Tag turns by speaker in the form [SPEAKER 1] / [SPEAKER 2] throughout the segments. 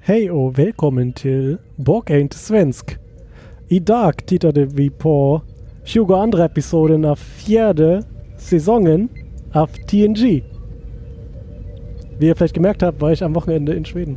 [SPEAKER 1] Hej och välkommen till Borkain't Svensk. Idag tittade vi på 22 episoden av fjärde säsongen av TNG. Wie ihr vielleicht gemerkt habt, war ich am Wochenende in Schweden.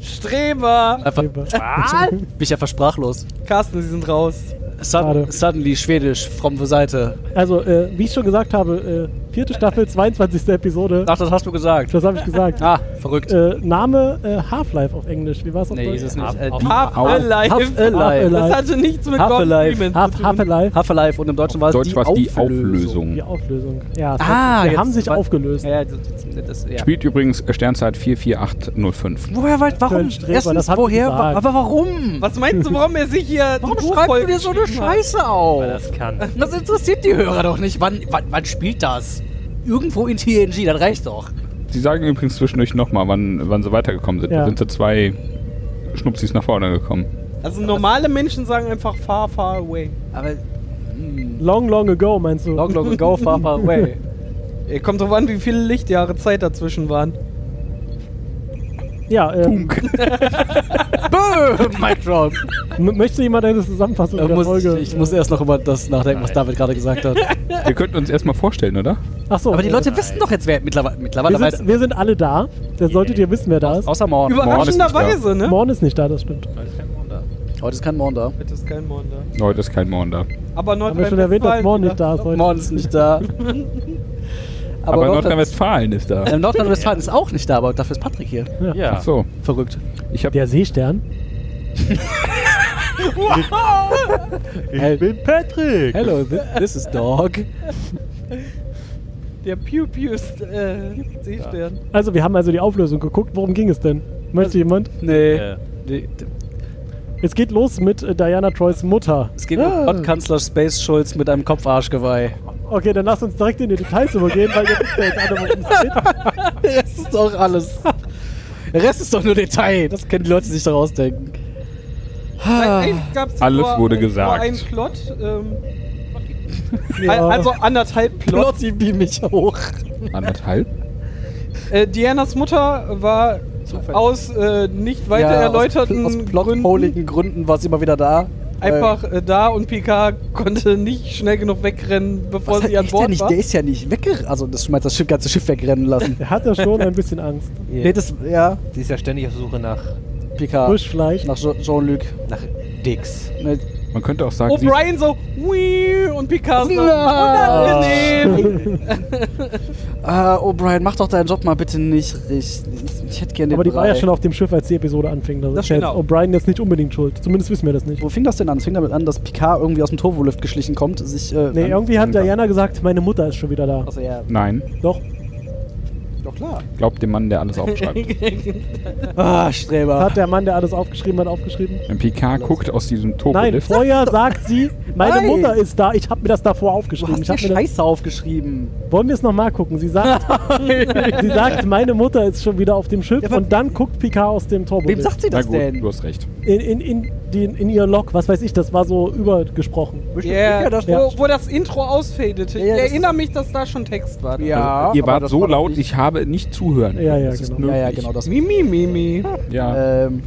[SPEAKER 2] Streber!
[SPEAKER 3] Einfach,
[SPEAKER 1] Streber.
[SPEAKER 3] bin ich einfach sprachlos.
[SPEAKER 2] Carsten, sie sind raus.
[SPEAKER 1] Schade.
[SPEAKER 3] Sud suddenly Schwedisch, from the Seite.
[SPEAKER 1] Also, äh, wie ich schon gesagt habe, äh, vierte Staffel, 22. Episode.
[SPEAKER 3] Ach, das hast du gesagt.
[SPEAKER 1] Das habe ich gesagt.
[SPEAKER 3] Ah, verrückt.
[SPEAKER 1] Äh, Name äh, Half-Life auf Englisch. Wie war es auf
[SPEAKER 3] nee,
[SPEAKER 1] Deutsch?
[SPEAKER 3] ist es nicht. Äh,
[SPEAKER 4] Half-
[SPEAKER 3] die-
[SPEAKER 2] Half
[SPEAKER 4] Au.
[SPEAKER 2] alive.
[SPEAKER 3] Half Alive.
[SPEAKER 2] Das hatte Also nichts mit
[SPEAKER 3] Half
[SPEAKER 2] Gordon
[SPEAKER 3] Alive.
[SPEAKER 2] Freeman zu
[SPEAKER 1] Half-
[SPEAKER 2] tun.
[SPEAKER 1] Half-Alive.
[SPEAKER 3] Half-Alife und im Deutschen war es
[SPEAKER 4] Deutsch
[SPEAKER 3] die,
[SPEAKER 4] war es die
[SPEAKER 3] Auflösung.
[SPEAKER 4] Auflösung.
[SPEAKER 1] Die Auflösung. Ja, es
[SPEAKER 3] Ah,
[SPEAKER 1] hat, die
[SPEAKER 3] jetzt-
[SPEAKER 1] haben sich
[SPEAKER 3] wa-
[SPEAKER 1] aufgelöst.
[SPEAKER 3] Ja, das, das, ja.
[SPEAKER 4] Spielt übrigens Sternzeit 44805.
[SPEAKER 3] Woher, war- warum?
[SPEAKER 1] Köln Streber, das hat sie gesagt.
[SPEAKER 3] wa- aber warum?
[SPEAKER 2] Was meinst du, warum er sich hier
[SPEAKER 3] warum
[SPEAKER 2] ein Buch
[SPEAKER 3] schreibst
[SPEAKER 2] voll
[SPEAKER 3] du dir so eine
[SPEAKER 2] geschrieben hat?
[SPEAKER 3] Scheiße auf?
[SPEAKER 4] Weil das
[SPEAKER 3] kann. Das interessiert die Hörer doch nicht. Wann, wann, wann spielt das? Irgendwo in TNG, dann reicht doch.
[SPEAKER 4] Sie sagen übrigens zwischendurch nochmal, wann, wann sie weitergekommen sind.
[SPEAKER 1] Ja.
[SPEAKER 4] Da sind sie zwei Schnupsis nach vorne gekommen.
[SPEAKER 2] Also normale Menschen sagen einfach far, far away.
[SPEAKER 3] Aber. Hm,
[SPEAKER 1] Long, long ago, meinst du?
[SPEAKER 3] long, long ago, far, far away.
[SPEAKER 2] Ey, Kommt drauf an, wie viele Lichtjahre Zeit dazwischen waren.
[SPEAKER 1] Ja, äh, m-
[SPEAKER 3] Böhm, Mic Drop.
[SPEAKER 1] möchte jemand eine Zusammenfassung
[SPEAKER 3] Da
[SPEAKER 1] der
[SPEAKER 3] Äh, muss ich,
[SPEAKER 1] Folge?
[SPEAKER 3] ich muss erst noch über das nachdenken, was David gerade gesagt hat.
[SPEAKER 4] Wir könnten uns erstmal vorstellen, oder?
[SPEAKER 1] Achso,
[SPEAKER 3] Aber die
[SPEAKER 1] äh,
[SPEAKER 3] Leute wissen doch jetzt, wer mittlerweile, mittlerweile
[SPEAKER 1] wir
[SPEAKER 3] weiß.
[SPEAKER 1] sind, wir sind alle da. Dann solltet ihr wissen, wer da ist.
[SPEAKER 3] Außer Morn.
[SPEAKER 2] Überraschenderweise, ne?
[SPEAKER 1] Morn ist nicht da, das stimmt.
[SPEAKER 3] Heute ist kein Morn da.
[SPEAKER 2] Heute ist kein Morn da.
[SPEAKER 4] Heute ist kein Morn da.
[SPEAKER 2] Aber
[SPEAKER 1] Haben wir schon erwähnt, dass Morn nicht da ist heute.
[SPEAKER 3] Morn ist nicht da.
[SPEAKER 4] Aber,
[SPEAKER 3] Nordrhein-
[SPEAKER 4] Nordrhein-Westfalen ist da.
[SPEAKER 3] Ähm, Nordrhein-Westfalen ist auch nicht da, aber dafür ist Patrick hier.
[SPEAKER 4] Ach so.
[SPEAKER 3] Verrückt.
[SPEAKER 4] Ich habe
[SPEAKER 1] Der Seestern.
[SPEAKER 3] Hey.
[SPEAKER 5] bin Patrick.
[SPEAKER 3] Hello, thi- this is Dog.
[SPEAKER 2] Der Pew Pew ist äh, Seestern.
[SPEAKER 1] Also, wir haben also die Auflösung geguckt. Worum ging es denn?
[SPEAKER 3] Also-
[SPEAKER 1] Möchte jemand?
[SPEAKER 3] Nee.
[SPEAKER 5] Ja.
[SPEAKER 3] nee. d-
[SPEAKER 1] Es geht los mit äh, Diana Troys Mutter. Ah.
[SPEAKER 3] Es geht um Gottkanzler Space Schulz mit einem Kopfarschgeweih.
[SPEAKER 1] Okay, dann lasst uns direkt in die Details übergehen, weil ihr wisst ja jetzt alle, worum es geht.
[SPEAKER 3] Der Rest ist doch alles. Der Rest ist doch nur Detail. Das können die Leute sich doch ausdenken.
[SPEAKER 2] Eigentlich gab's
[SPEAKER 4] Alles
[SPEAKER 2] vor,
[SPEAKER 4] wurde
[SPEAKER 2] Vor
[SPEAKER 4] gesagt.
[SPEAKER 2] einen Plot. Ähm,
[SPEAKER 1] Ja.
[SPEAKER 2] Also anderthalb Plot.
[SPEAKER 3] Plotzi beam mich hoch.
[SPEAKER 4] anderthalb.
[SPEAKER 2] Äh, Dianas Mutter war aus äh, nicht weiter
[SPEAKER 3] Ja,
[SPEAKER 2] erläuterten
[SPEAKER 3] aus, aus
[SPEAKER 2] Gründen
[SPEAKER 3] plottholigen Gründen war es immer wieder da.
[SPEAKER 2] einfach äh, da und PK konnte nicht schnell genug wegrennen, bevor
[SPEAKER 3] Was
[SPEAKER 2] sie an
[SPEAKER 3] ist der,
[SPEAKER 2] Bord
[SPEAKER 3] nicht,
[SPEAKER 2] war.
[SPEAKER 3] der ist ja nicht weggerannt. Also das, du meinst, das Schiff, ganze Schiff wegrennen lassen.
[SPEAKER 1] Er hat ja schon ein bisschen Angst.
[SPEAKER 3] Nee, das, ja,
[SPEAKER 5] Die ist ja ständig auf der Suche nach,
[SPEAKER 3] Picard.
[SPEAKER 1] Buschfleisch.
[SPEAKER 3] Nach Jo- Jean-Luc.
[SPEAKER 5] nach Dicks.
[SPEAKER 3] Nee.
[SPEAKER 4] Man könnte auch
[SPEAKER 3] Oh,
[SPEAKER 4] sagen, sie
[SPEAKER 2] O'Brien so "Wii", und PK so
[SPEAKER 3] Na.
[SPEAKER 2] unangenehm.
[SPEAKER 3] Ah, O'Brien, mach doch deinen Job mal bitte nicht richtig. Ich hätte gerne den
[SPEAKER 1] Aber die war
[SPEAKER 3] Brei.
[SPEAKER 1] ja schon auf dem Schiff, als die Episode anfing. Das,
[SPEAKER 2] Das
[SPEAKER 1] ist ja jetzt
[SPEAKER 2] genau.
[SPEAKER 1] O'Brien jetzt nicht unbedingt schuld. Zumindest wissen wir das nicht.
[SPEAKER 3] Wo fing das denn an? Es fing damit an, dass Picard irgendwie aus dem Turbolift geschlichen kommt, sich... Äh,
[SPEAKER 1] Nee,
[SPEAKER 3] dann-
[SPEAKER 1] irgendwie hat
[SPEAKER 4] Irgendwann.
[SPEAKER 1] Diana gesagt, meine Mutter ist schon wieder da.
[SPEAKER 3] Achso, ja,
[SPEAKER 4] Nein,
[SPEAKER 1] Doch.
[SPEAKER 3] doch klar.
[SPEAKER 4] glaubt dem Mann, der alles aufschreibt.
[SPEAKER 3] Ah,
[SPEAKER 1] Das
[SPEAKER 3] Streber.
[SPEAKER 1] hat der Mann, der alles aufgeschrieben hat, aufgeschrieben.
[SPEAKER 4] Ein PK guckt aus diesem
[SPEAKER 1] Nein,
[SPEAKER 4] Turbolift.
[SPEAKER 1] vorher sagt sie, meine
[SPEAKER 3] Nein.
[SPEAKER 1] Mutter ist da. Ich habe mir das davor
[SPEAKER 3] Du
[SPEAKER 1] aufgeschrieben.
[SPEAKER 3] hast
[SPEAKER 1] Ich
[SPEAKER 3] dir
[SPEAKER 1] hab mir das,
[SPEAKER 3] Scheiße aufgeschrieben.
[SPEAKER 1] wollen wir es nochmal gucken? Sie sagt, sie sagt, meine Mutter ist schon wieder auf dem Schiff
[SPEAKER 3] Ja, aber-
[SPEAKER 1] und dann guckt Picard aus dem Turbo.
[SPEAKER 3] Wem sagt sie
[SPEAKER 4] Na
[SPEAKER 3] das
[SPEAKER 4] gut,
[SPEAKER 3] denn?
[SPEAKER 4] du hast recht.
[SPEAKER 1] in, in, in, den, in ihr Log, was weiß ich, das war so übergesprochen.
[SPEAKER 3] Bestimmt sicher,
[SPEAKER 2] yeah.
[SPEAKER 3] dass-
[SPEAKER 1] Ja.
[SPEAKER 2] wo, wo das Intro ausfadete.
[SPEAKER 3] Ja, ja,
[SPEAKER 2] ich
[SPEAKER 3] das
[SPEAKER 2] erinnere mich, dass da schon Text war.
[SPEAKER 3] Ja,
[SPEAKER 4] Ihr
[SPEAKER 3] aber
[SPEAKER 4] wart
[SPEAKER 3] das
[SPEAKER 4] so
[SPEAKER 3] war doch
[SPEAKER 4] laut,
[SPEAKER 3] nicht-
[SPEAKER 4] ich habe nicht zuhören.
[SPEAKER 1] Ja, ja,
[SPEAKER 4] das ist
[SPEAKER 1] genau.
[SPEAKER 3] Ja, ja,
[SPEAKER 4] möglich.
[SPEAKER 3] genau das.
[SPEAKER 2] Mimi, Mimi.
[SPEAKER 4] Ja,
[SPEAKER 3] Ähm,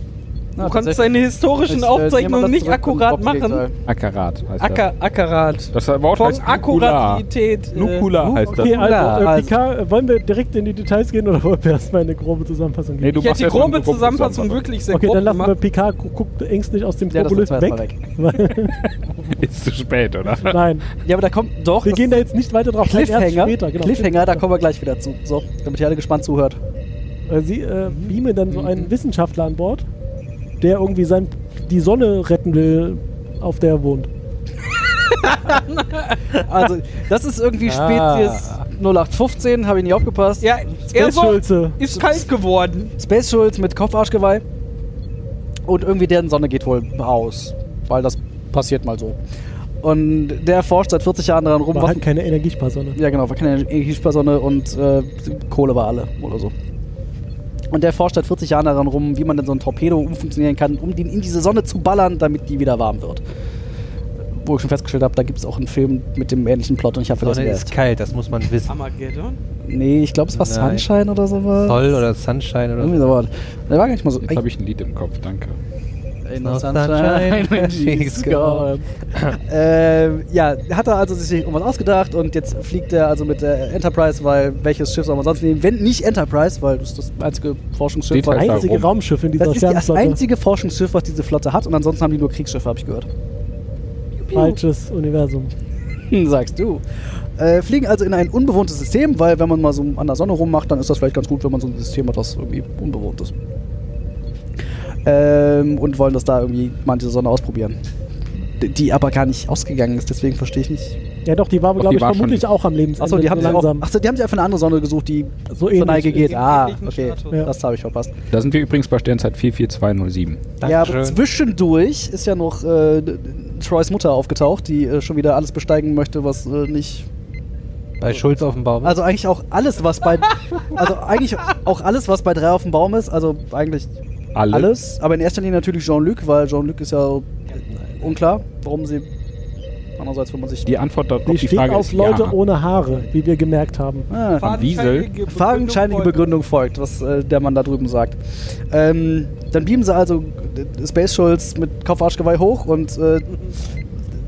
[SPEAKER 2] Du kannst deine
[SPEAKER 3] äh,
[SPEAKER 1] äh,
[SPEAKER 2] historischen Aufzeichnungen nicht akkurat machen.
[SPEAKER 4] Akkurat heißt
[SPEAKER 2] Acker, akkurat.
[SPEAKER 4] das. Das Wort
[SPEAKER 2] Von
[SPEAKER 4] heißt Nukular.
[SPEAKER 2] Akkuratität. äh,
[SPEAKER 4] Nukula heißt das.
[SPEAKER 1] Okay, also,
[SPEAKER 3] Ja,
[SPEAKER 1] äh,
[SPEAKER 3] also-
[SPEAKER 1] Picard, äh, wollen wir direkt in die Details gehen oder wollen wir erstmal eine grobe Zusammenfassung geben?
[SPEAKER 4] Nee, du
[SPEAKER 2] ich hätte die
[SPEAKER 4] erst mal eine
[SPEAKER 2] grobe Zusammenfassung wirklich sehr
[SPEAKER 1] Okay,
[SPEAKER 2] grob
[SPEAKER 1] dann lassen wir
[SPEAKER 2] gemacht.
[SPEAKER 1] Picard gu- guckt ängstlich aus dem
[SPEAKER 3] Ja, das
[SPEAKER 1] Turbolift
[SPEAKER 3] lassen wir
[SPEAKER 1] weg.
[SPEAKER 4] Ist zu spät, oder?
[SPEAKER 1] Nein,
[SPEAKER 3] Ja, aber da kommt doch.
[SPEAKER 1] wir
[SPEAKER 3] das-
[SPEAKER 1] gehen da jetzt nicht weiter drauf. ein, erst
[SPEAKER 3] Cliffhanger,
[SPEAKER 1] Später, genau.
[SPEAKER 3] Cliffhanger, da kommen wir gleich wieder zu. So, damit ihr alle gespannt zuhört.
[SPEAKER 1] Äh, Sie äh, beamen dann so einen Wissenschaftler an Bord, der irgendwie sein, die Sonne retten will, auf der er wohnt.
[SPEAKER 3] Also, das ist irgendwie Spezies 0815, habe ich nicht aufgepasst.
[SPEAKER 2] Ja, er so
[SPEAKER 3] Um
[SPEAKER 1] Schulze.
[SPEAKER 2] ist kalt geworden.
[SPEAKER 3] Space Schulz mit Kopfarschgeweih. Und irgendwie deren Sonne geht wohl aus. Weil das passiert mal so. Und der forscht seit 40 Jahren daran rum,
[SPEAKER 1] War
[SPEAKER 3] was.
[SPEAKER 1] halt keine Energiesparsonne.
[SPEAKER 3] Ja, genau, war keine Energiesparsonne und äh, Kohle war alle oder so. Und der forscht seit 40 Jahren daran rum, wie man denn so ein Torpedo umfunktionieren kann, um den in diese Sonne zu ballern, damit die wieder warm wird. wo ich schon festgestellt habe, da gibt es auch einen Film mit dem ähnlichen Plot und ich habe vergessen,
[SPEAKER 5] Sonne
[SPEAKER 3] wer
[SPEAKER 5] ist
[SPEAKER 3] ist.
[SPEAKER 5] kalt, das muss man wissen.
[SPEAKER 2] Armageddon?
[SPEAKER 3] Nee, ich glaube, es war
[SPEAKER 5] Nein.
[SPEAKER 3] Sunshine oder sowas.
[SPEAKER 5] Soll oder Sunshine oder
[SPEAKER 3] Irgendwie
[SPEAKER 5] so.
[SPEAKER 3] sowas. Der war gar nicht mal so.
[SPEAKER 4] Jetzt habe ich ein Lied im Kopf, danke.
[SPEAKER 3] In
[SPEAKER 5] the sunshine, when she's
[SPEAKER 1] Äh,
[SPEAKER 5] gone.
[SPEAKER 3] ähm, ja, hat er also sich irgendwas ausgedacht und jetzt fliegt er also mit der Enterprise, weil welches Schiff soll man sonst nehmen? Wenn nicht Enterprise, weil das ist das einzige Forschungsschiff,
[SPEAKER 4] Steht
[SPEAKER 3] was
[SPEAKER 4] halt da
[SPEAKER 1] Einzige
[SPEAKER 4] rum.
[SPEAKER 1] Raumschiff in dieser
[SPEAKER 3] das ist das
[SPEAKER 1] Sternenflotte.
[SPEAKER 3] einzige Forschungsschiff, was diese Flotte hat und ansonsten haben die nur Kriegsschiffe, habe ich gehört.
[SPEAKER 1] Falsches Universum.
[SPEAKER 3] Hm, Sagst du. Äh, fliegen also in ein unbewohntes System, weil wenn man mal so an der Sonne rummacht, dann ist das vielleicht ganz gut, wenn man so ein System hat, das irgendwie unbewohnt ist. Ähm, und wollen das da irgendwie mal diese Sonne ausprobieren. D- Die aber gar nicht ausgegangen ist, deswegen verstehe ich nicht.
[SPEAKER 1] Ja doch, die war,
[SPEAKER 4] Doch,
[SPEAKER 1] glaube
[SPEAKER 4] die
[SPEAKER 1] ich,
[SPEAKER 4] war
[SPEAKER 1] vermutlich
[SPEAKER 4] schon-
[SPEAKER 1] auch am Lebensende.
[SPEAKER 3] Achso, die haben sich auch,
[SPEAKER 1] langsam.
[SPEAKER 3] achso, die haben sich einfach eine andere Sonne gesucht, die
[SPEAKER 1] So
[SPEAKER 3] zur
[SPEAKER 1] ähnlich.
[SPEAKER 3] Neige geht.
[SPEAKER 2] Im
[SPEAKER 3] Ah,
[SPEAKER 2] ähnlichen
[SPEAKER 3] okay.
[SPEAKER 2] Status.
[SPEAKER 1] Ja.
[SPEAKER 3] Das habe ich verpasst.
[SPEAKER 4] Da sind wir übrigens bei Sternzeit 44207.
[SPEAKER 3] Ja,
[SPEAKER 5] Dankeschön.
[SPEAKER 3] aber zwischendurch ist ja noch äh, Troys Mutter aufgetaucht, die äh, schon wieder alles besteigen möchte, was äh, nicht
[SPEAKER 5] Bei Schulz auf dem Baum.
[SPEAKER 3] Also eigentlich auch alles, was bei also eigentlich auch alles, was bei drei auf dem Baum ist, also eigentlich
[SPEAKER 4] Alle.
[SPEAKER 3] alles, aber in erster Linie natürlich Jean-Luc, weil Jean-Luc ist ja unklar, warum sie andererseits, wenn man sich
[SPEAKER 4] Die Antwort darauf,
[SPEAKER 1] Die
[SPEAKER 4] die
[SPEAKER 1] steht
[SPEAKER 4] Frage
[SPEAKER 1] auf
[SPEAKER 4] ist
[SPEAKER 1] Leute
[SPEAKER 4] ja.
[SPEAKER 1] ohne Haare, wie wir gemerkt haben.
[SPEAKER 3] ah,
[SPEAKER 4] Wiesel.
[SPEAKER 3] fadenscheinige Begründung folgt, was äh, der Mann da drüben sagt. Ähm, dann beamen sie also äh, Space Schulz mit Kopfarschgeweih hoch und äh,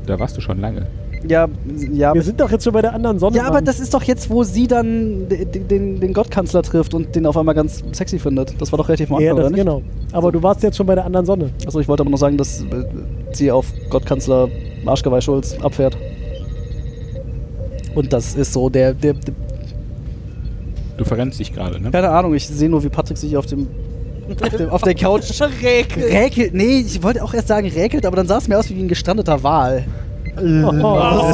[SPEAKER 4] Da warst du schon lange.
[SPEAKER 3] ja, ja,
[SPEAKER 1] Wir sind doch jetzt schon bei der anderen Sonne.
[SPEAKER 3] ja, aber das ist doch jetzt, wo sie dann d- d- den, den Gottkanzler trifft und den auf einmal ganz sexy findet. Das war doch relativ am Anfang,
[SPEAKER 1] ja,
[SPEAKER 3] oder
[SPEAKER 1] das,
[SPEAKER 3] nicht?
[SPEAKER 1] genau. Aber du warst jetzt schon bei der anderen Sonne.
[SPEAKER 3] Achso, Also ich wollte aber nur sagen, dass äh, sie auf Gottkanzler Arschgeweih Schulz abfährt. Und das ist so der, der, der
[SPEAKER 4] Du verrennst dich gerade, ne?
[SPEAKER 3] keine Ahnung, ich sehe nur, wie Patrick sich auf dem auf, dem, auf der Couch räkelt. Nee, ich wollte auch erst sagen räkelt, aber dann sah es mir aus wie ein gestrandeter Wal. Das ist so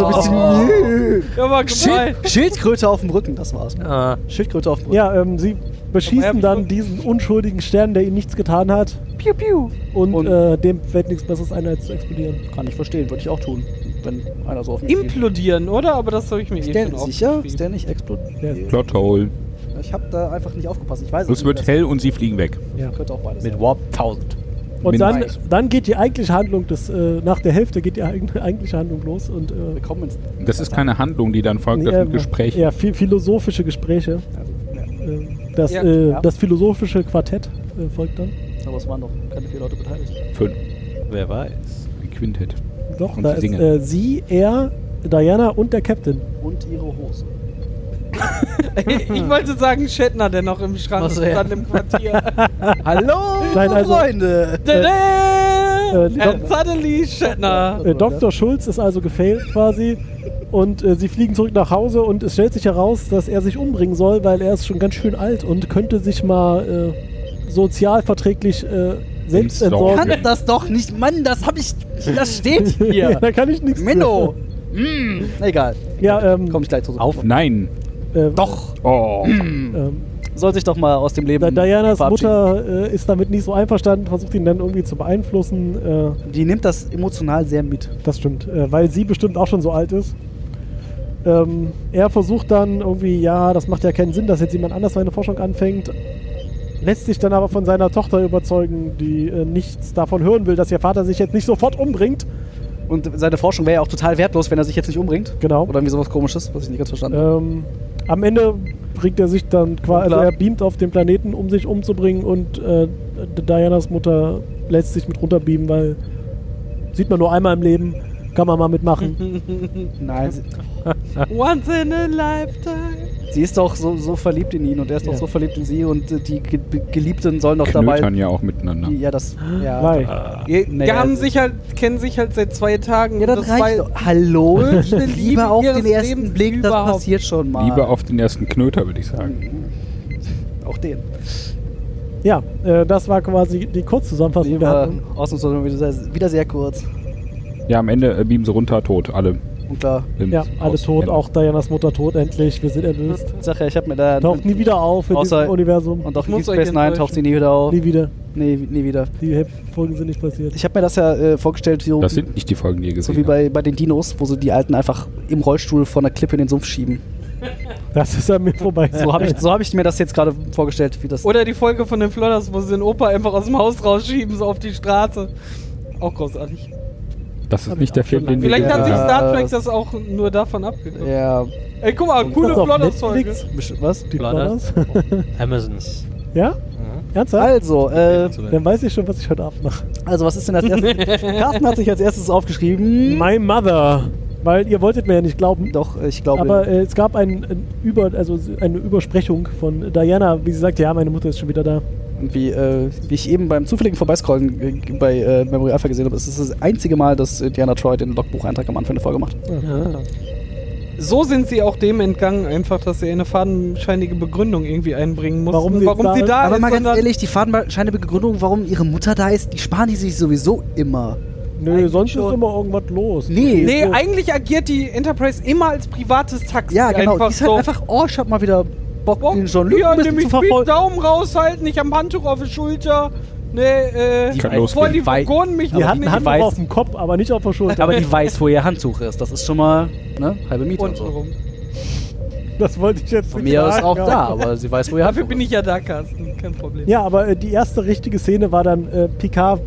[SPEAKER 3] ein bisschen
[SPEAKER 2] Ja, war geil.
[SPEAKER 3] Schild, Schildkröte auf dem Rücken, das war's.
[SPEAKER 5] Ah.
[SPEAKER 3] Schildkröte auf dem Rücken.
[SPEAKER 1] Ja, ähm, sie
[SPEAKER 2] Aber er
[SPEAKER 1] beschießen
[SPEAKER 2] hat
[SPEAKER 1] dann
[SPEAKER 2] schon-
[SPEAKER 1] diesen unschuldigen Stern, der ihnen nichts getan hat. Piu, piu. Und,
[SPEAKER 3] Und-
[SPEAKER 1] äh, dem fällt nichts Besseres ein, als zu explodieren.
[SPEAKER 3] Kann ich verstehen, würde ich auch tun, wenn einer so auf mich schießt.
[SPEAKER 2] Implodieren, oder? Aber das habe ich mir
[SPEAKER 3] Ist
[SPEAKER 2] eh
[SPEAKER 3] der
[SPEAKER 2] schon
[SPEAKER 3] sicher? Ist
[SPEAKER 2] aufgeschrieben.
[SPEAKER 3] der nicht explodiert?
[SPEAKER 1] Ja,
[SPEAKER 4] Plothole.
[SPEAKER 3] Ich habe da einfach nicht aufgepasst. Ich weiß es
[SPEAKER 4] Es
[SPEAKER 3] nicht.
[SPEAKER 4] wird hell und sie fliegen weg.
[SPEAKER 1] ja.
[SPEAKER 3] Könnte auch beides
[SPEAKER 5] Mit
[SPEAKER 3] sein.
[SPEAKER 5] Warp 1000.
[SPEAKER 1] Und dann,
[SPEAKER 4] Mindestens.
[SPEAKER 1] dann geht die eigentliche Handlung, des, äh, nach der Hälfte geht die eig- eigentliche Handlung los. Und, äh,
[SPEAKER 3] Willkommen ins
[SPEAKER 4] Das ist keine Handlung, die dann folgt, das
[SPEAKER 1] äh,
[SPEAKER 4] sind Gespräche.
[SPEAKER 1] Ja, viel, philosophische Gespräche.
[SPEAKER 3] Also, ja.
[SPEAKER 1] Äh, das,
[SPEAKER 2] Ja,
[SPEAKER 1] äh,
[SPEAKER 3] ja.
[SPEAKER 1] das philosophische Quartett äh, folgt dann.
[SPEAKER 3] Aber es waren doch keine vier Leute beteiligt.
[SPEAKER 4] Fünf.
[SPEAKER 5] Wer weiß.
[SPEAKER 4] Ein Quintett.
[SPEAKER 1] Doch,
[SPEAKER 4] Und
[SPEAKER 1] da
[SPEAKER 4] sie
[SPEAKER 1] ist
[SPEAKER 4] singen.
[SPEAKER 1] äh, sie, er, Diana und der Captain.
[SPEAKER 3] Und ihre Hose.
[SPEAKER 2] ich wollte sagen Shatner, der noch im Schrank
[SPEAKER 3] Was wär-
[SPEAKER 2] stand im Quartier.
[SPEAKER 3] Hallo,
[SPEAKER 1] Nein, also-
[SPEAKER 3] Freunde!
[SPEAKER 2] Tada!
[SPEAKER 1] Äh,
[SPEAKER 2] And suddenly Shatner.
[SPEAKER 1] Äh,
[SPEAKER 3] Also, ne?
[SPEAKER 1] Dr. Schulz ist also gefailt quasi und äh, sie fliegen zurück nach Hause und es stellt sich heraus, dass er sich umbringen soll, weil er ist schon ganz schön alt und könnte sich mal äh, sozialverträglich äh, selbst
[SPEAKER 4] Entsorgen.
[SPEAKER 1] entsorgen.
[SPEAKER 3] Kann das doch nicht, Mann, das hab ich. Das steht hier!
[SPEAKER 1] da kann ich nichts.
[SPEAKER 3] Menno! Mm, egal.
[SPEAKER 1] Ja, ähm,
[SPEAKER 3] Komm ich gleich zurück.
[SPEAKER 4] Auf? Nein.
[SPEAKER 1] äh,
[SPEAKER 3] Doch!
[SPEAKER 4] Oh.
[SPEAKER 1] Ähm,
[SPEAKER 3] Soll sich doch mal aus dem Leben.
[SPEAKER 1] da Dianas
[SPEAKER 3] verabschieden.
[SPEAKER 1] Mutter äh, ist damit nicht so einverstanden, versucht ihn dann irgendwie zu beeinflussen. Äh,
[SPEAKER 3] Die nimmt das emotional sehr mit.
[SPEAKER 1] Das stimmt, äh, weil sie bestimmt auch schon so alt ist. Ähm, er versucht dann irgendwie, ja, das macht ja keinen Sinn, dass jetzt jemand anders seine Forschung anfängt. Lässt sich dann aber von seiner Tochter überzeugen, die äh, nichts davon hören will, dass ihr Vater sich jetzt nicht sofort umbringt.
[SPEAKER 3] Und seine Forschung wäre ja auch total wertlos, wenn er sich jetzt nicht umbringt.
[SPEAKER 1] Genau.
[SPEAKER 3] Oder irgendwie sowas komisches, was ich nicht ganz verstanden
[SPEAKER 1] Ähm, am Ende bringt er sich dann quasi, also
[SPEAKER 3] Unklar.
[SPEAKER 1] er beamt auf den Planeten, um sich umzubringen und äh, D- Dianas Mutter lässt sich mit runterbeamen, weil sieht man nur einmal im Leben, kann man mal mitmachen.
[SPEAKER 3] habe. Nein, sie,
[SPEAKER 2] Once in a lifetime.
[SPEAKER 3] sie ist doch so, so verliebt in ihn und er ist
[SPEAKER 1] Ja.
[SPEAKER 3] doch so verliebt in sie und äh, die Ge Be- Geliebten sollen doch dabei.
[SPEAKER 4] Knötern ne? ja auch miteinander.
[SPEAKER 3] Die, ja, das. Ja.
[SPEAKER 1] Nein.
[SPEAKER 2] Die
[SPEAKER 3] naja,
[SPEAKER 2] haben
[SPEAKER 3] also-
[SPEAKER 2] sich halt, kennen sich halt seit zwei Tagen.
[SPEAKER 3] Ja,
[SPEAKER 2] und
[SPEAKER 3] das,
[SPEAKER 2] war-
[SPEAKER 3] reicht doch. Hallo?
[SPEAKER 2] größte
[SPEAKER 3] Liebe,
[SPEAKER 2] Liebe
[SPEAKER 3] auf den
[SPEAKER 2] ihres
[SPEAKER 3] ersten
[SPEAKER 2] Lebens
[SPEAKER 3] Blick, das
[SPEAKER 2] überhaupt.
[SPEAKER 3] passiert schon mal.
[SPEAKER 4] Lieber auf den ersten Knöter, würde ich sagen.
[SPEAKER 3] Auch den.
[SPEAKER 1] Ja, äh, das war quasi die Kurzzusammenfassung.
[SPEAKER 3] Die
[SPEAKER 1] Wir
[SPEAKER 3] war
[SPEAKER 1] hatten
[SPEAKER 3] ausnahmsweise mal wieder sehr, wieder sehr kurz.
[SPEAKER 4] Ja, am Ende äh, beamen sie runter, tot, alle.
[SPEAKER 3] Und klar,
[SPEAKER 4] Im
[SPEAKER 1] Ja, alle
[SPEAKER 4] Haus.
[SPEAKER 1] tot, auch Dianas Mutter tot, endlich. Wir sind erlöst.
[SPEAKER 3] ich sag ja, ich hab mir da.
[SPEAKER 1] Taucht nie wieder auf in
[SPEAKER 3] Außer-
[SPEAKER 1] diesem Universum.
[SPEAKER 3] Und auch
[SPEAKER 2] Ich
[SPEAKER 3] in
[SPEAKER 2] muss
[SPEAKER 3] Deep
[SPEAKER 2] euch
[SPEAKER 3] Space Nine taucht sie nie wieder auf.
[SPEAKER 1] Nie wieder.
[SPEAKER 3] Nee, nie wieder.
[SPEAKER 1] Die Hel- Folgen sind nicht passiert.
[SPEAKER 3] Ich habe mir das ja äh, vorgestellt, so,
[SPEAKER 4] Das sind nicht die Folgen, die ihr
[SPEAKER 3] so
[SPEAKER 4] gesehen
[SPEAKER 3] wie
[SPEAKER 4] habt.
[SPEAKER 3] bei, bei den Dinos, wo sie die Alten einfach im Rollstuhl von der Klippe in den Sumpf schieben.
[SPEAKER 1] Das ist an mir vorbei.
[SPEAKER 3] So habe ich, so hab ich mir das jetzt gerade vorgestellt, wie das.
[SPEAKER 2] Oder die Folge von den Flodders, wo sie den Opa einfach aus dem Haus rausschieben, so auf die Straße. Auch großartig.
[SPEAKER 4] Das ist nicht der Film, den wir
[SPEAKER 2] Vielleicht
[SPEAKER 4] gesehen
[SPEAKER 2] hat sich
[SPEAKER 3] Ja.
[SPEAKER 4] haben.
[SPEAKER 2] Star Trek das auch nur davon abgeguckt.
[SPEAKER 3] Ja,
[SPEAKER 2] Ey, guck mal, coole
[SPEAKER 1] das auf
[SPEAKER 2] Plotterfolge.
[SPEAKER 1] Netflix?
[SPEAKER 3] besch- was?
[SPEAKER 1] Die
[SPEAKER 5] Blodders?
[SPEAKER 1] Blodders?
[SPEAKER 5] Amazons.
[SPEAKER 1] ja?
[SPEAKER 5] Mhm.
[SPEAKER 1] Ernsthaft?
[SPEAKER 3] Also, äh,
[SPEAKER 1] Dann weiß ich schon, was ich heute Abend mache.
[SPEAKER 3] also was ist denn als erstes? Carsten hat sich als erstes aufgeschrieben.
[SPEAKER 1] My Mother. Weil ihr wolltet mir ja nicht glauben.
[SPEAKER 3] Doch, ich glaube.
[SPEAKER 1] Aber äh, es gab ein, ein Über, also eine Übersprechung von Diana, wie sie sagt, ja, meine Mutter ist schon wieder da.
[SPEAKER 3] wie, äh, wie ich eben beim zufälligen Vorbeiscrollen äh, bei äh, Memory Alpha gesehen habe, ist es das einzige Mal, dass äh, Diana Troy den Logbucheintrag am Anfang der Folge macht.
[SPEAKER 2] So sind sie auch dem entgangen, einfach, dass sie eine fadenscheinige Begründung irgendwie einbringen mussten,
[SPEAKER 1] Warum sie jetzt da
[SPEAKER 2] sie
[SPEAKER 1] ist?
[SPEAKER 2] da
[SPEAKER 3] Aber
[SPEAKER 2] ist.
[SPEAKER 3] mal ganz
[SPEAKER 2] sondern-
[SPEAKER 3] ehrlich, die fadenscheinige Begründung, warum ihre Mutter da ist, die sparen die sich sowieso immer.
[SPEAKER 1] Nö,
[SPEAKER 3] Eigentlich
[SPEAKER 1] sonst
[SPEAKER 3] schon.
[SPEAKER 1] ist immer irgendwas los.
[SPEAKER 3] Nee.
[SPEAKER 2] Nee,
[SPEAKER 1] So.
[SPEAKER 2] eigentlich agiert die Enterprise immer als privates Taxi.
[SPEAKER 3] Ja, genau.
[SPEAKER 2] Einfach
[SPEAKER 3] die ist halt
[SPEAKER 2] so. Oh,
[SPEAKER 3] einfach, oh, ich hab mal wieder Bock,
[SPEAKER 2] Bock,
[SPEAKER 3] den John Luke
[SPEAKER 2] ja,
[SPEAKER 3] ein bisschen
[SPEAKER 2] nämlich
[SPEAKER 3] zu
[SPEAKER 2] mit
[SPEAKER 3] verfolgen.
[SPEAKER 2] Daumen raushalten, nicht am Handtuch auf die Schulter. Nee, äh,
[SPEAKER 4] Die kann
[SPEAKER 2] vor
[SPEAKER 4] losgehen.
[SPEAKER 2] die
[SPEAKER 3] Wei-
[SPEAKER 2] Vagonen mich
[SPEAKER 1] Die hatten
[SPEAKER 2] nicht
[SPEAKER 1] Hand
[SPEAKER 3] weiß-
[SPEAKER 1] auf dem Kopf, aber nicht auf der Schulter.
[SPEAKER 3] Aber die weiß, wo ihr Handtuch ist. Das ist schon mal ne, halbe Miete. und
[SPEAKER 2] unten
[SPEAKER 3] so.
[SPEAKER 2] rum.
[SPEAKER 1] das wollte ich jetzt
[SPEAKER 3] Von
[SPEAKER 1] nicht
[SPEAKER 3] mir aus
[SPEAKER 1] sagen,
[SPEAKER 3] auch
[SPEAKER 1] aber-
[SPEAKER 3] da, aber sie weiß, wo ihr
[SPEAKER 2] Dafür
[SPEAKER 3] Handtuch
[SPEAKER 2] bin ich ja da, Carsten. Kein Problem.
[SPEAKER 1] Ja, aber äh, die erste richtige Szene war dann äh, Picard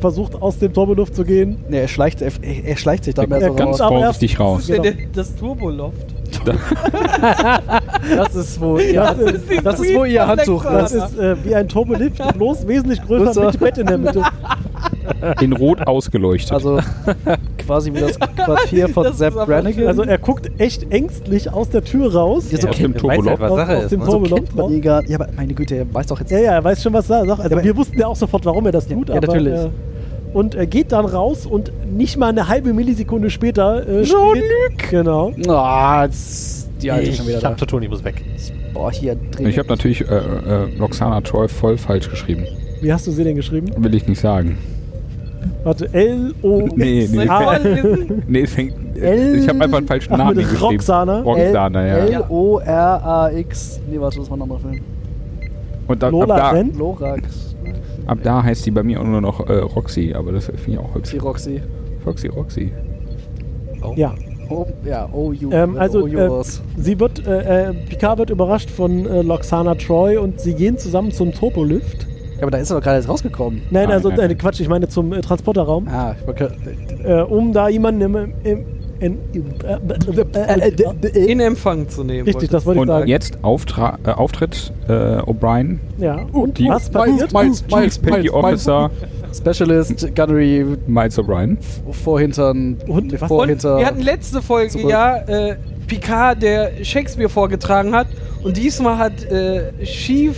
[SPEAKER 1] versucht aus dem Turboduft zu gehen.
[SPEAKER 3] ist. Nee, er schleicht, er, er schleicht sich da mehr
[SPEAKER 1] Er
[SPEAKER 3] so
[SPEAKER 1] kommt
[SPEAKER 3] raus.
[SPEAKER 4] Ganz
[SPEAKER 1] aber
[SPEAKER 4] vorsichtig
[SPEAKER 1] erst-
[SPEAKER 2] Das,
[SPEAKER 4] raus.
[SPEAKER 1] genau.
[SPEAKER 2] ist der, das Turboloft.
[SPEAKER 3] Das ist, wo ihr,
[SPEAKER 1] Das ist-
[SPEAKER 3] das ist, wo ihr Handtuch
[SPEAKER 2] Ja.
[SPEAKER 1] Das
[SPEAKER 3] ist.
[SPEAKER 1] ist äh, wie ein Turbolift, bloß wesentlich größer
[SPEAKER 3] Größer.
[SPEAKER 1] mit Bett in der Mitte.
[SPEAKER 4] In Rot ausgeleuchtet.
[SPEAKER 3] Also quasi wie das Quartier von
[SPEAKER 2] Das ist
[SPEAKER 3] Zap
[SPEAKER 2] aber
[SPEAKER 3] Brannigan.
[SPEAKER 2] schön.
[SPEAKER 1] Also er gucht echt ängstlich aus der Tür raus.
[SPEAKER 3] Ja, so
[SPEAKER 5] Ja,
[SPEAKER 3] kennt
[SPEAKER 5] stimmt, du weißt halt, was
[SPEAKER 1] aus,
[SPEAKER 5] Sache
[SPEAKER 1] aus
[SPEAKER 5] ist.
[SPEAKER 1] dem
[SPEAKER 5] Ne?
[SPEAKER 1] Turboduft
[SPEAKER 3] kennt man
[SPEAKER 1] raus.
[SPEAKER 3] die gar Ja, aber meine Güte, er weiß doch jetzt.
[SPEAKER 1] Ja, ja, er weiß schon, was er sagt. Also
[SPEAKER 3] Aber-
[SPEAKER 1] wir wussten ja auch sofort, warum er das tut.
[SPEAKER 3] ja,
[SPEAKER 1] aber,
[SPEAKER 3] natürlich.
[SPEAKER 1] Äh, und er geht dann raus und nicht mal eine halbe Millisekunde später. Äh, Jean-Luc! Genau.
[SPEAKER 3] Ah, jetzt die alte ist schon wieder
[SPEAKER 5] ich
[SPEAKER 3] da.
[SPEAKER 5] hab zu tun, ich muss weg.
[SPEAKER 3] Boah, hier drin.
[SPEAKER 4] ich habe natürlich äh, äh, Roxana Troy voll falsch geschrieben.
[SPEAKER 1] Wie hast du sie denn geschrieben?
[SPEAKER 4] Will ich nicht sagen.
[SPEAKER 1] Warte, L-O.
[SPEAKER 4] Nee, nee.
[SPEAKER 1] Ah,
[SPEAKER 2] Vorlesen.
[SPEAKER 4] Nee, es fängt,
[SPEAKER 3] El-
[SPEAKER 4] ich habe einfach einen falschen
[SPEAKER 1] Ach,
[SPEAKER 4] Namen
[SPEAKER 1] mit
[SPEAKER 4] geschrieben.
[SPEAKER 1] Roxana?
[SPEAKER 4] Roxana, ja.
[SPEAKER 3] L O R A X. Nee, warte, das war nochmal Film.
[SPEAKER 4] Und ab, ab,
[SPEAKER 1] Lola
[SPEAKER 4] da,
[SPEAKER 1] Ren?
[SPEAKER 3] Lorax.
[SPEAKER 4] ab da heißt sie bei mir auch nur noch äh, Roxy, aber das finde ich auch hübsch.
[SPEAKER 3] Die Roxy.
[SPEAKER 4] Roxy, Roxy.
[SPEAKER 5] Oh.
[SPEAKER 1] Ja.
[SPEAKER 3] Oh, ja, oh, you.
[SPEAKER 1] Ähm, also
[SPEAKER 3] oh, you
[SPEAKER 1] äh,
[SPEAKER 3] was.
[SPEAKER 1] sie wird, äh, äh, Picard wird überrascht von äh, Loxana Troy und sie gehen zusammen zum Topolift.
[SPEAKER 3] Ja, aber da ist er doch gerade jetzt rausgekommen.
[SPEAKER 1] Nein,
[SPEAKER 4] Nein,
[SPEAKER 1] also
[SPEAKER 4] nein, nein.
[SPEAKER 1] äh, Quatsch, ich meine zum äh, Transporterraum,
[SPEAKER 3] Ah, ich wollte.
[SPEAKER 1] äh, um da jemanden im, im, in, äh, äh, äh, äh,
[SPEAKER 2] In Empfang zu nehmen.
[SPEAKER 1] richtig,
[SPEAKER 2] wollte
[SPEAKER 1] das wollte ich
[SPEAKER 4] Und
[SPEAKER 1] sagen.
[SPEAKER 4] jetzt auftra äh, auftritt äh, O'Brien,
[SPEAKER 1] Ja. Und
[SPEAKER 4] Oh, die-
[SPEAKER 1] was passiert?
[SPEAKER 3] Miles,
[SPEAKER 4] Chief Petty Officer
[SPEAKER 3] Specialist, Gunnery,
[SPEAKER 4] Miles O'Brien.
[SPEAKER 3] Vorhintern.
[SPEAKER 1] Und was-
[SPEAKER 2] Und
[SPEAKER 3] Vorhinter.
[SPEAKER 2] wir hatten letzte Folge
[SPEAKER 3] Zurück.
[SPEAKER 2] ja äh, Picard, der Shakespeare vorgetragen hat. Und diesmal hat äh, Chief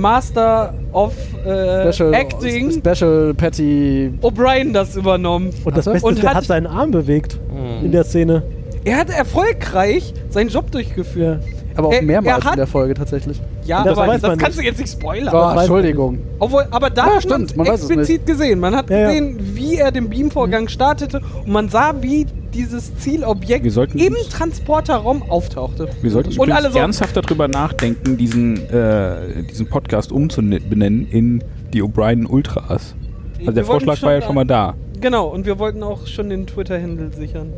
[SPEAKER 2] Master of äh,
[SPEAKER 3] Special,
[SPEAKER 2] Acting
[SPEAKER 3] Special Patty.
[SPEAKER 2] O'Brien das übernommen.
[SPEAKER 1] Und das
[SPEAKER 3] Hat er?
[SPEAKER 1] Beste
[SPEAKER 2] Und
[SPEAKER 1] ist, der
[SPEAKER 2] hat-
[SPEAKER 1] hat seinen Arm bewegt
[SPEAKER 5] Mhm.
[SPEAKER 4] Hm.
[SPEAKER 1] in der Szene.
[SPEAKER 2] Er hat erfolgreich seinen Job durchgeführt.
[SPEAKER 1] Ja.
[SPEAKER 3] Aber auch
[SPEAKER 2] Er- er
[SPEAKER 3] mehrmals
[SPEAKER 2] hat-
[SPEAKER 3] in der Folge tatsächlich.
[SPEAKER 2] Ja,
[SPEAKER 1] Das
[SPEAKER 2] aber
[SPEAKER 1] weiß
[SPEAKER 2] das
[SPEAKER 1] man
[SPEAKER 2] kannst du jetzt nicht spoilern.
[SPEAKER 3] Ah,
[SPEAKER 1] weiß man
[SPEAKER 3] Entschuldigung.
[SPEAKER 2] Obwohl, aber da
[SPEAKER 3] Ja,
[SPEAKER 2] hat man
[SPEAKER 3] stimmt, man weiß es
[SPEAKER 2] explizit gesehen. Man hat
[SPEAKER 1] Ja, ja.
[SPEAKER 2] gesehen, wie er den Beamvorgang startete und man sah, wie dieses Zielobjekt
[SPEAKER 4] Wir sollten
[SPEAKER 2] im
[SPEAKER 4] uns-
[SPEAKER 2] Transporterraum auftauchte.
[SPEAKER 4] Wir sollten
[SPEAKER 2] und alle
[SPEAKER 4] übrigens
[SPEAKER 2] so,
[SPEAKER 4] ernsthaft darüber nachdenken, diesen, äh, diesen Podcast umzubenennen in die O'Brien Ultras. Also
[SPEAKER 2] Wir
[SPEAKER 4] der
[SPEAKER 2] wollten
[SPEAKER 4] Vorschlag war ja schon mal da.
[SPEAKER 2] Genau, und wir wollten auch schon den Twitter-Handle sichern.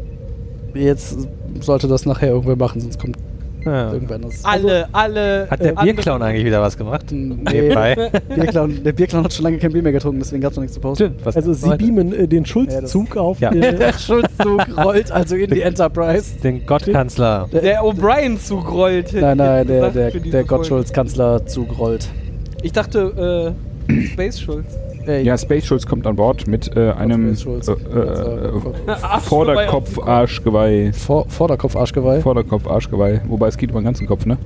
[SPEAKER 3] Jetzt sollte das nachher irgendwer machen, sonst kommt
[SPEAKER 5] Ja.
[SPEAKER 3] irgendwer anders.
[SPEAKER 2] Alle, alle.
[SPEAKER 5] Hat der
[SPEAKER 2] Äh, andere-
[SPEAKER 5] Bierclown eigentlich wieder was gemacht?
[SPEAKER 3] Nee, Bierclown, der Bierclown hat schon lange kein Bier mehr getrunken, deswegen gab es noch nichts zu posten.
[SPEAKER 5] Stimmt, was
[SPEAKER 1] Also sie beamen äh, den Schulzzug auf.
[SPEAKER 5] Ja.
[SPEAKER 1] Äh,
[SPEAKER 3] Schulzzug rollt also in die Enterprise.
[SPEAKER 5] Den Gottkanzler.
[SPEAKER 2] Der O'Brien zugrollt. hätte
[SPEAKER 3] Nein,
[SPEAKER 2] ich
[SPEAKER 3] nein,
[SPEAKER 2] jetzt
[SPEAKER 3] der,
[SPEAKER 2] gesagt,
[SPEAKER 3] der,
[SPEAKER 2] für diese
[SPEAKER 3] der
[SPEAKER 2] Folge.
[SPEAKER 3] Gottschulz-Kanzler zugrollt.
[SPEAKER 2] Ich dachte, äh, Space Schulz.
[SPEAKER 3] Ey,
[SPEAKER 4] Ja, Space Schulz kommt an Bord mit äh, einem
[SPEAKER 3] Space Schulz.
[SPEAKER 4] äh,
[SPEAKER 3] Arschgeweih
[SPEAKER 4] äh, Vorderkopf, Arschgeweih.
[SPEAKER 3] Vor, Vorderkopf, Arschgeweih.
[SPEAKER 4] Vorderkopf, Arschgeweih. Wobei es geht über den ganzen Kopf, ne?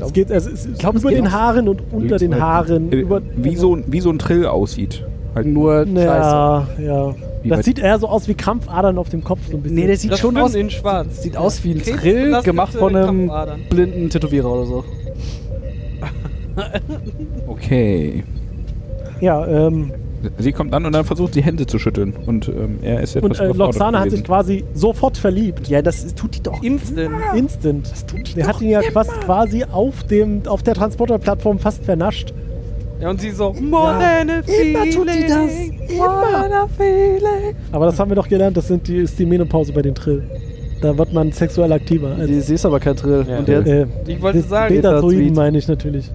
[SPEAKER 1] es geht also, es ist
[SPEAKER 3] glaub, es
[SPEAKER 1] über
[SPEAKER 3] geht
[SPEAKER 1] den
[SPEAKER 3] auch-
[SPEAKER 1] Haaren und unter
[SPEAKER 4] Links
[SPEAKER 1] den
[SPEAKER 4] oder-
[SPEAKER 1] Haaren.
[SPEAKER 4] Äh,
[SPEAKER 1] über, Hm.
[SPEAKER 4] wie, so, ein- wie so ein Trill aussieht. Halt
[SPEAKER 3] Nur scheiße.
[SPEAKER 1] Ja, ja.
[SPEAKER 4] Wie bei-
[SPEAKER 1] Das sieht eher so aus wie Krampfadern auf dem Kopf. So ein bisschen.
[SPEAKER 3] Nee, der sieht
[SPEAKER 2] Das
[SPEAKER 3] schon
[SPEAKER 2] stimmt,
[SPEAKER 3] aus,
[SPEAKER 2] in schwarz.
[SPEAKER 3] sieht aus wie ein
[SPEAKER 2] Krebs
[SPEAKER 3] Trill,
[SPEAKER 2] belastete
[SPEAKER 3] gemacht von einem
[SPEAKER 2] Krampfadern.
[SPEAKER 3] blinden Tätowierer oder so.
[SPEAKER 4] Okay.
[SPEAKER 1] ja, ähm,
[SPEAKER 4] Sie kommt an und dann versucht sie Hände zu schütteln. Und ähm, er ist
[SPEAKER 1] und
[SPEAKER 4] etwas
[SPEAKER 1] äh,
[SPEAKER 4] überfordert
[SPEAKER 1] Loxana hat
[SPEAKER 4] gewesen.
[SPEAKER 1] sich quasi sofort verliebt.
[SPEAKER 3] Ja, das tut die doch.
[SPEAKER 2] Instant.
[SPEAKER 3] Ah.
[SPEAKER 1] Instant. Das tut der hat ihn ja quasi, quasi auf, dem, auf der Transporterplattform fast vernascht.
[SPEAKER 2] Ja, und sie so, more than a feeling.
[SPEAKER 3] tut die das.
[SPEAKER 2] More than a feeling.
[SPEAKER 1] Aber das haben wir doch gelernt, das sind die, ist die Menopause bei den Trill. Da wird man sexuell aktiver. Also,
[SPEAKER 3] Die, sie ist aber kein Trill.
[SPEAKER 5] Ja.
[SPEAKER 3] Und der,
[SPEAKER 1] äh,
[SPEAKER 2] Ich wollte
[SPEAKER 1] das
[SPEAKER 2] sagen,
[SPEAKER 1] Beta-Druiden
[SPEAKER 3] Beta-Druid.
[SPEAKER 1] meine ich natürlich.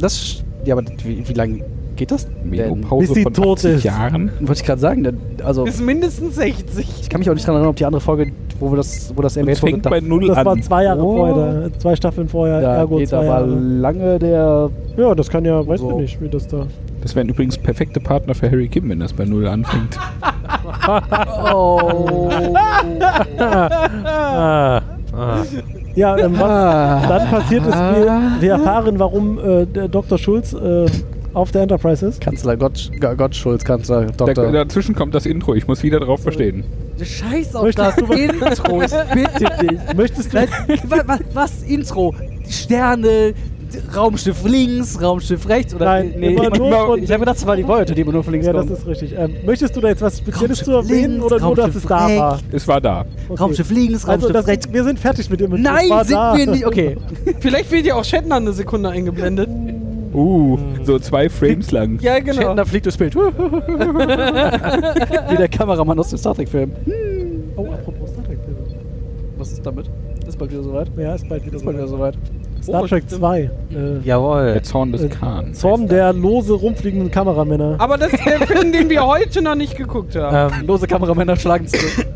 [SPEAKER 3] Das. sch- Ja, aber wie, wie lange Geht das? Denn?
[SPEAKER 4] Menopause
[SPEAKER 1] Bis die
[SPEAKER 4] von
[SPEAKER 1] tot
[SPEAKER 4] 80
[SPEAKER 1] ist.
[SPEAKER 4] Jahren.
[SPEAKER 3] Wollte ich gerade sagen, denn, also
[SPEAKER 2] Ist mindestens 60.
[SPEAKER 3] ich kann mich auch nicht dran erinnern, ob die andere Folge, wo wir das, wo das
[SPEAKER 4] Und
[SPEAKER 3] erwähnt wurde,
[SPEAKER 4] fängt
[SPEAKER 3] da,
[SPEAKER 4] bei Null
[SPEAKER 1] Das
[SPEAKER 4] an.
[SPEAKER 1] war zwei Jahre
[SPEAKER 3] Oh.
[SPEAKER 1] vorher, da- zwei Staffeln vorher,
[SPEAKER 3] da
[SPEAKER 1] ergo
[SPEAKER 3] geht
[SPEAKER 1] zwei
[SPEAKER 3] aber
[SPEAKER 1] Jahre.
[SPEAKER 3] lange der
[SPEAKER 1] Ja, das kann ja, weiß
[SPEAKER 3] So.
[SPEAKER 1] du nicht, wie das da.
[SPEAKER 4] Das wären übrigens perfekte Partner für Harry Kim, wenn das bei Null anfängt. Oh.
[SPEAKER 5] Ah, ah.
[SPEAKER 1] Ja, ähm, was dann passiert ist, wir, wir erfahren, warum äh, der Dr. Schulz äh, auf der Enterprise ist.
[SPEAKER 3] Kanzler Gott, G- Gottschulz, Kanzler
[SPEAKER 4] Da,
[SPEAKER 3] Doktor.
[SPEAKER 4] dazwischen kommt das Intro, ich muss wieder drauf verstehen.
[SPEAKER 3] Scheiß auf
[SPEAKER 1] Möchtest du was-
[SPEAKER 3] Intro, ich bitte dich.
[SPEAKER 1] Möchtest du?
[SPEAKER 3] Was, was, was Intro? Die Sterne, d- Raumschiff links, Raumschiff rechts oder
[SPEAKER 1] Nein, immer
[SPEAKER 3] ich-
[SPEAKER 1] nur
[SPEAKER 3] ich-
[SPEAKER 1] von-
[SPEAKER 3] ich habe gedacht, das war die Voyager, die immer nur von links
[SPEAKER 1] Ja, das
[SPEAKER 3] kommt.
[SPEAKER 1] ist richtig. Ähm, möchtest du da jetzt was Spezielles zu
[SPEAKER 3] Raumschiff
[SPEAKER 1] erwähnen
[SPEAKER 3] links,
[SPEAKER 1] oder nur, dass es da
[SPEAKER 3] Raumschiff
[SPEAKER 1] war?
[SPEAKER 4] Es war da.
[SPEAKER 1] Okay.
[SPEAKER 3] Raumschiff links,
[SPEAKER 1] Also,
[SPEAKER 3] Raumschiff
[SPEAKER 1] das,
[SPEAKER 3] rechts.
[SPEAKER 1] wir sind fertig mit dem Intro.
[SPEAKER 3] Nein,
[SPEAKER 1] Es war
[SPEAKER 3] sind
[SPEAKER 1] da.
[SPEAKER 3] wir nicht. Okay.
[SPEAKER 2] Vielleicht wird ja auch Shatner eine Sekunde eingeblendet.
[SPEAKER 4] Uh,
[SPEAKER 1] Hm.
[SPEAKER 4] so zwei Frames lang.
[SPEAKER 2] Ja,
[SPEAKER 3] Genau.
[SPEAKER 2] genau.
[SPEAKER 3] Shatner fliegt durchs Bild. Wie der Kameramann aus dem Star Trek-Film.
[SPEAKER 1] Oh, apropos Star Trek. Filme.
[SPEAKER 3] Was ist damit? Ist bald wieder soweit.
[SPEAKER 1] Ja, ist bald wieder
[SPEAKER 3] Ist bald wieder
[SPEAKER 1] so.
[SPEAKER 3] soweit.
[SPEAKER 1] Star
[SPEAKER 2] Oh,
[SPEAKER 1] Trek
[SPEAKER 2] stimmt.
[SPEAKER 1] 2. Äh,
[SPEAKER 5] Jawohl.
[SPEAKER 4] Der Zorn des
[SPEAKER 1] Äh,
[SPEAKER 4] Khan.
[SPEAKER 1] Zorn der lose rumfliegenden Kameramänner.
[SPEAKER 2] Aber das ist der Film, den wir heute noch nicht geguckt haben.
[SPEAKER 5] Ähm,
[SPEAKER 3] Lose Kameramänner schlagen zurück.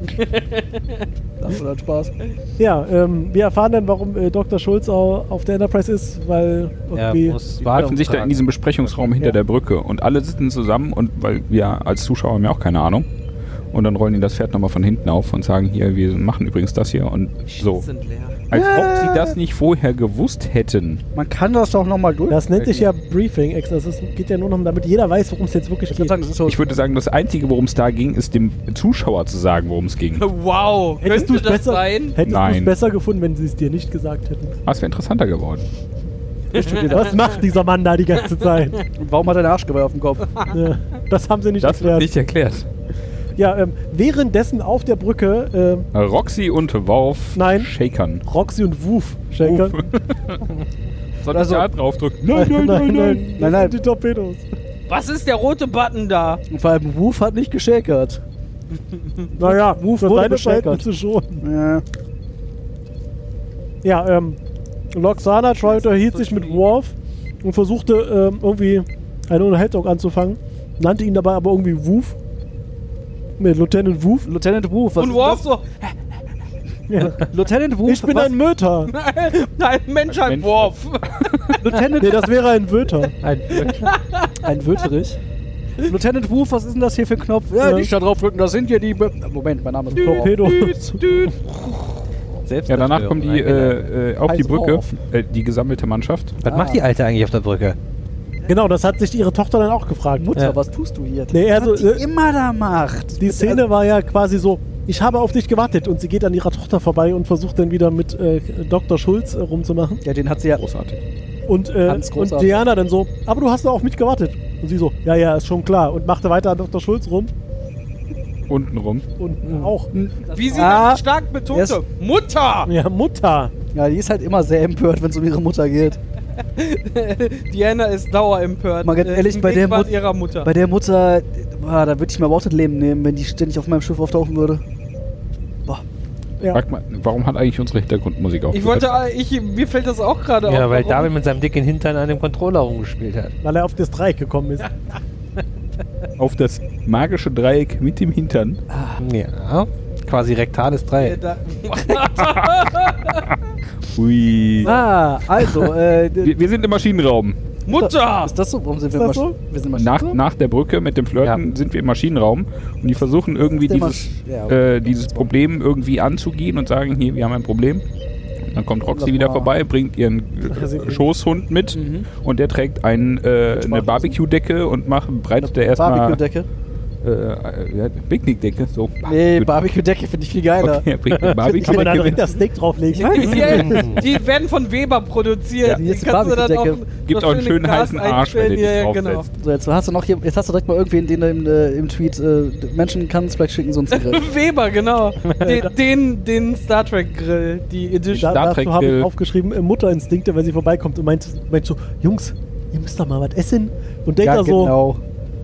[SPEAKER 3] das war dann Spaß.
[SPEAKER 1] Ja, ähm, wir erfahren dann, warum äh, Dr. Schulz au- auf der Enterprise ist, weil
[SPEAKER 5] er
[SPEAKER 1] irgendwie.
[SPEAKER 5] muss
[SPEAKER 4] Die treffen sich da in diesem Besprechungsraum hinter
[SPEAKER 1] Ja.
[SPEAKER 4] der Brücke und alle sitzen zusammen und weil wir als Zuschauer haben ja auch keine Ahnung. Und dann rollen die das Pferd nochmal von hinten auf und sagen, hier, wir machen übrigens das hier und so.
[SPEAKER 2] sind leer.
[SPEAKER 4] Als ob sie das nicht vorher gewusst hätten.
[SPEAKER 3] Man kann das doch nochmal durch.
[SPEAKER 1] das nennt sich ja Briefing, Ex. Das ist, geht ja nur noch, damit jeder weiß, worum es jetzt wirklich
[SPEAKER 3] Ich würde
[SPEAKER 1] geht.
[SPEAKER 3] sagen, das ist so.
[SPEAKER 4] Ich würde sagen, das Einzige, worum es da ging, ist dem Zuschauer zu sagen, worum es ging.
[SPEAKER 2] Wow,
[SPEAKER 1] Hättest du
[SPEAKER 2] könnte
[SPEAKER 1] es
[SPEAKER 2] das
[SPEAKER 1] besser,
[SPEAKER 2] sein?
[SPEAKER 1] hättest du
[SPEAKER 4] Nein.
[SPEAKER 1] es besser gefunden, wenn sie es dir nicht gesagt hätten?
[SPEAKER 4] Ah, es wäre interessanter geworden.
[SPEAKER 1] Was macht dieser Mann da die ganze Zeit?
[SPEAKER 3] warum hat er eine Arschgeweih auf dem Kopf?
[SPEAKER 1] ja, das haben sie nicht erklärt.
[SPEAKER 4] erklärt.
[SPEAKER 1] Ja, ähm, währenddessen auf der Brücke
[SPEAKER 4] Roxy und Worf
[SPEAKER 1] Nein.
[SPEAKER 4] shakern.
[SPEAKER 1] äh, Roxy und Woof Shaker.
[SPEAKER 4] Soll
[SPEAKER 3] Also-
[SPEAKER 4] ich da draufdrücken?
[SPEAKER 1] nein, nein,
[SPEAKER 3] Nein,
[SPEAKER 1] nein,
[SPEAKER 3] nein.
[SPEAKER 1] das sind die Torpedos.
[SPEAKER 2] Was ist der rote Button da?
[SPEAKER 3] Und vor allem Woof hat nicht geschäkert.
[SPEAKER 1] Naja,
[SPEAKER 3] Woof
[SPEAKER 1] für
[SPEAKER 3] wurde
[SPEAKER 1] seine
[SPEAKER 3] beschäkert.
[SPEAKER 1] Verhältnisse schon.
[SPEAKER 3] Ja.
[SPEAKER 1] Ja, ähm, Loxana Troy unterhielt sich mit Worf und versuchte ähm, irgendwie eine Unterhaltung anzufangen, nannte ihn dabei aber irgendwie Woof. Mit Lieutenant Woof.
[SPEAKER 3] Lieutenant Woof, was
[SPEAKER 2] Und
[SPEAKER 3] ist
[SPEAKER 2] Worf
[SPEAKER 3] das?
[SPEAKER 2] so,
[SPEAKER 1] Ja.
[SPEAKER 3] Lieutenant Woof,
[SPEAKER 1] Ich bin
[SPEAKER 3] was?
[SPEAKER 1] ein Möter.
[SPEAKER 2] nein, Mensch, ein
[SPEAKER 4] Mensch.
[SPEAKER 2] Worf.
[SPEAKER 3] Lieutenant,
[SPEAKER 1] Nee, das wäre ein Wöter.
[SPEAKER 3] ein Wöterich. Lieutenant Woof, was ist denn das hier für ein Knopf? Äh, Ja,
[SPEAKER 1] Ja.
[SPEAKER 3] nicht da draufdrücken, das sind hier die. Be Moment, mein Name ist Torp.
[SPEAKER 1] Torpedo.
[SPEAKER 5] Selbst
[SPEAKER 4] Ja, danach kommen die äh, äh, auf die
[SPEAKER 3] Heiß
[SPEAKER 4] Brücke,
[SPEAKER 3] auf.
[SPEAKER 4] äh, die gesammelte Mannschaft.
[SPEAKER 5] Was macht die Alte eigentlich auf der Brücke?
[SPEAKER 1] Genau, das hat sich ihre Tochter dann auch gefragt.
[SPEAKER 3] Mutter,
[SPEAKER 5] Ja.
[SPEAKER 3] was tust du hier?
[SPEAKER 1] Nee, also,
[SPEAKER 3] was die
[SPEAKER 1] äh,
[SPEAKER 3] immer da macht.
[SPEAKER 1] Die Szene war ja quasi so, ich habe auf dich gewartet und sie geht an ihrer Tochter vorbei und versucht dann wieder mit äh, Dr. Schulz äh, rumzumachen.
[SPEAKER 3] Ja, den hat sie ja.
[SPEAKER 4] Großartig.
[SPEAKER 1] Und, äh,
[SPEAKER 3] Ganz
[SPEAKER 1] und
[SPEAKER 3] großartig.
[SPEAKER 1] Diana dann so, aber du hast doch auf mich gewartet. Und sie so, ja, ja, ist schon klar. Und machte weiter an Dr. Schulz rum
[SPEAKER 4] Untenrum.
[SPEAKER 1] und
[SPEAKER 3] Mhm.
[SPEAKER 1] auch.
[SPEAKER 2] Wie sie
[SPEAKER 3] Ah,
[SPEAKER 2] das stark betonte.
[SPEAKER 3] yes.
[SPEAKER 2] Mutter!
[SPEAKER 1] Ja, Mutter.
[SPEAKER 3] Ja, die ist halt immer sehr empört, wenn es um ihre Mutter geht.
[SPEAKER 2] Diana ist dauerempört.
[SPEAKER 3] Mal ganz
[SPEAKER 2] Äh,
[SPEAKER 3] ehrlich,
[SPEAKER 2] im
[SPEAKER 3] bei der
[SPEAKER 2] Gegenwart
[SPEAKER 3] Mut-
[SPEAKER 2] ihrer Mutter.
[SPEAKER 3] Bei der Mutter, boah, da würde ich mir aber auch das Leben nehmen, wenn die ständig auf meinem Schiff auftauchen würde. Boah.
[SPEAKER 1] Ja.
[SPEAKER 4] Frag mal, warum hat eigentlich unsere Hintergrundmusik aufgehört?
[SPEAKER 2] ich wollte, äh, ich, mir fällt das auch gerade auf.
[SPEAKER 5] Ja, weil
[SPEAKER 2] warum-
[SPEAKER 5] David mit seinem dicken Hintern an dem Controller rumgespielt hat.
[SPEAKER 1] Weil er auf das Dreieck gekommen ist.
[SPEAKER 4] auf das magische Dreieck mit dem Hintern.
[SPEAKER 5] Ja. Quasi rektales
[SPEAKER 2] Äh,
[SPEAKER 5] Dreieck.
[SPEAKER 2] da-
[SPEAKER 4] Ui.
[SPEAKER 3] Ah, also, äh, d-
[SPEAKER 4] Wir, wir sind im Maschinenraum.
[SPEAKER 2] Mutter!
[SPEAKER 3] ist das so? Warum sind
[SPEAKER 1] Ist
[SPEAKER 3] wir
[SPEAKER 1] das
[SPEAKER 3] Masch-
[SPEAKER 1] so?
[SPEAKER 3] Wir sind
[SPEAKER 4] Nach,
[SPEAKER 3] Maschinen-
[SPEAKER 4] nach der Brücke mit dem Flirten
[SPEAKER 5] Ja.
[SPEAKER 4] sind wir im Maschinenraum und die versuchen irgendwie
[SPEAKER 3] Der
[SPEAKER 4] dieses,
[SPEAKER 3] Masch- ja,
[SPEAKER 4] äh, dieses Problem irgendwie anzugehen und sagen, hier, wir haben ein Problem. Dann kommt Roxy wieder
[SPEAKER 3] Wunderbar.
[SPEAKER 4] vorbei, bringt ihren
[SPEAKER 1] Ja, sie-
[SPEAKER 4] äh, Schoßhund mit
[SPEAKER 3] Mhm.
[SPEAKER 4] und der trägt einen, äh, eine Barbecue-Decke und macht, breitet der erstmal
[SPEAKER 3] Barbecue-Decke?
[SPEAKER 4] äh, äh, ja, Picknickdecke. So.
[SPEAKER 3] Nee,
[SPEAKER 4] Gut.
[SPEAKER 3] Barbecue-Decke finde ich viel geiler.
[SPEAKER 4] Okay, er bringt eine
[SPEAKER 1] Kann man da
[SPEAKER 4] Barbecue-Decke
[SPEAKER 1] direkt
[SPEAKER 4] mit.
[SPEAKER 1] das Steak drauflegen?
[SPEAKER 2] Die, die werden von Weber
[SPEAKER 3] Ja,
[SPEAKER 2] produziert.
[SPEAKER 3] die ist
[SPEAKER 2] Die kannst du dann
[SPEAKER 3] Barbecue-Decke.
[SPEAKER 4] Gibt
[SPEAKER 2] noch
[SPEAKER 4] auch einen
[SPEAKER 2] schön in
[SPEAKER 4] schönen
[SPEAKER 2] Gas
[SPEAKER 4] heißen Arsch, wenn
[SPEAKER 2] einstellen.
[SPEAKER 4] du dich
[SPEAKER 2] Ja, ja,
[SPEAKER 4] draufsetzt.
[SPEAKER 3] So, jetzt hast du noch hier, jetzt hast du direkt mal irgendwen, den du im, äh, im Tweet äh, Menschen kannst vielleicht schicken, so einen Grill.
[SPEAKER 2] Weber, genau. Den, den, den Star Trek Grill, die
[SPEAKER 1] Da,
[SPEAKER 2] Edition.
[SPEAKER 4] Star Trek
[SPEAKER 1] dazu habe
[SPEAKER 4] Grill.
[SPEAKER 1] ich aufgeschrieben, äh, Mutterinstinkte, wenn sie vorbeikommt und meint, meint so, Jungs, ihr müsst doch mal was essen. Und denkt da so,
[SPEAKER 3] genau.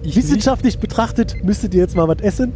[SPEAKER 1] wissenschaftlich betrachtet, müsstet ihr jetzt mal was essen.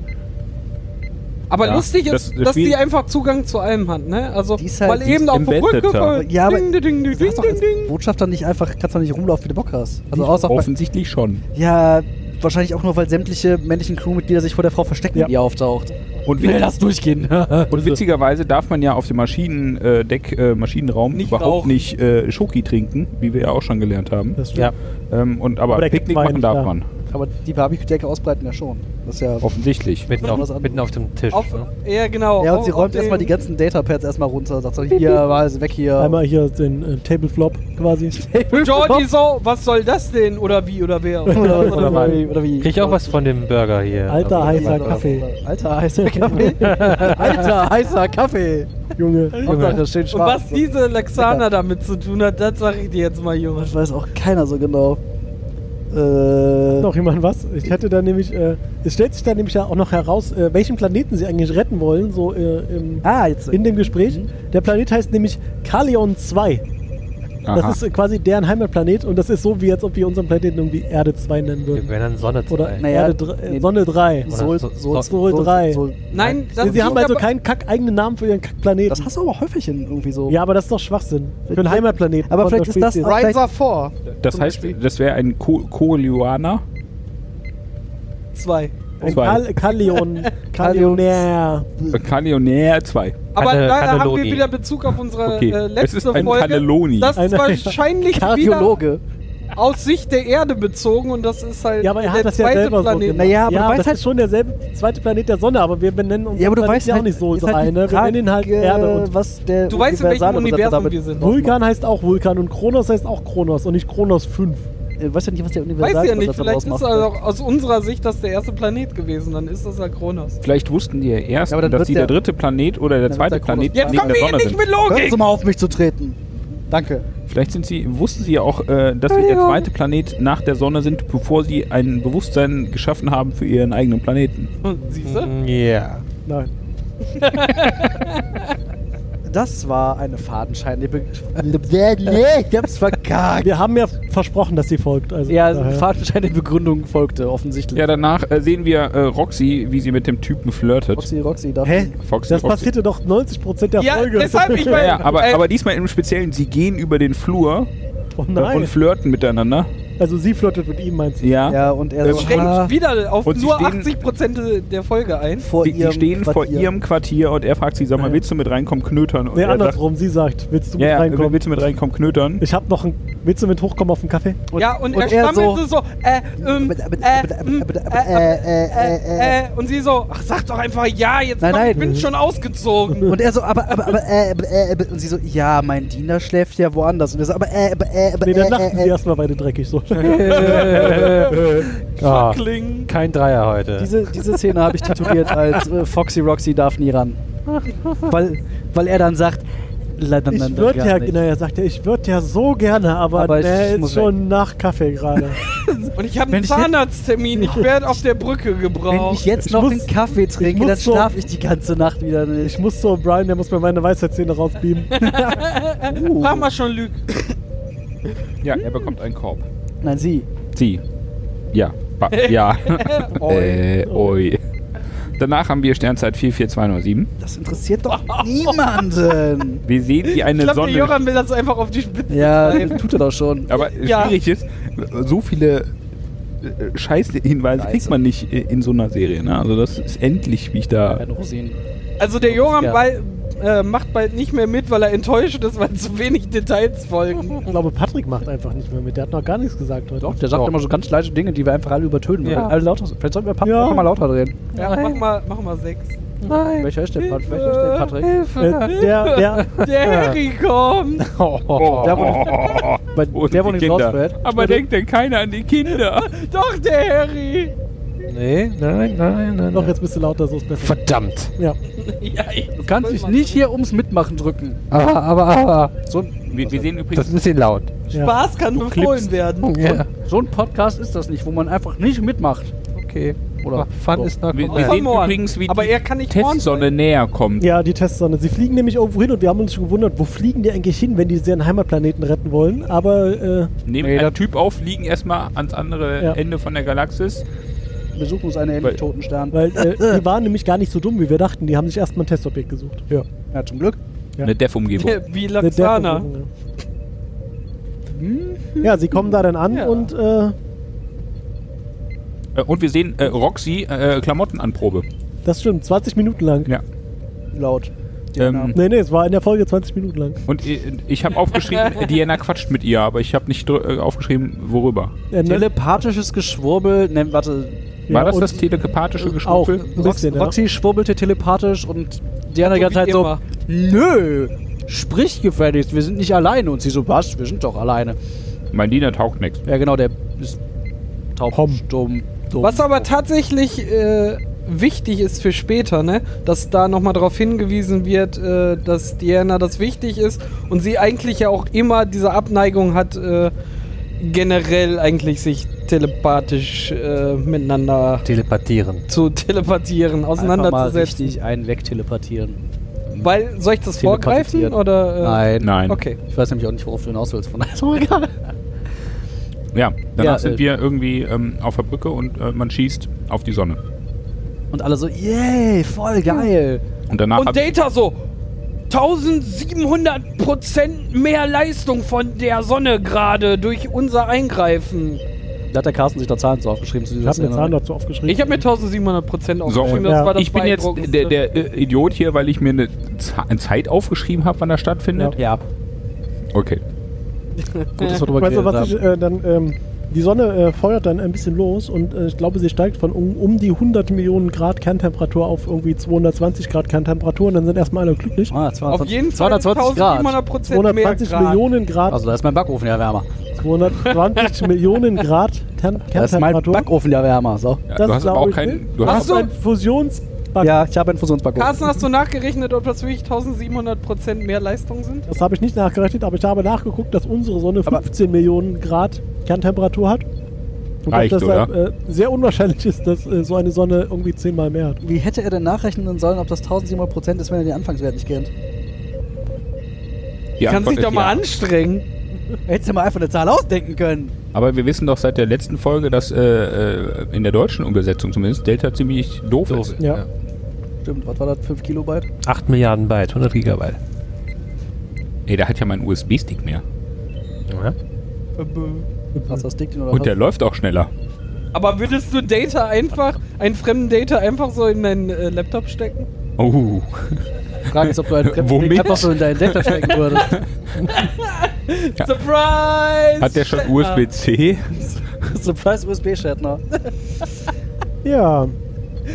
[SPEAKER 2] Aber
[SPEAKER 4] Ja,
[SPEAKER 2] lustig ist,
[SPEAKER 4] das- das
[SPEAKER 2] dass die
[SPEAKER 4] Spiel-
[SPEAKER 2] einfach Zugang zu allem hat, ne? Also,
[SPEAKER 3] Die ist halt-
[SPEAKER 2] weil
[SPEAKER 3] die
[SPEAKER 2] eben
[SPEAKER 4] ist
[SPEAKER 2] auf der
[SPEAKER 4] embedded
[SPEAKER 2] Brücke.
[SPEAKER 4] da.
[SPEAKER 2] voll
[SPEAKER 3] Ja, aber-
[SPEAKER 2] ding, ding, ding,
[SPEAKER 3] Kannst
[SPEAKER 2] ding,
[SPEAKER 3] doch
[SPEAKER 2] ding,
[SPEAKER 3] als
[SPEAKER 2] ding.
[SPEAKER 3] Botschafter nicht einfach, kannst doch nicht rumlaufen, wie du Bock hast. Also außer bei,
[SPEAKER 4] Offensichtlich schon.
[SPEAKER 3] Ja, wahrscheinlich auch nur, weil sämtliche männlichen Crewmitglieder sich vor der Frau verstecken,
[SPEAKER 1] Ja.
[SPEAKER 3] die auftaucht.
[SPEAKER 4] Und,
[SPEAKER 3] Will
[SPEAKER 4] wit
[SPEAKER 3] das durchgehen?
[SPEAKER 4] und witzigerweise darf man ja auf dem Maschinendeck, äh, Maschinenraum
[SPEAKER 2] Nicht
[SPEAKER 4] überhaupt
[SPEAKER 2] rauchen.
[SPEAKER 4] nicht äh, Schoki trinken, wie wir ja auch schon gelernt haben.
[SPEAKER 1] Das stimmt.
[SPEAKER 5] Ja.
[SPEAKER 4] Ähm, und, aber
[SPEAKER 1] Aber der
[SPEAKER 4] Picknick
[SPEAKER 1] Wein,
[SPEAKER 4] machen darf
[SPEAKER 1] ja.
[SPEAKER 4] man.
[SPEAKER 3] Aber die Barbecue-Decke ausbreiten ja schon. Das ist ja.
[SPEAKER 4] Offensichtlich.
[SPEAKER 5] Mitten
[SPEAKER 3] Was
[SPEAKER 5] auf,
[SPEAKER 3] anderes.
[SPEAKER 5] mitten auf dem Tisch.
[SPEAKER 2] Auf,
[SPEAKER 5] ne?
[SPEAKER 2] ja, genau.
[SPEAKER 3] ja, und
[SPEAKER 2] auf-
[SPEAKER 3] sie
[SPEAKER 2] auf
[SPEAKER 3] räumt erstmal die
[SPEAKER 2] den-
[SPEAKER 3] ganzen Datapads erstmal runter, sagt so, hier, mal weg hier.
[SPEAKER 1] Einmal hier den äh, Tableflop quasi.
[SPEAKER 2] Jordi so, was soll das denn? Oder wie, oder wer?
[SPEAKER 3] oder, oder,
[SPEAKER 1] Oder
[SPEAKER 3] wie, oder wie?
[SPEAKER 5] Krieg ich auch was von dem Burger hier.
[SPEAKER 1] Alter
[SPEAKER 5] Also,
[SPEAKER 1] heißer
[SPEAKER 3] Oder-
[SPEAKER 1] Kaffee.
[SPEAKER 3] Alter, heißer Kaffee. Alter, heißer Kaffee.
[SPEAKER 1] Junge.
[SPEAKER 3] Hauptsache, schön
[SPEAKER 2] Und
[SPEAKER 3] schwarz.
[SPEAKER 2] was diese Lexana damit zu tun hat, das sag ich dir jetzt mal, Junge.
[SPEAKER 3] Das weiß auch keiner so genau. Äh,
[SPEAKER 1] Noch jemand was? Ich hätte da nämlich, äh, es stellt sich da nämlich ja auch noch heraus, äh, welchen Planeten sie eigentlich retten wollen, so äh, im,
[SPEAKER 3] ah, jetzt.
[SPEAKER 1] in dem Gespräch.
[SPEAKER 3] Mhm.
[SPEAKER 1] Der Planet heißt nämlich Kalion 2.
[SPEAKER 4] Aha.
[SPEAKER 1] Das ist äh, quasi deren Heimatplanet und das ist so, wie jetzt, ob wir unseren Planeten irgendwie Erde 2 nennen
[SPEAKER 5] Wir
[SPEAKER 1] würden.
[SPEAKER 5] werden dann Sonne zu
[SPEAKER 1] Oder
[SPEAKER 5] sein.
[SPEAKER 3] Naja,
[SPEAKER 1] Erde dr- äh,
[SPEAKER 3] nee.
[SPEAKER 1] Sonne 3.
[SPEAKER 3] Sol,
[SPEAKER 5] Sol-
[SPEAKER 3] Sol,
[SPEAKER 1] Sol drei.
[SPEAKER 2] Nein, das
[SPEAKER 1] Sie haben
[SPEAKER 2] liegt
[SPEAKER 1] also
[SPEAKER 2] aber-
[SPEAKER 1] keinen kack eigenen Namen für ihren Kackplaneten.
[SPEAKER 3] Das hast du aber häufig in irgendwie so.
[SPEAKER 1] ja, aber das ist doch Schwachsinn. Für einen Heimatplaneten.
[SPEAKER 3] Aber
[SPEAKER 1] von der
[SPEAKER 3] vielleicht ist das
[SPEAKER 1] Spezies.
[SPEAKER 3] auch-
[SPEAKER 6] Riser 4.
[SPEAKER 4] Das heißt, das wäre ein Ko Koalianer.
[SPEAKER 2] zwei.
[SPEAKER 1] ein
[SPEAKER 4] Zwei.
[SPEAKER 1] Kal Kalion. Kalionär.
[SPEAKER 4] äh, Kalionär 2.
[SPEAKER 2] Aber
[SPEAKER 5] Kanne-
[SPEAKER 2] da haben wir
[SPEAKER 5] Cannelloni.
[SPEAKER 2] wieder Bezug auf unsere
[SPEAKER 4] Okay.
[SPEAKER 2] äh, letzte
[SPEAKER 4] Es ist ein
[SPEAKER 2] Folge.
[SPEAKER 4] Cannelloni.
[SPEAKER 2] Das ist
[SPEAKER 1] Eine-
[SPEAKER 2] wahrscheinlich wieder
[SPEAKER 3] Kardiologe.
[SPEAKER 2] aus Sicht der Erde bezogen und das ist halt
[SPEAKER 1] Ja, aber er hat
[SPEAKER 2] der
[SPEAKER 1] das ja
[SPEAKER 2] zweite
[SPEAKER 1] selber so.
[SPEAKER 2] Planet.
[SPEAKER 1] genannt.
[SPEAKER 3] Naja, aber du weißt
[SPEAKER 1] das
[SPEAKER 3] halt-
[SPEAKER 1] ist schon derselbe zweite Planet der Sonne, aber wir benennen uns ja auch nicht so
[SPEAKER 3] halt- ist
[SPEAKER 1] rein.
[SPEAKER 3] die
[SPEAKER 1] ne? Wir
[SPEAKER 3] Frage,
[SPEAKER 1] nennen ihn halt Erde und
[SPEAKER 3] was der
[SPEAKER 2] Du weißt, in welchem
[SPEAKER 3] Universale-
[SPEAKER 2] Universum wir sind.
[SPEAKER 1] Vulkan heißt auch Vulkan und Kronos heißt auch Kronos und nicht Kronos 5.
[SPEAKER 3] Äh, Weißt du nicht, was der Universal
[SPEAKER 2] Weiß ja nicht, vielleicht ist
[SPEAKER 3] ausmacht?
[SPEAKER 2] also auch aus unserer Sicht das der erste Planet gewesen, dann ist das halt Kronos.
[SPEAKER 4] Vielleicht wussten die ja erst,
[SPEAKER 3] Ja, aber dann
[SPEAKER 4] dass
[SPEAKER 3] wird's
[SPEAKER 4] sie der
[SPEAKER 3] ja-
[SPEAKER 4] dritte Planet oder der
[SPEAKER 3] dann
[SPEAKER 4] zweite
[SPEAKER 3] wird's ja
[SPEAKER 4] Planet
[SPEAKER 3] Kronos.
[SPEAKER 2] Jetzt
[SPEAKER 4] neben
[SPEAKER 2] kommen
[SPEAKER 4] der
[SPEAKER 2] wir hier
[SPEAKER 4] Sonne
[SPEAKER 2] nicht
[SPEAKER 4] sind.
[SPEAKER 2] mit
[SPEAKER 3] Hörst
[SPEAKER 2] Logik!
[SPEAKER 3] du mal auf mich zu treten. Danke.
[SPEAKER 4] Vielleicht sind sie, wussten sie ja auch, äh, dass sie der zweite Planet nach der Sonne sind, bevor sie ein Bewusstsein geschaffen haben für ihren eigenen Planeten.
[SPEAKER 2] Siehst
[SPEAKER 3] Mhm.
[SPEAKER 2] du?
[SPEAKER 5] Mm, Ja.
[SPEAKER 1] Nein.
[SPEAKER 3] Das war eine fadenscheinige. nee, ich hab's verkackt.
[SPEAKER 1] Wir haben ja versprochen, dass sie folgt. Also
[SPEAKER 3] Ja,
[SPEAKER 1] daher-
[SPEAKER 3] eine fadenscheinige Begründung folgte offensichtlich.
[SPEAKER 4] Ja, danach äh, sehen wir äh, Roxy, wie sie mit dem Typen flirtet.
[SPEAKER 3] Roxy, Roxy, darf
[SPEAKER 1] Hä?
[SPEAKER 4] Foxy,
[SPEAKER 1] Das
[SPEAKER 4] Roxy.
[SPEAKER 1] passierte doch 90% der
[SPEAKER 2] Ja,
[SPEAKER 1] Folge.
[SPEAKER 2] deshalb ich
[SPEAKER 4] Ja,
[SPEAKER 2] meine,
[SPEAKER 4] ja, aber,
[SPEAKER 2] äh,
[SPEAKER 4] aber diesmal im Speziellen, sie gehen über den Flur
[SPEAKER 1] oh
[SPEAKER 4] äh, und
[SPEAKER 1] nein.
[SPEAKER 4] flirten miteinander.
[SPEAKER 1] Also sie flirtet mit ihm, meinst du?
[SPEAKER 4] Ja.
[SPEAKER 3] Ja, und er
[SPEAKER 4] Ähm,
[SPEAKER 3] so,
[SPEAKER 2] schränkt
[SPEAKER 3] ah,
[SPEAKER 2] wieder auf
[SPEAKER 4] Und sie
[SPEAKER 2] nur
[SPEAKER 4] stehen-
[SPEAKER 2] 80% der Folge ein.
[SPEAKER 3] vor
[SPEAKER 4] Sie, sie
[SPEAKER 3] ihrem
[SPEAKER 4] stehen vor
[SPEAKER 3] Quartier.
[SPEAKER 4] ihrem Quartier und er fragt sie, sag mal,
[SPEAKER 1] Ja.
[SPEAKER 4] willst du mit reinkommen, knötern? Und
[SPEAKER 1] Nee,
[SPEAKER 4] er sagt,
[SPEAKER 1] andersrum. Sie sagt, willst du mit
[SPEAKER 4] ja, ja,
[SPEAKER 1] reinkommen?
[SPEAKER 4] willst du mit reinkommen, knötern?
[SPEAKER 1] Ich hab noch ein. Willst du mit hochkommen auf den Kaffee?
[SPEAKER 2] ja, und,
[SPEAKER 3] und
[SPEAKER 2] er
[SPEAKER 3] er
[SPEAKER 2] stammelte so, äh, ähm,
[SPEAKER 3] Aber- aber-
[SPEAKER 2] äh,
[SPEAKER 3] aber-
[SPEAKER 2] ähm,
[SPEAKER 3] aber-
[SPEAKER 2] äh,
[SPEAKER 3] aber- äh, äh, äh,
[SPEAKER 2] äh, äh, und sie so, ach, sag doch einfach ja, jetzt
[SPEAKER 3] Nein,
[SPEAKER 2] komm, ich
[SPEAKER 3] nein.
[SPEAKER 2] bin schon ausgezogen.
[SPEAKER 3] Und er so, aber, aber, aber, äh, äh, äh, und sie so, ja, mein Diener schläft ja woanders. Und er so, aber, äh, äh, äh,
[SPEAKER 1] Nee,
[SPEAKER 3] äh,
[SPEAKER 1] dann lachten
[SPEAKER 3] äh,
[SPEAKER 1] sie
[SPEAKER 3] äh,
[SPEAKER 1] erstmal beide dreckig. So.
[SPEAKER 5] Ah,
[SPEAKER 2] Kling.
[SPEAKER 5] kein Dreier heute.
[SPEAKER 3] Diese, diese Szene habe ich tituliert als äh, Foxy Roxy darf nie ran. Weil, weil er dann sagt, leider
[SPEAKER 1] Ich würde ja, genau naja, sagt er, ich würde ja so gerne, aber,
[SPEAKER 3] Aber ich
[SPEAKER 1] der ist
[SPEAKER 3] muss
[SPEAKER 1] schon nach Kaffee gerade.
[SPEAKER 2] Und ich habe
[SPEAKER 3] Wenn
[SPEAKER 2] einen
[SPEAKER 3] ich hätte-
[SPEAKER 2] Zahnarzttermin, ich werde auf der Brücke
[SPEAKER 3] Wenn ich
[SPEAKER 2] gebraucht.
[SPEAKER 3] jetzt
[SPEAKER 1] Ich
[SPEAKER 3] noch
[SPEAKER 1] muss-
[SPEAKER 3] einen Kaffee trinke,
[SPEAKER 1] muss
[SPEAKER 3] dann
[SPEAKER 1] so-
[SPEAKER 3] schlafe ich die ganze Nacht wieder nicht.
[SPEAKER 1] ich muss so, Brian, der muss mir meine Weisheitszähne rausbeamen.
[SPEAKER 2] Frag mal schon Luke.
[SPEAKER 4] Ja, er bekommt einen Korb.
[SPEAKER 3] Nein, sie.
[SPEAKER 4] Sie. Ja. Ba ja. äh, oi. Danach haben wir Sternzeit 44207.
[SPEAKER 3] Das interessiert doch niemanden.
[SPEAKER 4] Wir sehen, wie eine
[SPEAKER 2] Ich glaube, der
[SPEAKER 4] Sonne.
[SPEAKER 2] Joran will das einfach auf die Spitze
[SPEAKER 3] Ja,
[SPEAKER 2] treiben.
[SPEAKER 3] tut er doch schon.
[SPEAKER 4] aber
[SPEAKER 2] Ja.
[SPEAKER 4] schwierig ist, so viele äh, Scheißhinweise kriegt man nicht äh, in so einer Serie. Ne? Also das ist endlich, wie ich da.
[SPEAKER 3] Keine Rosinen.
[SPEAKER 2] Also der Joran
[SPEAKER 3] Ja.
[SPEAKER 2] bald, äh, macht bald nicht mehr mit, weil er enttäuscht ist, weil zu wenig Details folgen.
[SPEAKER 1] Ich glaube, Patrick macht einfach nicht mehr mit. Der hat noch gar nichts gesagt heute.
[SPEAKER 3] Doch, der sagt
[SPEAKER 5] Doch.
[SPEAKER 3] immer so ganz leise Dinge, die wir einfach alle übertönen.
[SPEAKER 5] Ja.
[SPEAKER 3] Alle lauter, vielleicht sollten wir Patrick
[SPEAKER 1] Ja.
[SPEAKER 3] einfach mal lauter drehen.
[SPEAKER 2] Ja, mach mal, mach mal sechs.
[SPEAKER 5] Nein.
[SPEAKER 3] Welcher ist denn Pat-
[SPEAKER 2] Hilfe,
[SPEAKER 3] welcher ist denn Patrick?
[SPEAKER 1] Äh, der, der,
[SPEAKER 2] Der Harry kommt.
[SPEAKER 5] Oh,
[SPEAKER 3] Der, wo, bei,
[SPEAKER 4] Und
[SPEAKER 3] der, wo
[SPEAKER 4] Oh, die
[SPEAKER 3] nicht
[SPEAKER 4] Kinder.
[SPEAKER 3] rausfährt.
[SPEAKER 4] Aber denkt denn keiner an die Kinder?
[SPEAKER 2] Doch, der Harry.
[SPEAKER 5] Nee, nein, nein, nein.
[SPEAKER 1] doch,
[SPEAKER 5] nein.
[SPEAKER 1] jetzt bist du lauter, so ist besser.
[SPEAKER 5] Verdammt.
[SPEAKER 1] Ja.
[SPEAKER 2] Ja, ich-
[SPEAKER 3] Du kannst dich nicht hier ums Mitmachen drücken.
[SPEAKER 5] Aber, aber, aber.
[SPEAKER 3] So,
[SPEAKER 4] Wir, wir sehen
[SPEAKER 5] Das ist
[SPEAKER 4] übrigens.
[SPEAKER 5] ein bisschen laut.
[SPEAKER 1] ja.
[SPEAKER 2] Spaß kann befohlen werden.
[SPEAKER 5] Ja.
[SPEAKER 3] so ein Podcast ist das nicht, wo man einfach nicht mitmacht.
[SPEAKER 5] Okay.
[SPEAKER 3] Oder-
[SPEAKER 5] Fun ist not
[SPEAKER 4] Wir,
[SPEAKER 2] Außer
[SPEAKER 4] wir
[SPEAKER 5] complete.
[SPEAKER 4] sehen
[SPEAKER 2] Morn.
[SPEAKER 4] übrigens, wie
[SPEAKER 2] Aber
[SPEAKER 4] die
[SPEAKER 2] er kann nicht Morn
[SPEAKER 4] Testsonne näher kommt.
[SPEAKER 1] ja, die Testsonne. Sie fliegen nämlich irgendwo hin und wir haben uns schon gewundert, wo fliegen die eigentlich hin, wenn die ihren Heimatplaneten retten wollen. Aber äh,
[SPEAKER 4] Nehmen
[SPEAKER 5] Nee,
[SPEAKER 4] einen
[SPEAKER 5] das-
[SPEAKER 4] Typ auf, fliegen erstmal ans andere
[SPEAKER 1] Ja.
[SPEAKER 4] Ende von der Galaxis,
[SPEAKER 3] besuchen uns eine
[SPEAKER 4] Weil-
[SPEAKER 3] ähnliche Totenstern.
[SPEAKER 1] Weil äh, die waren nämlich gar nicht so dumm, wie wir dachten. Die haben sich erstmal ein Testobjekt gesucht. Ja.
[SPEAKER 3] Ja, zum Glück.
[SPEAKER 1] Ja.
[SPEAKER 4] Eine Dev-Umgebung.
[SPEAKER 2] Wie
[SPEAKER 1] Eine
[SPEAKER 2] Laxana.
[SPEAKER 1] Deckung, ja. genau. ja, sie kommen da dann an
[SPEAKER 2] Mhm. Ja.
[SPEAKER 1] und äh,
[SPEAKER 4] Äh, Und wir sehen äh, Roxy äh, Klamottenanprobe.
[SPEAKER 1] das stimmt, 20 Minuten lang.
[SPEAKER 4] Ja.
[SPEAKER 3] Laut.
[SPEAKER 4] Ähm,
[SPEAKER 3] Namen.
[SPEAKER 1] Nee, nee, es war in der Folge 20 Minuten lang.
[SPEAKER 4] Und äh, ich habe aufgeschrieben, Diana quatscht mit ihr, aber ich habe nicht dr- äh, aufgeschrieben, worüber.
[SPEAKER 1] Äh, ne-
[SPEAKER 3] Telepathisches Geschwurbel. Ne, warte.
[SPEAKER 4] War
[SPEAKER 1] Ja,
[SPEAKER 4] das
[SPEAKER 1] und- äh,
[SPEAKER 4] das telepathische
[SPEAKER 1] Auch,
[SPEAKER 4] Geschwurbel?
[SPEAKER 1] ein bisschen, ja.
[SPEAKER 3] Roxy schwurbelte telepathisch und Diana die ganze
[SPEAKER 2] wie
[SPEAKER 3] Zeit so:
[SPEAKER 2] immer.
[SPEAKER 3] Nö, sprich gefälligst, wir sind nicht alleine. Und sie so: Was? Wir sind doch alleine.
[SPEAKER 4] Mein Diener taucht nichts.
[SPEAKER 3] Ja, genau, der ist taub,
[SPEAKER 1] Hom.
[SPEAKER 3] stumm, dumm.
[SPEAKER 2] Was aber tatsächlich äh, wichtig ist für später, ne? Dass da nochmal darauf hingewiesen wird, äh, dass Diana das wichtig ist und sie eigentlich ja auch immer diese Abneigung hat, äh, generell eigentlich sich telepathisch äh, miteinander
[SPEAKER 5] Telepathieren.
[SPEAKER 2] zu telepathieren,
[SPEAKER 3] Einfach mal
[SPEAKER 2] auseinanderzusetzen.
[SPEAKER 3] richtig einen wegteleportieren.
[SPEAKER 2] Weil, soll ich das vorgreifen
[SPEAKER 3] Telepathieren.
[SPEAKER 2] oder? Äh,
[SPEAKER 3] Nein.
[SPEAKER 4] Nein.
[SPEAKER 2] Okay.
[SPEAKER 3] Ich weiß nämlich auch nicht, worauf du hinaus willst. Von daher ist auch egal.
[SPEAKER 4] Ja, danach
[SPEAKER 3] Ja,
[SPEAKER 4] sind
[SPEAKER 3] äh,
[SPEAKER 4] wir irgendwie ähm, auf der Brücke und äh, man schießt auf die Sonne.
[SPEAKER 3] Und alle so, yay, voll geil.
[SPEAKER 4] Und danach Ah, hab
[SPEAKER 2] Und Data so 1700 Prozent mehr Leistung von der Sonne gerade durch unser Eingreifen.
[SPEAKER 3] Da hat der Carsten sich da Zahlen zu aufgeschrieben zu
[SPEAKER 1] Ich
[SPEAKER 3] dieser
[SPEAKER 1] habe mir
[SPEAKER 3] Szene.
[SPEAKER 1] Zahlen dazu aufgeschrieben.
[SPEAKER 2] Ich habe mir 1700 Prozent aufgeschrieben.
[SPEAKER 1] Ja.
[SPEAKER 4] ich bin jetzt
[SPEAKER 2] Beeindruckendste.
[SPEAKER 4] der, der äh, Idiot hier, weil ich mir eine Z- Zeit aufgeschrieben habe, wann das stattfindet.
[SPEAKER 3] ja, gut,
[SPEAKER 4] Okay.
[SPEAKER 3] dass wir drüber
[SPEAKER 1] Weißt du,
[SPEAKER 3] geredet
[SPEAKER 1] was
[SPEAKER 3] haben.
[SPEAKER 1] ich, äh, dann, ähm, die Sonne äh, feuert dann ein bisschen los und äh, ich glaube, sie steigt von um, um die 100 Millionen Grad Kerntemperatur auf irgendwie 220 Grad Kerntemperatur und dann sind erstmal alle glücklich.
[SPEAKER 3] Ah,
[SPEAKER 2] Auf
[SPEAKER 3] 220
[SPEAKER 2] jeden Fall
[SPEAKER 3] 220 Grad.
[SPEAKER 2] 1700 Prozent Oh, mehr
[SPEAKER 1] 220
[SPEAKER 2] Grad.
[SPEAKER 1] Millionen Grad,
[SPEAKER 3] Also da ist mein Backofen ja wärmer.
[SPEAKER 1] 220 Millionen Grad Tem-
[SPEAKER 3] Da ist mein
[SPEAKER 1] Kerntemperatur.
[SPEAKER 3] Backofen ja wärmer. So.
[SPEAKER 4] Ja,
[SPEAKER 1] Das
[SPEAKER 4] du hast aber
[SPEAKER 1] glaub
[SPEAKER 4] auch
[SPEAKER 1] ich
[SPEAKER 4] keinen.
[SPEAKER 1] nicht.
[SPEAKER 4] Du
[SPEAKER 2] Ach
[SPEAKER 4] hast
[SPEAKER 2] so.
[SPEAKER 1] ein Fusions...
[SPEAKER 3] Ja, ich habe einen Fusionsbackofen.
[SPEAKER 2] Carsten, hast du nachgerechnet, ob das wirklich 1700 Prozent mehr Leistung sind?
[SPEAKER 1] Das habe ich nicht nachgerechnet, aber ich habe nachgeguckt, dass unsere Sonne 15 Millionen Grad Kerntemperatur hat. Und
[SPEAKER 4] Reicht,
[SPEAKER 1] dass deshalb äh, sehr unwahrscheinlich ist, dass äh, so eine Sonne irgendwie zehnmal mehr hat.
[SPEAKER 3] Wie hätte er denn nachrechnen sollen, ob das 1700 Prozent ist, wenn er den Anfangswert nicht kennt?
[SPEAKER 4] die
[SPEAKER 2] Kannst
[SPEAKER 4] Antwort
[SPEAKER 2] dich
[SPEAKER 4] ist
[SPEAKER 2] doch mal
[SPEAKER 4] ja.
[SPEAKER 2] anstrengen.
[SPEAKER 3] Hättest du mal einfach eine Zahl ausdenken können.
[SPEAKER 4] Aber wir wissen doch seit der letzten Folge, dass äh, äh, in der deutschen Umsetzung zumindest Delta ziemlich doof, ist.
[SPEAKER 1] Ja.
[SPEAKER 3] Stimmt, was war das? 5 Kilobyte?
[SPEAKER 5] 8 Milliarden Byte, 100 Gigabyte.
[SPEAKER 4] Ey, da hat ja mein USB-Stick mehr.
[SPEAKER 5] Ja.
[SPEAKER 3] Hast du das Dick oder
[SPEAKER 4] Und der
[SPEAKER 3] was?
[SPEAKER 4] läuft auch schneller.
[SPEAKER 2] Aber würdest du Data einfach, einen fremden Data einfach so in deinen äh, Laptop stecken?
[SPEAKER 4] Oh.
[SPEAKER 3] Frage ist, ob du einen fremden
[SPEAKER 4] Womit?
[SPEAKER 3] Dick einfach so in deinen Deckler stecken würdest.
[SPEAKER 4] Ja.
[SPEAKER 2] Surprise!
[SPEAKER 4] Hat der schon
[SPEAKER 2] Shatner.
[SPEAKER 4] USB-C?
[SPEAKER 3] Surprise USB-Shatner.
[SPEAKER 1] Ja,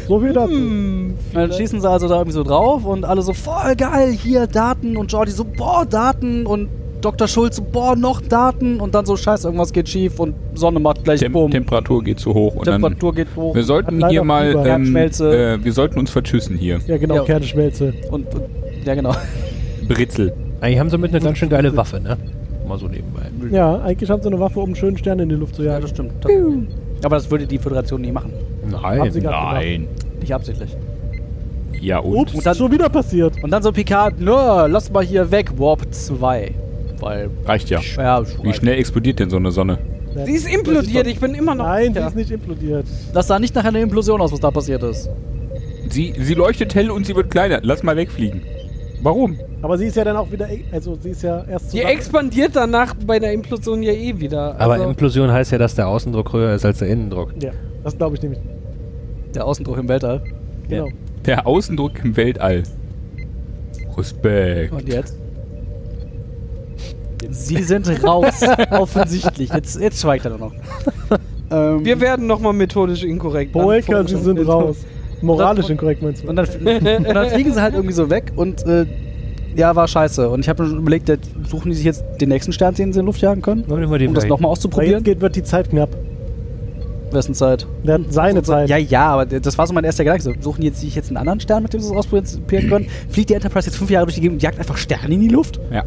[SPEAKER 1] so viel dazu.
[SPEAKER 2] Hm,
[SPEAKER 3] Dann schießen sie also da irgendwie so drauf und alle so, voll geil, hier Daten und Jordi so, boah, Daten und Dr. Schulz so, boah, noch Daten und dann so, scheiße, irgendwas geht schief und Sonne macht gleich
[SPEAKER 4] Tem
[SPEAKER 3] Bumm.
[SPEAKER 4] Temperatur geht zu hoch. Und dann,
[SPEAKER 3] Temperatur geht hoch
[SPEAKER 4] wir
[SPEAKER 1] Hat
[SPEAKER 4] sollten
[SPEAKER 1] leider
[SPEAKER 4] hier mal.
[SPEAKER 1] Fieber.
[SPEAKER 4] Ähm,
[SPEAKER 3] Kernschmelze.
[SPEAKER 4] äh, wir sollten uns vertschüssen hier.
[SPEAKER 1] Ja, genau,
[SPEAKER 3] Ja.
[SPEAKER 1] Kernschmelze.
[SPEAKER 3] und, und ja genau.
[SPEAKER 4] Britzel.
[SPEAKER 5] Eigentlich haben sie mit einer ganz schön geile Waffe, ne? Mal so nebenbei.
[SPEAKER 1] Ja, eigentlich haben sie eine Waffe, um schönen Sterne in die Luft zu
[SPEAKER 3] Ja,
[SPEAKER 1] jagen.
[SPEAKER 3] das stimmt. Aber das würde die Föderation nie machen.
[SPEAKER 1] Haben sie
[SPEAKER 5] Nein.
[SPEAKER 1] gar nicht
[SPEAKER 4] Nein.
[SPEAKER 3] Nicht absichtlich.
[SPEAKER 4] Ja, und?
[SPEAKER 1] Ups,
[SPEAKER 3] Und dann-
[SPEAKER 1] schon wieder passiert.
[SPEAKER 3] Und dann so Picard, nö, lass mal hier weg, Warp 2. Weil,
[SPEAKER 4] Reicht ja.
[SPEAKER 3] ja,
[SPEAKER 4] Wie schnell explodiert denn so eine Sonne?
[SPEAKER 2] Sie ist implodiert, ich bin immer noch.
[SPEAKER 1] Nein, sie
[SPEAKER 2] Ja.
[SPEAKER 1] ist nicht implodiert.
[SPEAKER 3] Das sah nicht nach einer Implosion aus, was da passiert ist.
[SPEAKER 4] Sie, sie leuchtet hell und sie wird kleiner. Lass mal wegfliegen. Warum?
[SPEAKER 1] Aber sie ist ja dann auch wieder, e- also sie ist ja erst
[SPEAKER 2] Die
[SPEAKER 1] zusammen-
[SPEAKER 2] expandiert danach bei der Implosion ja eh wieder.
[SPEAKER 5] Aber
[SPEAKER 2] also,
[SPEAKER 5] Implosion heißt ja, dass der Außendruck höher ist als der Innendruck.
[SPEAKER 1] Ja, das glaube ich nämlich.
[SPEAKER 3] Der Außendruck im Weltall.
[SPEAKER 1] Genau.
[SPEAKER 4] Der Außendruck im Weltall. Respekt.
[SPEAKER 3] Und jetzt? Sie sind raus, offensichtlich. Jetzt, jetzt schweigt er doch noch. ähm,
[SPEAKER 2] wir werden nochmal methodisch inkorrekt.
[SPEAKER 1] Poelka, sie
[SPEAKER 2] antworten.
[SPEAKER 1] sind raus. Moralisch inkorrekt meinst
[SPEAKER 3] und,
[SPEAKER 1] du?
[SPEAKER 3] dann, und dann fliegen sie halt irgendwie so weg und äh, ja, war scheiße. Und ich habe mir schon überlegt, jetzt suchen die sich jetzt den nächsten Stern, den sie in die Luft jagen können?
[SPEAKER 5] Wollen wir mal den
[SPEAKER 3] Um das
[SPEAKER 5] gleich-
[SPEAKER 3] nochmal
[SPEAKER 1] Aber jetzt
[SPEAKER 3] auszuprobieren?
[SPEAKER 1] geht, wird die Zeit knapp.
[SPEAKER 3] Wessen Zeit?
[SPEAKER 1] Der hat seine Zeit.
[SPEAKER 3] Ja, ja, aber das war so mein erster Gedanke. So, suchen die jetzt sich jetzt einen anderen Stern, mit dem sie es ausprobieren können? Fliegt die Enterprise jetzt fünf Jahre durch die Gegend und jagt einfach Sterne in die Luft?
[SPEAKER 4] Ja.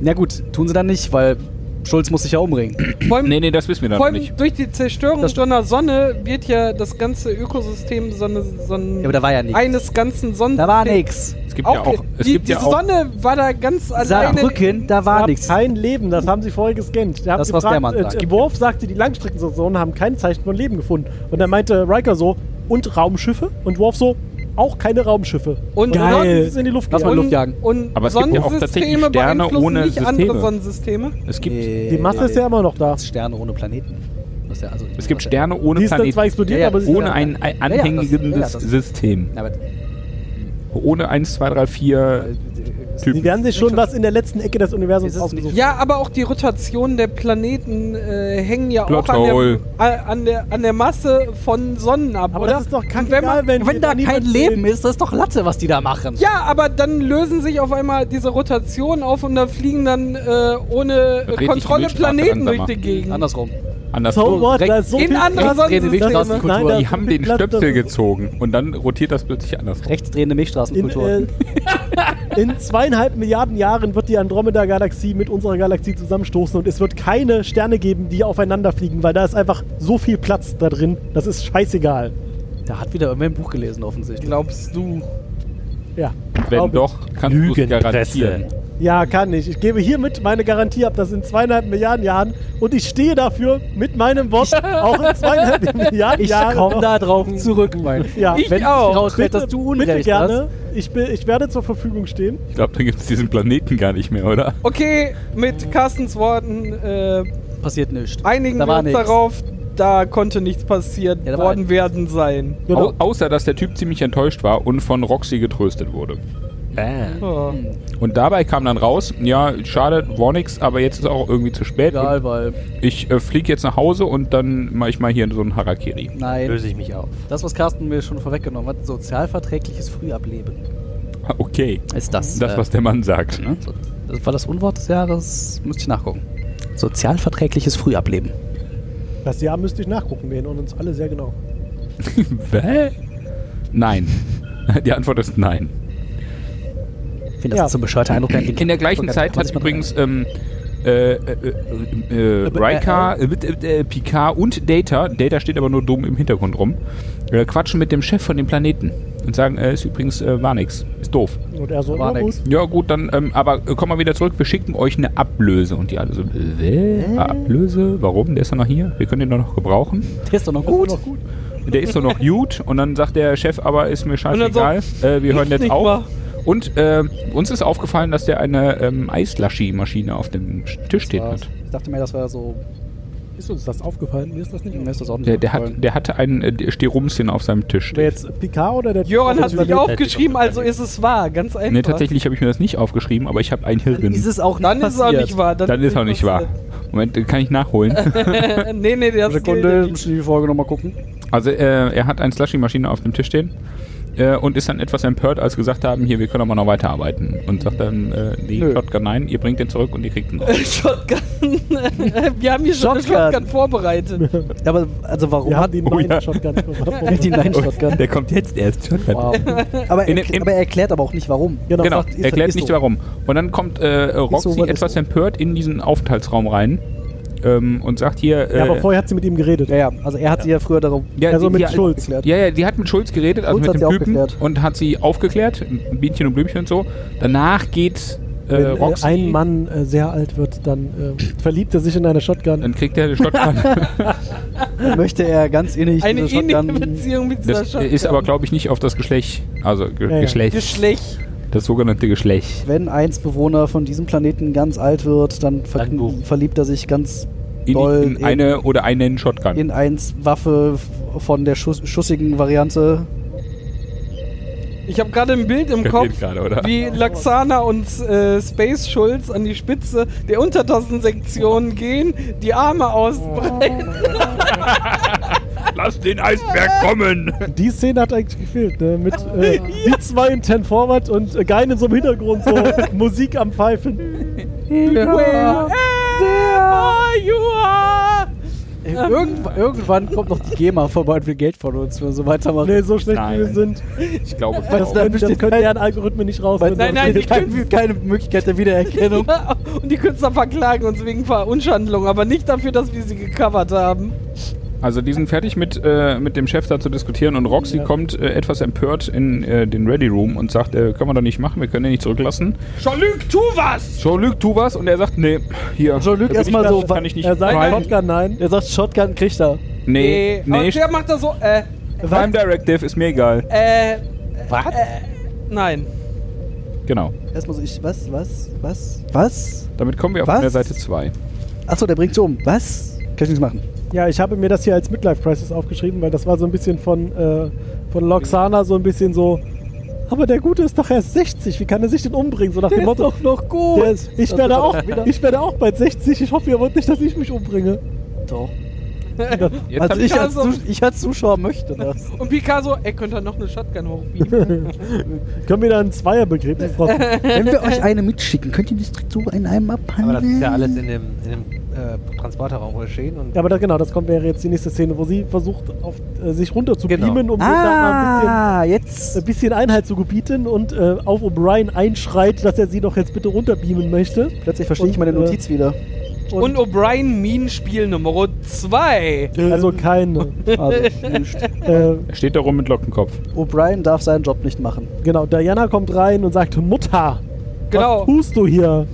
[SPEAKER 3] Na gut, tun sie dann nicht, weil Schulz muss sich ja umbringen.
[SPEAKER 2] Vor allem,
[SPEAKER 4] Nee, nee, das wissen wir dann
[SPEAKER 2] vor
[SPEAKER 4] noch
[SPEAKER 2] allem
[SPEAKER 4] nicht.
[SPEAKER 2] durch die Zerstörung
[SPEAKER 3] Das-
[SPEAKER 2] so einer Sonne wird ja das ganze Ökosystem so eine, so ein,
[SPEAKER 3] Ja, aber da war ja nichts.
[SPEAKER 2] eines ganzen Sonnen.
[SPEAKER 3] Da war nix.
[SPEAKER 4] Es gibt ja
[SPEAKER 2] Auch,
[SPEAKER 4] auch. Es
[SPEAKER 2] die,
[SPEAKER 4] gibt
[SPEAKER 2] die
[SPEAKER 4] ja auch.
[SPEAKER 2] Sonne war da ganz alleine.
[SPEAKER 3] Saarbrücken, da
[SPEAKER 1] Ihr
[SPEAKER 3] war
[SPEAKER 1] habt
[SPEAKER 3] nichts.
[SPEAKER 1] Kein Leben, das haben sie vorher gescannt. Ihr habt
[SPEAKER 3] Das, was
[SPEAKER 1] gefragt,
[SPEAKER 3] Bermann sagt.
[SPEAKER 1] äh, Worf sagte, die Langstreckensonden haben kein Zeichen von Leben gefunden. Und dann meinte Riker so, und Raumschiffe? Und Worf so, auch keine Raumschiffe.
[SPEAKER 2] Und
[SPEAKER 1] dann
[SPEAKER 2] Geil.
[SPEAKER 1] sollten sie in die Luft
[SPEAKER 3] Lass mal
[SPEAKER 1] gehen.
[SPEAKER 3] Luft jagen.
[SPEAKER 2] Und
[SPEAKER 4] Aber es gibt ja auch tatsächlich
[SPEAKER 2] Sonnensysteme
[SPEAKER 4] Sterne
[SPEAKER 2] beeinflussen
[SPEAKER 4] ohne
[SPEAKER 2] nicht andere
[SPEAKER 4] Systeme.
[SPEAKER 2] Sonnensysteme.
[SPEAKER 4] Es gibt,
[SPEAKER 1] Die Masse ist ja immer noch da.
[SPEAKER 3] Sterne ohne Planeten. Das ist ja also
[SPEAKER 4] es gibt Sterne ohne
[SPEAKER 1] Die ist dann
[SPEAKER 4] Planeten.
[SPEAKER 1] zwar explodiert,
[SPEAKER 3] Ja, ja,
[SPEAKER 1] aber sie
[SPEAKER 4] Ohne ein ein
[SPEAKER 3] Ja, ja, das- ja,
[SPEAKER 4] anhängiges
[SPEAKER 3] das-
[SPEAKER 4] System.
[SPEAKER 3] Ja, aber, äh,
[SPEAKER 4] Ohne 1, 2, 3, 4
[SPEAKER 1] sie
[SPEAKER 4] Typen.
[SPEAKER 1] werden sich schon was in der letzten Ecke des Universums
[SPEAKER 3] Ist es
[SPEAKER 1] ausgesucht.
[SPEAKER 2] Ja, aber auch die Rotation der Planeten äh, hängen ja
[SPEAKER 4] Plot
[SPEAKER 2] auch an
[SPEAKER 4] hole.
[SPEAKER 2] der, a- an, der, an der Masse von Sonnen ab,
[SPEAKER 1] Aber
[SPEAKER 2] oder?
[SPEAKER 1] das ist doch
[SPEAKER 2] Und wenn man,
[SPEAKER 1] kackegal, wenn,
[SPEAKER 3] wenn
[SPEAKER 1] wir
[SPEAKER 3] da kein
[SPEAKER 1] niemand sehen.
[SPEAKER 3] Leben ist, das ist doch Latte, was die da machen.
[SPEAKER 2] Ja, aber dann lösen sich auf einmal diese Rotationen auf und da fliegen dann äh, ohne
[SPEAKER 4] Red
[SPEAKER 2] äh,
[SPEAKER 4] ich
[SPEAKER 2] Kontrolle
[SPEAKER 4] die Milchstraße
[SPEAKER 2] Planeten
[SPEAKER 4] an,
[SPEAKER 2] durch
[SPEAKER 4] sag
[SPEAKER 2] die
[SPEAKER 4] mal.
[SPEAKER 2] Gegend.
[SPEAKER 3] Andersrum.
[SPEAKER 4] Anders.
[SPEAKER 1] So what, da ist so
[SPEAKER 2] In
[SPEAKER 1] viel
[SPEAKER 2] andere
[SPEAKER 1] Platz.
[SPEAKER 3] Rechtsdrehende
[SPEAKER 2] Sonnensysteme.
[SPEAKER 3] Milchstraßenkultur.
[SPEAKER 1] Nein, da
[SPEAKER 4] Die
[SPEAKER 1] ist so
[SPEAKER 4] haben
[SPEAKER 1] viel
[SPEAKER 4] den
[SPEAKER 1] Platz, dass
[SPEAKER 4] Stöpsel
[SPEAKER 1] es-
[SPEAKER 4] gezogen und dann rotiert das plötzlich anders.
[SPEAKER 3] Rechtsdrehende
[SPEAKER 1] In,
[SPEAKER 3] Milchstraßenkultur.
[SPEAKER 1] äh, in zweieinhalb Milliarden Jahren wird die Andromeda-Galaxie mit unserer Galaxie zusammenstoßen und es wird keine Sterne geben, die aufeinander fliegen, weil da ist einfach so viel Platz da drin. Das ist scheißegal.
[SPEAKER 3] äh, da hat wieder irgendwer ein Buch gelesen, offensichtlich.
[SPEAKER 2] Glaubst du?
[SPEAKER 1] Ja. glaub
[SPEAKER 4] Wenn
[SPEAKER 1] ich.
[SPEAKER 4] doch, kannst du es garantieren.
[SPEAKER 1] Ja, kann ich. Ich gebe hiermit meine Garantie ab, dass in zweieinhalb Milliarden Jahren und ich stehe dafür mit meinem Wort auch in zweieinhalb Milliarden
[SPEAKER 3] Ich
[SPEAKER 1] Jahren.
[SPEAKER 3] komm da drauf zurück, mein.
[SPEAKER 1] Ja.
[SPEAKER 2] Ich
[SPEAKER 3] Wenn sich
[SPEAKER 2] auch.
[SPEAKER 3] rausstellt, dass du
[SPEAKER 1] bitte
[SPEAKER 3] Unrecht
[SPEAKER 1] gerne. Ich, bin, ich werde zur Verfügung stehen.
[SPEAKER 4] Ich glaube, dann gibt es diesen Planeten gar nicht mehr, oder?
[SPEAKER 2] Okay, mit Carstens Worten äh,
[SPEAKER 3] hast, passiert nichts.
[SPEAKER 2] einigen
[SPEAKER 3] Da
[SPEAKER 2] wir
[SPEAKER 3] war
[SPEAKER 2] uns
[SPEAKER 3] nix.
[SPEAKER 2] darauf, da konnte nichts passiert
[SPEAKER 3] Ja, da war
[SPEAKER 2] worden
[SPEAKER 3] nichts.
[SPEAKER 2] werden sein.
[SPEAKER 1] Genau.
[SPEAKER 4] Au
[SPEAKER 3] Oh.
[SPEAKER 4] außer, dass der Typ ziemlich enttäuscht war und von Roxy getröstet wurde.
[SPEAKER 2] Oh.
[SPEAKER 4] Und dabei kam dann raus, ja, schade, war nix, aber jetzt ist auch irgendwie zu spät.
[SPEAKER 3] Egal, weil,
[SPEAKER 4] Ich äh, fliege jetzt nach Hause und dann mache ich mal hier so ein Harakiri.
[SPEAKER 3] nein.
[SPEAKER 5] Löse ich mich auf.
[SPEAKER 3] Das, was Carsten mir schon vorweggenommen hat, sozialverträgliches Frühableben.
[SPEAKER 4] Okay,
[SPEAKER 3] Ist das.
[SPEAKER 4] das,
[SPEAKER 3] äh,
[SPEAKER 4] was der Mann sagt.
[SPEAKER 3] ne? so, das war das Unwort des Jahres, müsste ich nachgucken. Sozialverträgliches Frühableben.
[SPEAKER 1] Das Jahr müsste ich nachgucken. Wir erinnern uns alle sehr genau.
[SPEAKER 4] Hä? Nein. Die Antwort ist nein.
[SPEAKER 3] Ich finde, das
[SPEAKER 1] Ja.
[SPEAKER 3] ist so ein bescheuerter Eindruck.
[SPEAKER 4] In der gleichen Zeit hat übrigens ähm, äh, äh, äh, äh, Riker, äh, mit, äh, äh, Picard und Data, Data steht aber nur dumm im Hintergrund rum, äh, quatschen mit dem Chef von dem Planeten und sagen, äh, ist übrigens äh, war nix, ist doof.
[SPEAKER 1] Und er so,
[SPEAKER 3] War
[SPEAKER 1] na
[SPEAKER 3] nix.
[SPEAKER 1] gut.
[SPEAKER 4] Ja gut, dann, ähm, aber äh, komm mal wieder zurück, wir schicken euch eine Ablöse. Und die alle so, äh, äh? Ablöse? Warum? Der ist doch noch hier, wir können den doch noch gebrauchen.
[SPEAKER 3] Der ist doch noch gut.
[SPEAKER 1] Noch gut.
[SPEAKER 4] Der ist doch noch gut und dann sagt der Chef, aber ist mir
[SPEAKER 2] dann so,
[SPEAKER 4] scheißegal, äh, wir hören jetzt
[SPEAKER 2] nicht
[SPEAKER 4] auf.
[SPEAKER 2] mal.
[SPEAKER 4] Und äh, uns ist aufgefallen, dass der eine ähm, Eislaschi-Maschine auf dem Tisch stehen hat.
[SPEAKER 3] Ich dachte mir, das wäre so.
[SPEAKER 1] Ist uns das aufgefallen? Mir ist das nicht
[SPEAKER 3] Mir ist das auch nicht
[SPEAKER 4] Der, der, hat,
[SPEAKER 3] aufgefallen.
[SPEAKER 4] der hatte ein äh, Sterumschen auf seinem Tisch.
[SPEAKER 1] Wer jetzt Picard oder der
[SPEAKER 2] Joran hat sich
[SPEAKER 1] Planeten?
[SPEAKER 2] aufgeschrieben, also ist es wahr. Ganz einfach.
[SPEAKER 4] Nee, tatsächlich habe ich mir das nicht aufgeschrieben, aber ich habe ein Hirn.
[SPEAKER 3] ist es auch
[SPEAKER 2] Dann
[SPEAKER 3] nicht
[SPEAKER 2] ist es auch
[SPEAKER 3] passiert.
[SPEAKER 2] nicht wahr.
[SPEAKER 4] Dann ist auch nicht wahr. Moment, äh, kann ich nachholen.
[SPEAKER 2] wahr. nee, nee, das
[SPEAKER 3] Sekunde,
[SPEAKER 2] gilt nicht.
[SPEAKER 3] muss ich die Folge nochmal gucken.
[SPEAKER 4] Also äh, er hat eine Slushy-Maschine auf dem Tisch stehen äh, und ist dann etwas empört, als gesagt haben, hier, wir können aber noch weiterarbeiten. Und sagt dann, äh, nee,
[SPEAKER 3] Nö.
[SPEAKER 4] Shotgun, nein, ihr bringt den zurück und ihr kriegt ihn noch.
[SPEAKER 2] Shotgun. Wir haben hier schon
[SPEAKER 3] Shotgun.
[SPEAKER 2] eine Shotgun vorbereitet.
[SPEAKER 3] Ja, aber also warum
[SPEAKER 1] Wir
[SPEAKER 3] hat
[SPEAKER 1] haben die
[SPEAKER 4] Oh ja.
[SPEAKER 1] neuen Shotgun.
[SPEAKER 3] die Nein Shotgun?
[SPEAKER 4] Der kommt jetzt erst. Shotgun.
[SPEAKER 3] Wow. Aber,
[SPEAKER 4] In-
[SPEAKER 3] erkl-
[SPEAKER 4] in-
[SPEAKER 3] aber er erklärt aber auch nicht warum.
[SPEAKER 1] Genau.
[SPEAKER 4] Genau,
[SPEAKER 3] Sagt, ist-
[SPEAKER 4] erklärt
[SPEAKER 3] ist
[SPEAKER 4] nicht
[SPEAKER 3] so.
[SPEAKER 4] warum. Und dann kommt äh, Roxy
[SPEAKER 3] was ist
[SPEAKER 4] etwas
[SPEAKER 3] so?
[SPEAKER 4] empört in diesen Aufenthaltsraum rein ähm, und sagt hier. Äh,
[SPEAKER 1] Ja, aber vorher hat sie mit ihm geredet.
[SPEAKER 2] Äh,
[SPEAKER 3] Ja, ja, also er hat sie ja früher darum
[SPEAKER 4] ja,
[SPEAKER 1] also
[SPEAKER 4] die-
[SPEAKER 1] mit
[SPEAKER 4] die-
[SPEAKER 1] Schulz.
[SPEAKER 3] erklärt.
[SPEAKER 4] Ja, ja, die hat mit Schulz geredet, also
[SPEAKER 3] Schulz hat
[SPEAKER 4] mit
[SPEAKER 3] sie
[SPEAKER 4] dem
[SPEAKER 3] auch
[SPEAKER 4] Typen
[SPEAKER 3] geklärt.
[SPEAKER 4] und hat sie aufgeklärt, Bienchen und Blümchen und so. Danach geht äh,
[SPEAKER 1] Wenn äh,
[SPEAKER 4] Roxy.
[SPEAKER 1] ein Mann äh, sehr alt wird, dann äh, verliebt er sich in eine Shotgun.
[SPEAKER 2] Äh,
[SPEAKER 4] Dann kriegt er die Shotgun.
[SPEAKER 3] möchte er ganz innig
[SPEAKER 2] Eine
[SPEAKER 3] diese
[SPEAKER 2] innige
[SPEAKER 3] Shotgun.
[SPEAKER 2] Beziehung mit dieser
[SPEAKER 4] Das
[SPEAKER 2] Shotgun.
[SPEAKER 4] ist aber, glaube ich, nicht auf das Geschlecht. Also Ge
[SPEAKER 1] Ja, ja.
[SPEAKER 4] Geschlecht.
[SPEAKER 2] Geschlecht.
[SPEAKER 4] Das sogenannte Geschlecht.
[SPEAKER 3] Wenn eins Bewohner von diesem Planeten ganz alt wird, dann ver
[SPEAKER 5] Ein Buch.
[SPEAKER 3] verliebt er sich ganz
[SPEAKER 4] In,
[SPEAKER 3] doll
[SPEAKER 4] in eine oder einen Shotgun.
[SPEAKER 3] in eins Waffe f- von der schuss schussigen Variante.
[SPEAKER 2] Ich habe gerade ein Bild im
[SPEAKER 4] Wir
[SPEAKER 2] Kopf,
[SPEAKER 4] reden gerade, oder?
[SPEAKER 2] wie Laxana und äh, Space Schulz an die Spitze der Untertassensektion gehen, die Arme ausbreiten.
[SPEAKER 4] Lass den Eisberg kommen!
[SPEAKER 1] Die Szene hat eigentlich gefehlt, ne? Mit äh, die zwei im Ten Forward und äh, Gein in so einem Hintergrund so Musik am
[SPEAKER 3] Oh.
[SPEAKER 2] Äh,
[SPEAKER 1] Pfeifen.
[SPEAKER 2] Where are you?
[SPEAKER 3] Irgendw irgendwann kommt noch die GEMA vorbei und will Geld von uns, wenn wir so weitermachen.
[SPEAKER 1] Nee, so schlecht wie wir
[SPEAKER 4] Nein.
[SPEAKER 1] sind.
[SPEAKER 4] Ich glaube,
[SPEAKER 1] Das,
[SPEAKER 3] dann
[SPEAKER 4] das
[SPEAKER 1] können, das
[SPEAKER 3] bestimmt
[SPEAKER 1] können
[SPEAKER 3] kein-
[SPEAKER 1] deren Algorithmen nicht raus. wenn
[SPEAKER 3] Weil-
[SPEAKER 1] wir-
[SPEAKER 2] nein, die
[SPEAKER 3] keine,
[SPEAKER 2] können-
[SPEAKER 3] keine Möglichkeit der Wiedererkennung.
[SPEAKER 2] Und die Künstler verklagen uns wegen Verunschandlung, aber nicht dafür, dass wir sie gecovert haben.
[SPEAKER 4] also die sind fertig mit, äh, mit dem Chef da zu diskutieren und Roxy
[SPEAKER 1] Ja.
[SPEAKER 4] kommt äh, etwas empört in äh, den Ready Room und sagt, äh, können wir doch nicht machen, wir können den nicht zurücklassen.
[SPEAKER 2] Jean-Luc, tu was!
[SPEAKER 4] Jean-Luc, tu was und er sagt, nee, hier.
[SPEAKER 3] Jean-Luc
[SPEAKER 4] bin
[SPEAKER 3] erst
[SPEAKER 4] ich
[SPEAKER 3] mal
[SPEAKER 4] da,
[SPEAKER 3] so,
[SPEAKER 4] kann ich nicht.
[SPEAKER 1] Er sagt
[SPEAKER 4] Prime-
[SPEAKER 1] Shotgun nein.
[SPEAKER 3] Er sagt, Shotgun kriegt er.
[SPEAKER 4] nee, nee,
[SPEAKER 2] Und der macht das so, äh,
[SPEAKER 4] Prime Directive ist mir egal.
[SPEAKER 2] äh,
[SPEAKER 3] Was?
[SPEAKER 2] nein.
[SPEAKER 4] Genau.
[SPEAKER 3] Erstmal so, ich, was, was, was, was?
[SPEAKER 4] Damit kommen wir auf
[SPEAKER 3] Was?
[SPEAKER 4] der Seite 2.
[SPEAKER 3] Achso, der bringt sie um. Was? Kann ich nichts machen.
[SPEAKER 1] Ja, ich habe mir das hier als Midlife Crisis aufgeschrieben, weil das war so ein bisschen von, äh, von Loxana so ein bisschen so. Aber der Gute ist doch erst 60. Wie kann er sich denn umbringen? So nach dem Motto.
[SPEAKER 3] noch gut.
[SPEAKER 1] Der ist, ich, werde auch, ich werde auch bald 60. Ich hoffe, ihr wollt nicht, dass ich mich umbringe.
[SPEAKER 3] Doch.
[SPEAKER 4] Jetzt
[SPEAKER 3] Also
[SPEAKER 4] hab
[SPEAKER 3] ich als,
[SPEAKER 2] also-
[SPEAKER 3] Zus ich als Zuschauer möchte das.
[SPEAKER 2] Und Picasso, er könnte da noch eine Shotgun hochbieten.
[SPEAKER 1] Können wir da einen Zweierbegräbnis drauf?
[SPEAKER 3] Wenn wir euch eine mitschicken, könnt ihr das direkt so in einem abhandeln?
[SPEAKER 5] Aber das ist ja alles in dem, in dem äh, Transporterraum geschehen und
[SPEAKER 1] Ja, aber das, genau, das kommt wäre jetzt die nächste Szene, wo sie versucht, auf, äh, sich runter zu
[SPEAKER 5] Genau.
[SPEAKER 1] beamen, um sich da mal ein
[SPEAKER 3] Ah,
[SPEAKER 1] bisschen, ein
[SPEAKER 3] jetzt.
[SPEAKER 1] bisschen Einhalt zu gebieten und äh, auf O'Brien einschreit, dass er sie doch jetzt bitte runterbeamen möchte.
[SPEAKER 3] Plötzlich verstehe ich
[SPEAKER 1] Und,
[SPEAKER 3] meine
[SPEAKER 1] äh,
[SPEAKER 3] Notiz wieder.
[SPEAKER 2] Und O'Brien Mean Spiel Nummer 2.
[SPEAKER 1] Also keine.
[SPEAKER 3] Also, nicht.
[SPEAKER 1] äh,
[SPEAKER 4] Er steht da rum mit Lockenkopf.
[SPEAKER 3] O'Brien darf seinen Job nicht machen.
[SPEAKER 1] genau, Diana kommt rein und sagt, Mutter, was
[SPEAKER 2] Genau.
[SPEAKER 1] tust du hier?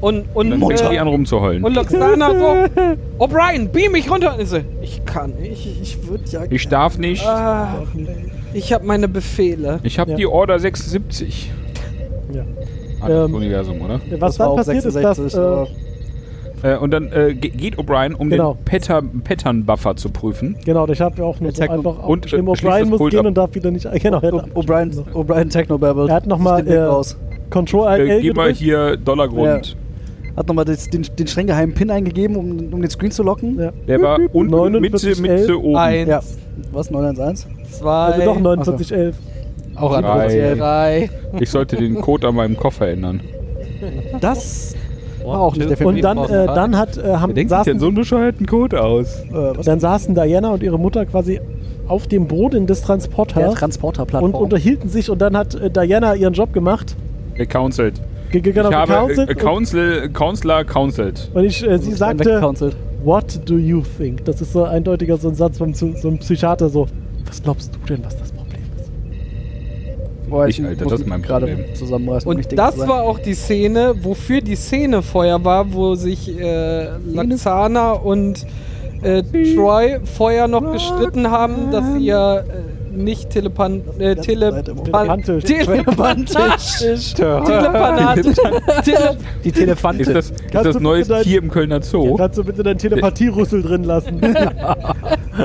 [SPEAKER 2] Und,
[SPEAKER 4] Und
[SPEAKER 2] und,
[SPEAKER 4] dann fängt die
[SPEAKER 2] äh,
[SPEAKER 4] an rumzuheulen.
[SPEAKER 2] und Loxana so, O'Brien, beam mich runter. Und ich so, ich kann nicht.
[SPEAKER 3] Ich, ich würde ja.
[SPEAKER 4] Ich darf nicht.
[SPEAKER 2] Ah, ich habe meine Befehle.
[SPEAKER 4] Ich habe
[SPEAKER 1] Ja.
[SPEAKER 4] die Order 76.
[SPEAKER 1] Ja.
[SPEAKER 4] Alles
[SPEAKER 1] Ähm,
[SPEAKER 4] Universum, oder?
[SPEAKER 1] Was
[SPEAKER 3] das war
[SPEAKER 1] dann
[SPEAKER 3] auch
[SPEAKER 1] passiert
[SPEAKER 3] 66,
[SPEAKER 1] ist, dass. Äh,
[SPEAKER 3] aber-
[SPEAKER 4] Äh, und dann äh, ge- geht O'Brien, um
[SPEAKER 1] Genau.
[SPEAKER 4] den Patter Pattern-Buffer zu prüfen.
[SPEAKER 1] genau, ich habe ja auch nur so
[SPEAKER 3] Attack
[SPEAKER 1] einfach
[SPEAKER 4] und,
[SPEAKER 1] aufgeschrieben,
[SPEAKER 4] äh, schließt
[SPEAKER 1] O'Brien
[SPEAKER 4] das
[SPEAKER 1] muss
[SPEAKER 4] Pult
[SPEAKER 1] gehen
[SPEAKER 4] ab.
[SPEAKER 1] und darf wieder nicht. Genau, er hat
[SPEAKER 3] O- O'Brien, O'Brien Technobabble.
[SPEAKER 1] Er hat noch mal,
[SPEAKER 3] Ist den Weg
[SPEAKER 1] äh,
[SPEAKER 3] raus.
[SPEAKER 1] Control Alt
[SPEAKER 4] Äh,
[SPEAKER 1] L
[SPEAKER 4] geh mal
[SPEAKER 1] gedrückt.
[SPEAKER 4] hier Dollargrund.
[SPEAKER 3] Hat nochmal den, den streng geheimen PIN eingegeben, um, um den Screen zu locken.
[SPEAKER 1] Ja.
[SPEAKER 4] Der war unten,
[SPEAKER 1] 49,
[SPEAKER 4] Mitte, Mitte, oben.
[SPEAKER 2] Eins,
[SPEAKER 3] Ja. Was? 911?
[SPEAKER 2] zwei,
[SPEAKER 1] Also doch 4911.
[SPEAKER 5] auch
[SPEAKER 4] Drei.
[SPEAKER 2] drei.
[SPEAKER 4] Ich sollte den Code an meinem Koffer ändern.
[SPEAKER 3] Das war auch nicht der Film.
[SPEAKER 1] Und dann, äh, dann hat, äh, haben, saßen,
[SPEAKER 4] einen bescheuerten Code aus?
[SPEAKER 3] äh, was?
[SPEAKER 1] dann saßen Diana und ihre Mutter quasi auf dem Boden des Transporters
[SPEAKER 3] der Transporterplattform.
[SPEAKER 1] und unterhielten sich und dann hat äh, Diana ihren Job gemacht.
[SPEAKER 4] Gecounselt.
[SPEAKER 1] Ge ge- genau,
[SPEAKER 4] ich habe
[SPEAKER 1] gecounselt
[SPEAKER 4] äh, Counsel, Counselor counseled.
[SPEAKER 1] und, und ich, äh, sie
[SPEAKER 3] Ist dann
[SPEAKER 1] sagte,
[SPEAKER 3] weggecancelt.
[SPEAKER 1] What do you think? Das ist so eindeutiger so ein Satz vom Psy- so einem Psychiater so. Was glaubst du denn, was das Problem ist?
[SPEAKER 3] Boah,
[SPEAKER 4] Ich, Alter,
[SPEAKER 3] muss
[SPEAKER 4] das ist
[SPEAKER 3] mich
[SPEAKER 4] mein
[SPEAKER 3] gerade
[SPEAKER 4] Problem.
[SPEAKER 3] Zusammenreißen, um
[SPEAKER 2] Und
[SPEAKER 3] richtig
[SPEAKER 2] das
[SPEAKER 3] zu sein.
[SPEAKER 2] war auch die Szene, wofür die Szene vorher war, wo sich äh, Laxana und äh, Troy vorher noch gestritten haben, dass sie ja äh, nicht telepan äh,
[SPEAKER 3] Das
[SPEAKER 2] tele
[SPEAKER 3] seid ihr im
[SPEAKER 1] Telepantisch.
[SPEAKER 2] telepathisch telepanatisch tele
[SPEAKER 3] die Telefante.
[SPEAKER 4] Ist das, ist
[SPEAKER 1] Kannst
[SPEAKER 4] das
[SPEAKER 1] du
[SPEAKER 4] neues
[SPEAKER 1] bitte dein-
[SPEAKER 4] Tier im Kölner Zoo?
[SPEAKER 1] Kannst du bitte deinen Telepathierüssel drin lassen?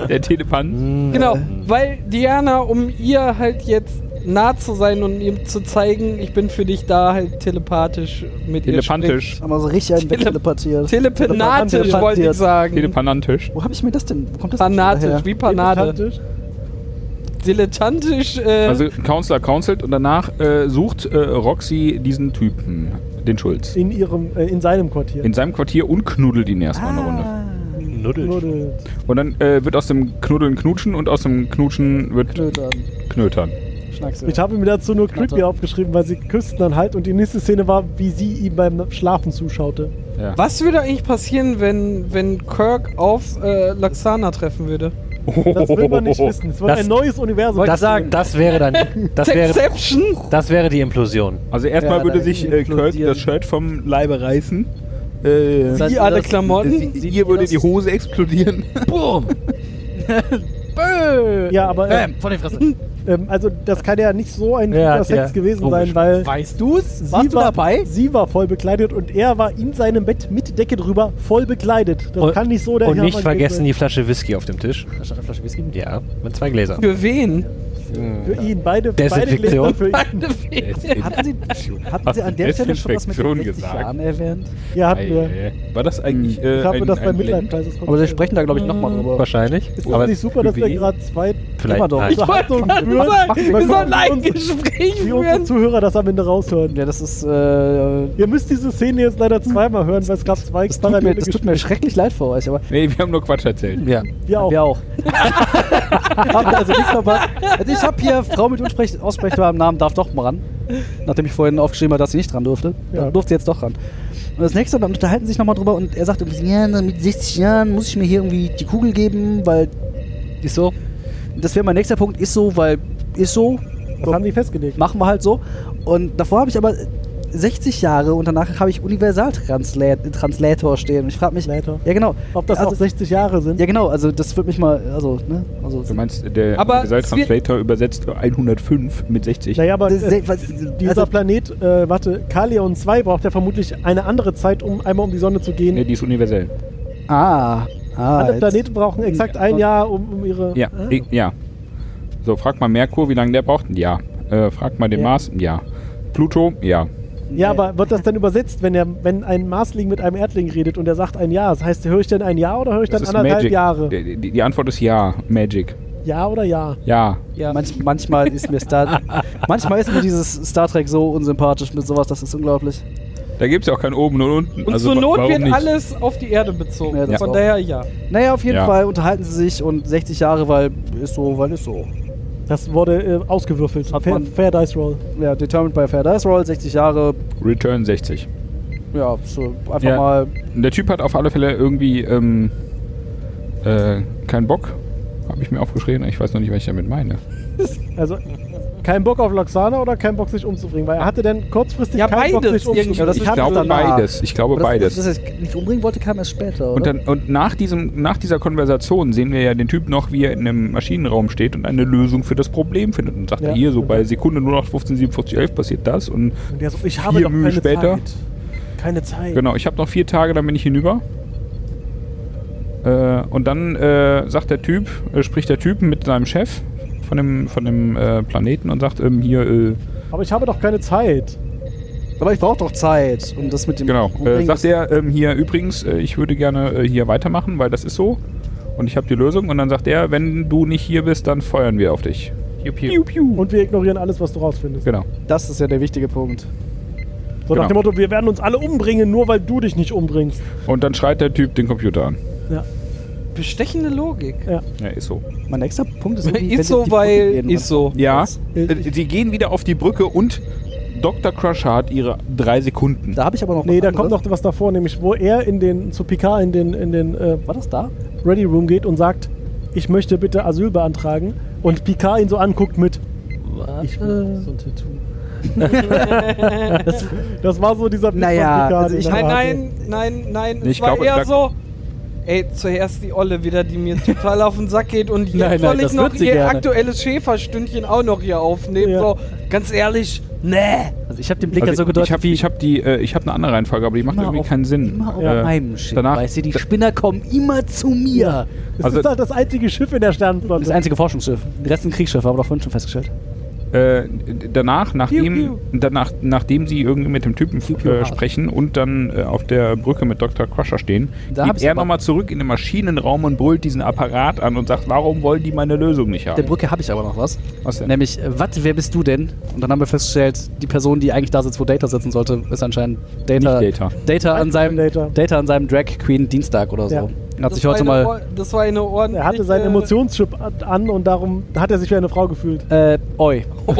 [SPEAKER 4] Der Telepan?
[SPEAKER 2] Genau,
[SPEAKER 3] Äh.
[SPEAKER 2] weil Diana, um ihr halt jetzt nah zu sein und ihm zu zeigen, ich bin für dich da, halt telepathisch mit ihr
[SPEAKER 4] Telepantisch.
[SPEAKER 3] Haben wir so richtig einen
[SPEAKER 2] Tele-
[SPEAKER 3] wegteleportiert.
[SPEAKER 2] spricht. Telepanatisch
[SPEAKER 3] Telepantiert.
[SPEAKER 2] wollte ich sagen.
[SPEAKER 4] Telepanantisch.
[SPEAKER 3] Wo habe ich mir das denn? Wo kommt das denn
[SPEAKER 2] Panatisch,
[SPEAKER 3] schon
[SPEAKER 2] wie Panade.
[SPEAKER 1] Telepantisch?
[SPEAKER 2] Dilettantisch, äh,
[SPEAKER 4] Also Counselor counselt und danach äh, sucht äh, Roxy diesen Typen, den Schulz,
[SPEAKER 1] In ihrem, äh, in seinem Quartier.
[SPEAKER 4] in seinem Quartier und knuddelt ihn erstmal
[SPEAKER 1] Ah.
[SPEAKER 4] eine Runde.
[SPEAKER 3] daher?
[SPEAKER 1] Nur
[SPEAKER 5] Nuddel.
[SPEAKER 1] die-
[SPEAKER 4] Und dann äh, wird aus dem Knuddeln Knutschen und aus dem Knutschen wird
[SPEAKER 3] Knötern.
[SPEAKER 4] Knötern.
[SPEAKER 3] Schnacksel.
[SPEAKER 1] Ich habe mir dazu nur creepy
[SPEAKER 3] Warte.
[SPEAKER 1] aufgeschrieben, weil sie küssten dann halt und die nächste Szene war, wie sie ihm beim Schlafen zuschaute.
[SPEAKER 4] Ja.
[SPEAKER 2] was würde eigentlich passieren, wenn, wenn Kirk auf äh, Laxana treffen würde?
[SPEAKER 1] Das will man nicht wissen. Es wird
[SPEAKER 5] Das-
[SPEAKER 1] ein neues Universum.
[SPEAKER 5] Das, das wäre dann. Das wäre,
[SPEAKER 2] Exception?
[SPEAKER 5] das wäre die Implosion.
[SPEAKER 4] Also erstmal
[SPEAKER 3] Ja,
[SPEAKER 4] würde
[SPEAKER 3] da
[SPEAKER 4] sich äh, Kirk
[SPEAKER 3] implodieren.
[SPEAKER 4] das Shirt vom Leibe reißen. Äh,
[SPEAKER 3] Seid
[SPEAKER 2] Wie
[SPEAKER 3] ihr
[SPEAKER 2] alle
[SPEAKER 3] das-
[SPEAKER 2] Klamotten?
[SPEAKER 3] Sie-
[SPEAKER 4] ihr würde die Hose explodieren.
[SPEAKER 5] Boom!
[SPEAKER 1] ja, aber äh,
[SPEAKER 5] Von den Fresse.
[SPEAKER 1] ähm, also das kann ja nicht so ein
[SPEAKER 5] Ja,
[SPEAKER 1] guter Sex
[SPEAKER 5] ja.
[SPEAKER 1] gewesen
[SPEAKER 5] Komisch.
[SPEAKER 1] sein, weil
[SPEAKER 3] Weißt du's?
[SPEAKER 1] sie
[SPEAKER 3] Warst du
[SPEAKER 1] war,
[SPEAKER 3] dabei?
[SPEAKER 1] sie war voll bekleidet und er war in seinem Bett mit Decke drüber voll bekleidet. Das
[SPEAKER 5] Und-
[SPEAKER 1] kann nicht so der
[SPEAKER 5] Und nicht
[SPEAKER 1] Hermann gewesen
[SPEAKER 5] vergessen
[SPEAKER 1] sein.
[SPEAKER 5] die Flasche Whisky auf dem Tisch.
[SPEAKER 3] Da stand eine Flasche Whisky.
[SPEAKER 5] Ja, mit zwei Gläsern.
[SPEAKER 2] Für wen?
[SPEAKER 1] Für ihn, beide, beide
[SPEAKER 5] Desinfektion.
[SPEAKER 1] Gläser für ihn.
[SPEAKER 3] Hatten Sie, hatten Sie an der
[SPEAKER 4] Hast du
[SPEAKER 3] Stelle schon was mit den
[SPEAKER 4] Desinfektion
[SPEAKER 3] 60
[SPEAKER 4] gesagt?
[SPEAKER 3] Jahren erwähnt?
[SPEAKER 1] Ja, hatten wir.
[SPEAKER 4] Äh, War das eigentlich äh,
[SPEAKER 1] Ich habe
[SPEAKER 4] ein,
[SPEAKER 1] das beim
[SPEAKER 4] ein Link?
[SPEAKER 1] Midlife-Crisis
[SPEAKER 5] Aber sie sprechen da, glaube ich, nochmal drüber. Wahrscheinlich.
[SPEAKER 1] Ist das nicht super, dass wir gerade zwei
[SPEAKER 5] Vielleicht.
[SPEAKER 3] Immer doch.
[SPEAKER 5] nein.
[SPEAKER 2] Ich wollte gerade sagen, wir sollen ein Gespräch
[SPEAKER 1] wie unsere
[SPEAKER 2] führen.
[SPEAKER 1] Zuhörer das am Ende raushören?
[SPEAKER 3] Ja, das ist. Äh,
[SPEAKER 1] Ihr müsst diese Szene jetzt leider zweimal hören, weil es gab zwei
[SPEAKER 3] das, tut mir, das tut mir schrecklich leid für euch, aber
[SPEAKER 4] Nee, wir haben nur Quatsch erzählt.
[SPEAKER 5] Ja.
[SPEAKER 1] Wir auch.
[SPEAKER 3] wir auch. Habt ihr also nichts verpasst. Also ich habe hier Frau mit unsprech- aussprechbarem Namen darf doch mal ran. Nachdem ich vorhin aufgeschrieben habe, dass sie nicht dran durfte.
[SPEAKER 1] Ja.
[SPEAKER 3] Dann durfte sie jetzt doch ran. Und das nächste, dann unterhalten sie sich nochmal drüber und er sagt, irgendwie, ja, mit 60 Jahren muss ich mir hier irgendwie die Kugel geben, weil ist so. Das wäre mein nächster Punkt, ist so, weil ist so.
[SPEAKER 1] Das haben die festgelegt.
[SPEAKER 3] machen wir halt so. Und davor habe ich aber 60 Jahre und danach habe ich Universal-Translator stehen. Und ich frage mich,
[SPEAKER 1] Later.
[SPEAKER 3] ja genau,
[SPEAKER 1] Ob das
[SPEAKER 3] also,
[SPEAKER 1] auch 60 Jahre sind?
[SPEAKER 3] ja genau, also das würde mich mal, also, ne, also,
[SPEAKER 4] Du meinst, der
[SPEAKER 2] Aber
[SPEAKER 4] Result
[SPEAKER 2] es wird-
[SPEAKER 4] Translator übersetzt 105 mit 60.
[SPEAKER 1] Naja, aber
[SPEAKER 3] Das-
[SPEAKER 1] äh,
[SPEAKER 3] was-
[SPEAKER 1] dieser
[SPEAKER 3] also-
[SPEAKER 1] Planet, äh, warte, Kalion 2 braucht ja vermutlich eine andere Zeit, um einmal um die Sonne zu gehen.
[SPEAKER 4] Nee, die ist universell.
[SPEAKER 3] ah, ah,
[SPEAKER 1] Alle
[SPEAKER 3] jetzt-
[SPEAKER 1] Planeten brauchen exakt ein Jahr, um, um ihre.
[SPEAKER 4] Ja,
[SPEAKER 1] Ah.
[SPEAKER 4] ich, ja. So, frag mal Merkur, wie lange der braucht? Ein Jahr. Äh, frag mal den
[SPEAKER 1] Ja.
[SPEAKER 4] Mars? Ein Jahr. Pluto? Ja.
[SPEAKER 1] ja, aber wird das dann übersetzt, wenn, er, wenn ein Marsling mit einem Erdling redet und er sagt ein Jahr? Das heißt, höre ich denn ein Jahr oder höre ich
[SPEAKER 4] Das
[SPEAKER 1] dann
[SPEAKER 4] ist
[SPEAKER 1] anderthalb
[SPEAKER 4] Magic.
[SPEAKER 1] Jahre?
[SPEAKER 4] Die, die- die Antwort ist ja. Magic.
[SPEAKER 1] Ja oder ja?
[SPEAKER 4] Ja.
[SPEAKER 3] ja, manch, manchmal ist mir Star, manchmal ist mir dieses Star Trek so unsympathisch mit sowas, das ist unglaublich.
[SPEAKER 4] Da gibt es ja auch kein oben und unten.
[SPEAKER 2] Und
[SPEAKER 4] also,
[SPEAKER 2] zur
[SPEAKER 4] wa-
[SPEAKER 2] Not
[SPEAKER 4] warum
[SPEAKER 2] wird
[SPEAKER 4] nicht?
[SPEAKER 2] alles auf die Erde bezogen.
[SPEAKER 3] Ja, das
[SPEAKER 2] Von
[SPEAKER 3] auch.
[SPEAKER 2] daher ja.
[SPEAKER 3] Naja, auf jeden
[SPEAKER 4] Ja.
[SPEAKER 3] Fall unterhalten sie sich und 60 Jahre, weil ist so, weil ist so.
[SPEAKER 1] Das wurde äh, ausgewürfelt.
[SPEAKER 3] Hat
[SPEAKER 1] Fair,
[SPEAKER 3] man-
[SPEAKER 1] Fair Dice Roll.
[SPEAKER 3] Ja, determined by fair dice roll, 60 Jahre,
[SPEAKER 4] Return 60.
[SPEAKER 3] ja, so einfach
[SPEAKER 4] Ja.
[SPEAKER 3] mal
[SPEAKER 4] Und der Typ hat auf alle Fälle irgendwie ähm, äh, keinen Bock. Habe ich mir aufgeschrieben. Ich weiß noch nicht, was ich damit meine.
[SPEAKER 1] Also kein Bock auf Loxana oder kein Bock sich umzubringen, weil er hatte dann kurzfristig
[SPEAKER 2] Ja,
[SPEAKER 1] keinen Bock
[SPEAKER 2] beides
[SPEAKER 1] sich umzubringen.
[SPEAKER 2] irgendwie. Ja, das
[SPEAKER 4] ich
[SPEAKER 3] kam
[SPEAKER 4] glaube
[SPEAKER 3] danach.
[SPEAKER 4] beides. Ich glaube
[SPEAKER 3] Aber das-
[SPEAKER 4] beides.
[SPEAKER 3] Das, das ich nicht umbringen wollte, kam erst später. Oder?
[SPEAKER 4] Und, dann, und nach, diesem, nach dieser Konversation sehen wir ja den Typ noch, wie er in einem Maschinenraum steht und eine Lösung für das Problem findet. Und sagt
[SPEAKER 1] Ja.
[SPEAKER 4] er hier, so bei Sekunde 0815, 47, 11 passiert das. Und
[SPEAKER 1] Und der so, ich habe doch
[SPEAKER 4] Mühen
[SPEAKER 1] keine
[SPEAKER 4] später.
[SPEAKER 1] Zeit. Keine Zeit.
[SPEAKER 4] genau, ich habe noch vier Tage, dann bin ich hinüber. Äh, und dann äh, sagt der Typ, äh, spricht der Typ mit seinem Chef von dem, von dem äh, Planeten und sagt ähm, hier, äh,
[SPEAKER 1] Aber ich habe doch keine Zeit.
[SPEAKER 3] aber ich brauche doch Zeit. Und das mit dem.
[SPEAKER 4] genau, äh,
[SPEAKER 3] Umbringen
[SPEAKER 4] sagt er ähm, hier übrigens, äh, ich würde gerne äh, hier weitermachen, weil das ist so. Und ich habe die Lösung. Und dann sagt er, wenn du nicht hier bist, dann feuern wir auf dich. Piu, piu.
[SPEAKER 1] Und wir ignorieren alles, was du rausfindest.
[SPEAKER 4] Genau.
[SPEAKER 3] das ist ja der wichtige Punkt.
[SPEAKER 1] So nach
[SPEAKER 4] Genau.
[SPEAKER 1] dem Motto, wir werden uns alle umbringen, nur weil du dich nicht umbringst.
[SPEAKER 4] Und dann schreit der Typ den Computer an.
[SPEAKER 1] Ja.
[SPEAKER 2] Bestechende Logik.
[SPEAKER 4] Ja, ist so.
[SPEAKER 3] Mein nächster Punkt ist. irgendwie, wenn
[SPEAKER 2] Ist
[SPEAKER 3] sie auf
[SPEAKER 2] so,
[SPEAKER 3] die Brücke
[SPEAKER 2] weil
[SPEAKER 3] gehen,
[SPEAKER 2] ist
[SPEAKER 3] oder?
[SPEAKER 2] so.
[SPEAKER 4] Ja,
[SPEAKER 1] Äh,
[SPEAKER 4] sie gehen wieder auf die Brücke und Dr. Crusher hat ihre drei Sekunden.
[SPEAKER 3] Da habe ich aber noch.
[SPEAKER 1] Nee,
[SPEAKER 3] was
[SPEAKER 1] da kommt
[SPEAKER 3] anderes.
[SPEAKER 1] noch was davor, nämlich wo er in den, zu Picard in den, in den äh,
[SPEAKER 3] War das da?
[SPEAKER 1] Ready Room geht und sagt, ich möchte bitte Asyl beantragen. Und Picard ihn so anguckt mit. Ich will so ein Tattoo. das, das war so dieser Blick
[SPEAKER 3] Naja,
[SPEAKER 1] von Picard.
[SPEAKER 3] also ich
[SPEAKER 1] den er
[SPEAKER 2] Nein,
[SPEAKER 1] hatte.
[SPEAKER 2] nein, nein, nein.
[SPEAKER 4] Nee,
[SPEAKER 2] Es
[SPEAKER 4] ich
[SPEAKER 2] war
[SPEAKER 4] glaube, da-
[SPEAKER 2] eher so. Ey, zuerst die Olle wieder, die mir total auf den Sack geht und jetzt
[SPEAKER 5] Nein, nein,
[SPEAKER 2] soll ich
[SPEAKER 5] das
[SPEAKER 2] noch
[SPEAKER 5] wird sie
[SPEAKER 2] ihr
[SPEAKER 5] gerne.
[SPEAKER 2] aktuelles Schäferstündchen auch noch hier aufnehmen.
[SPEAKER 1] Ja.
[SPEAKER 2] So, ganz ehrlich, nee.
[SPEAKER 3] Also ich habe den Blick
[SPEAKER 4] Also ich habe ich hab die, äh, ich habe eine andere Reihenfolge, aber die macht
[SPEAKER 3] Immer
[SPEAKER 4] irgendwie
[SPEAKER 3] auf-
[SPEAKER 4] keinen Sinn.
[SPEAKER 3] immer auf
[SPEAKER 4] Äh,
[SPEAKER 3] meinem Schiff.
[SPEAKER 4] danach-
[SPEAKER 3] weißt du, die Spinner kommen immer zu mir.
[SPEAKER 1] Es
[SPEAKER 4] Also-
[SPEAKER 1] ist halt das einzige Schiff in der Sternenflotte.
[SPEAKER 3] Das einzige Forschungsschiff. Die letzten Kriegsschiffe haben wir doch vorhin schon festgestellt.
[SPEAKER 4] Äh, danach, nachdem,
[SPEAKER 2] Piu,
[SPEAKER 4] danach, nachdem sie irgendwie mit dem Typen
[SPEAKER 3] piu,
[SPEAKER 4] äh,
[SPEAKER 3] hart.
[SPEAKER 4] sprechen und dann äh, auf der Brücke mit Dr. Crusher stehen,
[SPEAKER 3] Da hab
[SPEAKER 4] geht
[SPEAKER 3] ich's
[SPEAKER 4] er
[SPEAKER 3] aber.
[SPEAKER 4] nochmal zurück in den Maschinenraum und brüllt diesen Apparat an und sagt, warum wollen die meine Lösung nicht
[SPEAKER 3] Der
[SPEAKER 4] haben?
[SPEAKER 3] Brücke habe ich aber noch was.
[SPEAKER 4] Was denn?
[SPEAKER 3] Nämlich, äh, was, wer bist du denn? Und dann haben wir festgestellt, die Person, die eigentlich da sitzt, wo Data sitzen sollte, ist anscheinend Data.
[SPEAKER 4] Nicht Data.
[SPEAKER 3] an seinem,
[SPEAKER 1] Data.
[SPEAKER 3] Data. an seinem Drag Queen Dienstag oder so.
[SPEAKER 1] Ja.
[SPEAKER 3] Hat sich heute
[SPEAKER 2] eine,
[SPEAKER 3] mal.
[SPEAKER 2] or- das war eine ordentliche...
[SPEAKER 1] Er hatte seinen Emotionschip an und darum hat er sich wie eine Frau gefühlt.
[SPEAKER 3] Äh, oi.
[SPEAKER 2] ich Oh,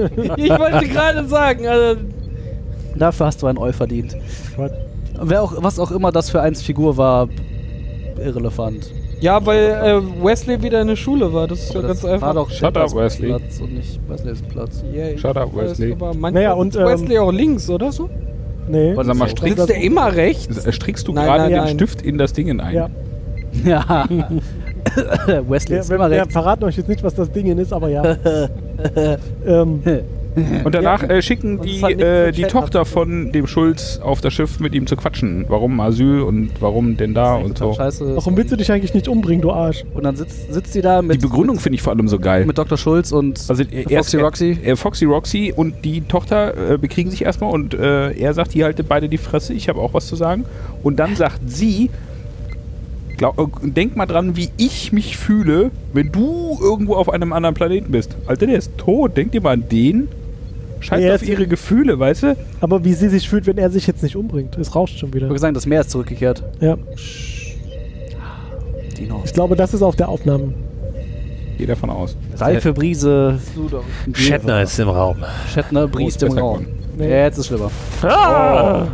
[SPEAKER 2] wollte gerade sagen, also,
[SPEAKER 3] Dafür hast du ein Oi verdient.
[SPEAKER 1] What?
[SPEAKER 3] Wer auch, was auch immer das für eins Figur war, irrelevant.
[SPEAKER 2] ja, weil äh, Wesley wieder in der Schule war. Das ist ja
[SPEAKER 3] Aber
[SPEAKER 2] ganz
[SPEAKER 3] das
[SPEAKER 2] einfach.
[SPEAKER 3] War doch
[SPEAKER 4] Shut
[SPEAKER 3] Shepherds
[SPEAKER 4] up, Wesley.
[SPEAKER 3] Platz und nicht Wesleys Platz.
[SPEAKER 2] Yeah,
[SPEAKER 4] Shut up, Wesley.
[SPEAKER 2] Aber manchmal
[SPEAKER 1] Naja,
[SPEAKER 2] naja,
[SPEAKER 1] und,
[SPEAKER 2] und,
[SPEAKER 1] ähm,
[SPEAKER 2] Wesley auch links, oder so?
[SPEAKER 1] Nee.
[SPEAKER 4] Aber sag mal, strickst,
[SPEAKER 2] Sitzt der immer rechts?
[SPEAKER 4] strickst du
[SPEAKER 2] Nein,
[SPEAKER 4] gerade
[SPEAKER 2] nein,
[SPEAKER 4] den
[SPEAKER 2] nein.
[SPEAKER 4] Stift in das Ding ein?
[SPEAKER 1] Ja.
[SPEAKER 3] Ja. Wesley
[SPEAKER 1] Wir,
[SPEAKER 3] ist
[SPEAKER 1] wir,
[SPEAKER 3] immer
[SPEAKER 1] wir
[SPEAKER 3] recht.
[SPEAKER 1] verraten euch jetzt nicht, was das Ding ist, aber ja. ähm,
[SPEAKER 4] Und danach äh, schicken
[SPEAKER 5] Und es
[SPEAKER 4] die,
[SPEAKER 5] hat nichts
[SPEAKER 4] äh,
[SPEAKER 5] mit
[SPEAKER 4] die
[SPEAKER 5] Chat
[SPEAKER 4] Tochter von dem Schulz auf das Schiff mit ihm zu quatschen. Warum Asyl und warum denn da und so.
[SPEAKER 3] Scheiße.
[SPEAKER 1] Warum willst du dich eigentlich nicht umbringen, du Arsch?
[SPEAKER 3] Und dann sitzt, sitzt sie da
[SPEAKER 4] Die
[SPEAKER 3] mit,
[SPEAKER 4] Begründung finde ich vor allem so geil.
[SPEAKER 3] mit Dr. Schulz und
[SPEAKER 4] Also äh,
[SPEAKER 3] Foxy
[SPEAKER 4] erst,
[SPEAKER 3] Roxy.
[SPEAKER 4] Äh, Foxy Roxy und die Tochter äh, bekriegen sich erstmal und äh, er sagt, ihr haltet beide die Fresse, ich habe auch was zu sagen. Und dann sagt sie, glaub, äh, denk mal dran, wie ich mich fühle, wenn du irgendwo auf einem anderen Planeten bist. Alter, der ist tot, denk dir mal an den. Scheiß
[SPEAKER 1] Ja,
[SPEAKER 4] auf
[SPEAKER 1] es-
[SPEAKER 4] ihre Gefühle, weißt du?
[SPEAKER 1] Aber wie sie sich fühlt, wenn er sich jetzt nicht umbringt. Es rauscht schon
[SPEAKER 3] ich
[SPEAKER 1] wieder.
[SPEAKER 3] wollte sagen, das Meer ist zurückgekehrt.
[SPEAKER 1] Ja.
[SPEAKER 3] Dino.
[SPEAKER 1] Ich glaube, das ist auf der Aufnahme.
[SPEAKER 4] Geh davon aus.
[SPEAKER 3] Reife Brise.
[SPEAKER 2] Du doch.
[SPEAKER 6] Shatner ist im Raum.
[SPEAKER 3] Shatner briest im
[SPEAKER 4] besser
[SPEAKER 3] Raum.
[SPEAKER 4] geworden.
[SPEAKER 1] Nee.
[SPEAKER 3] Ja, jetzt ist schlimmer.
[SPEAKER 6] Ah.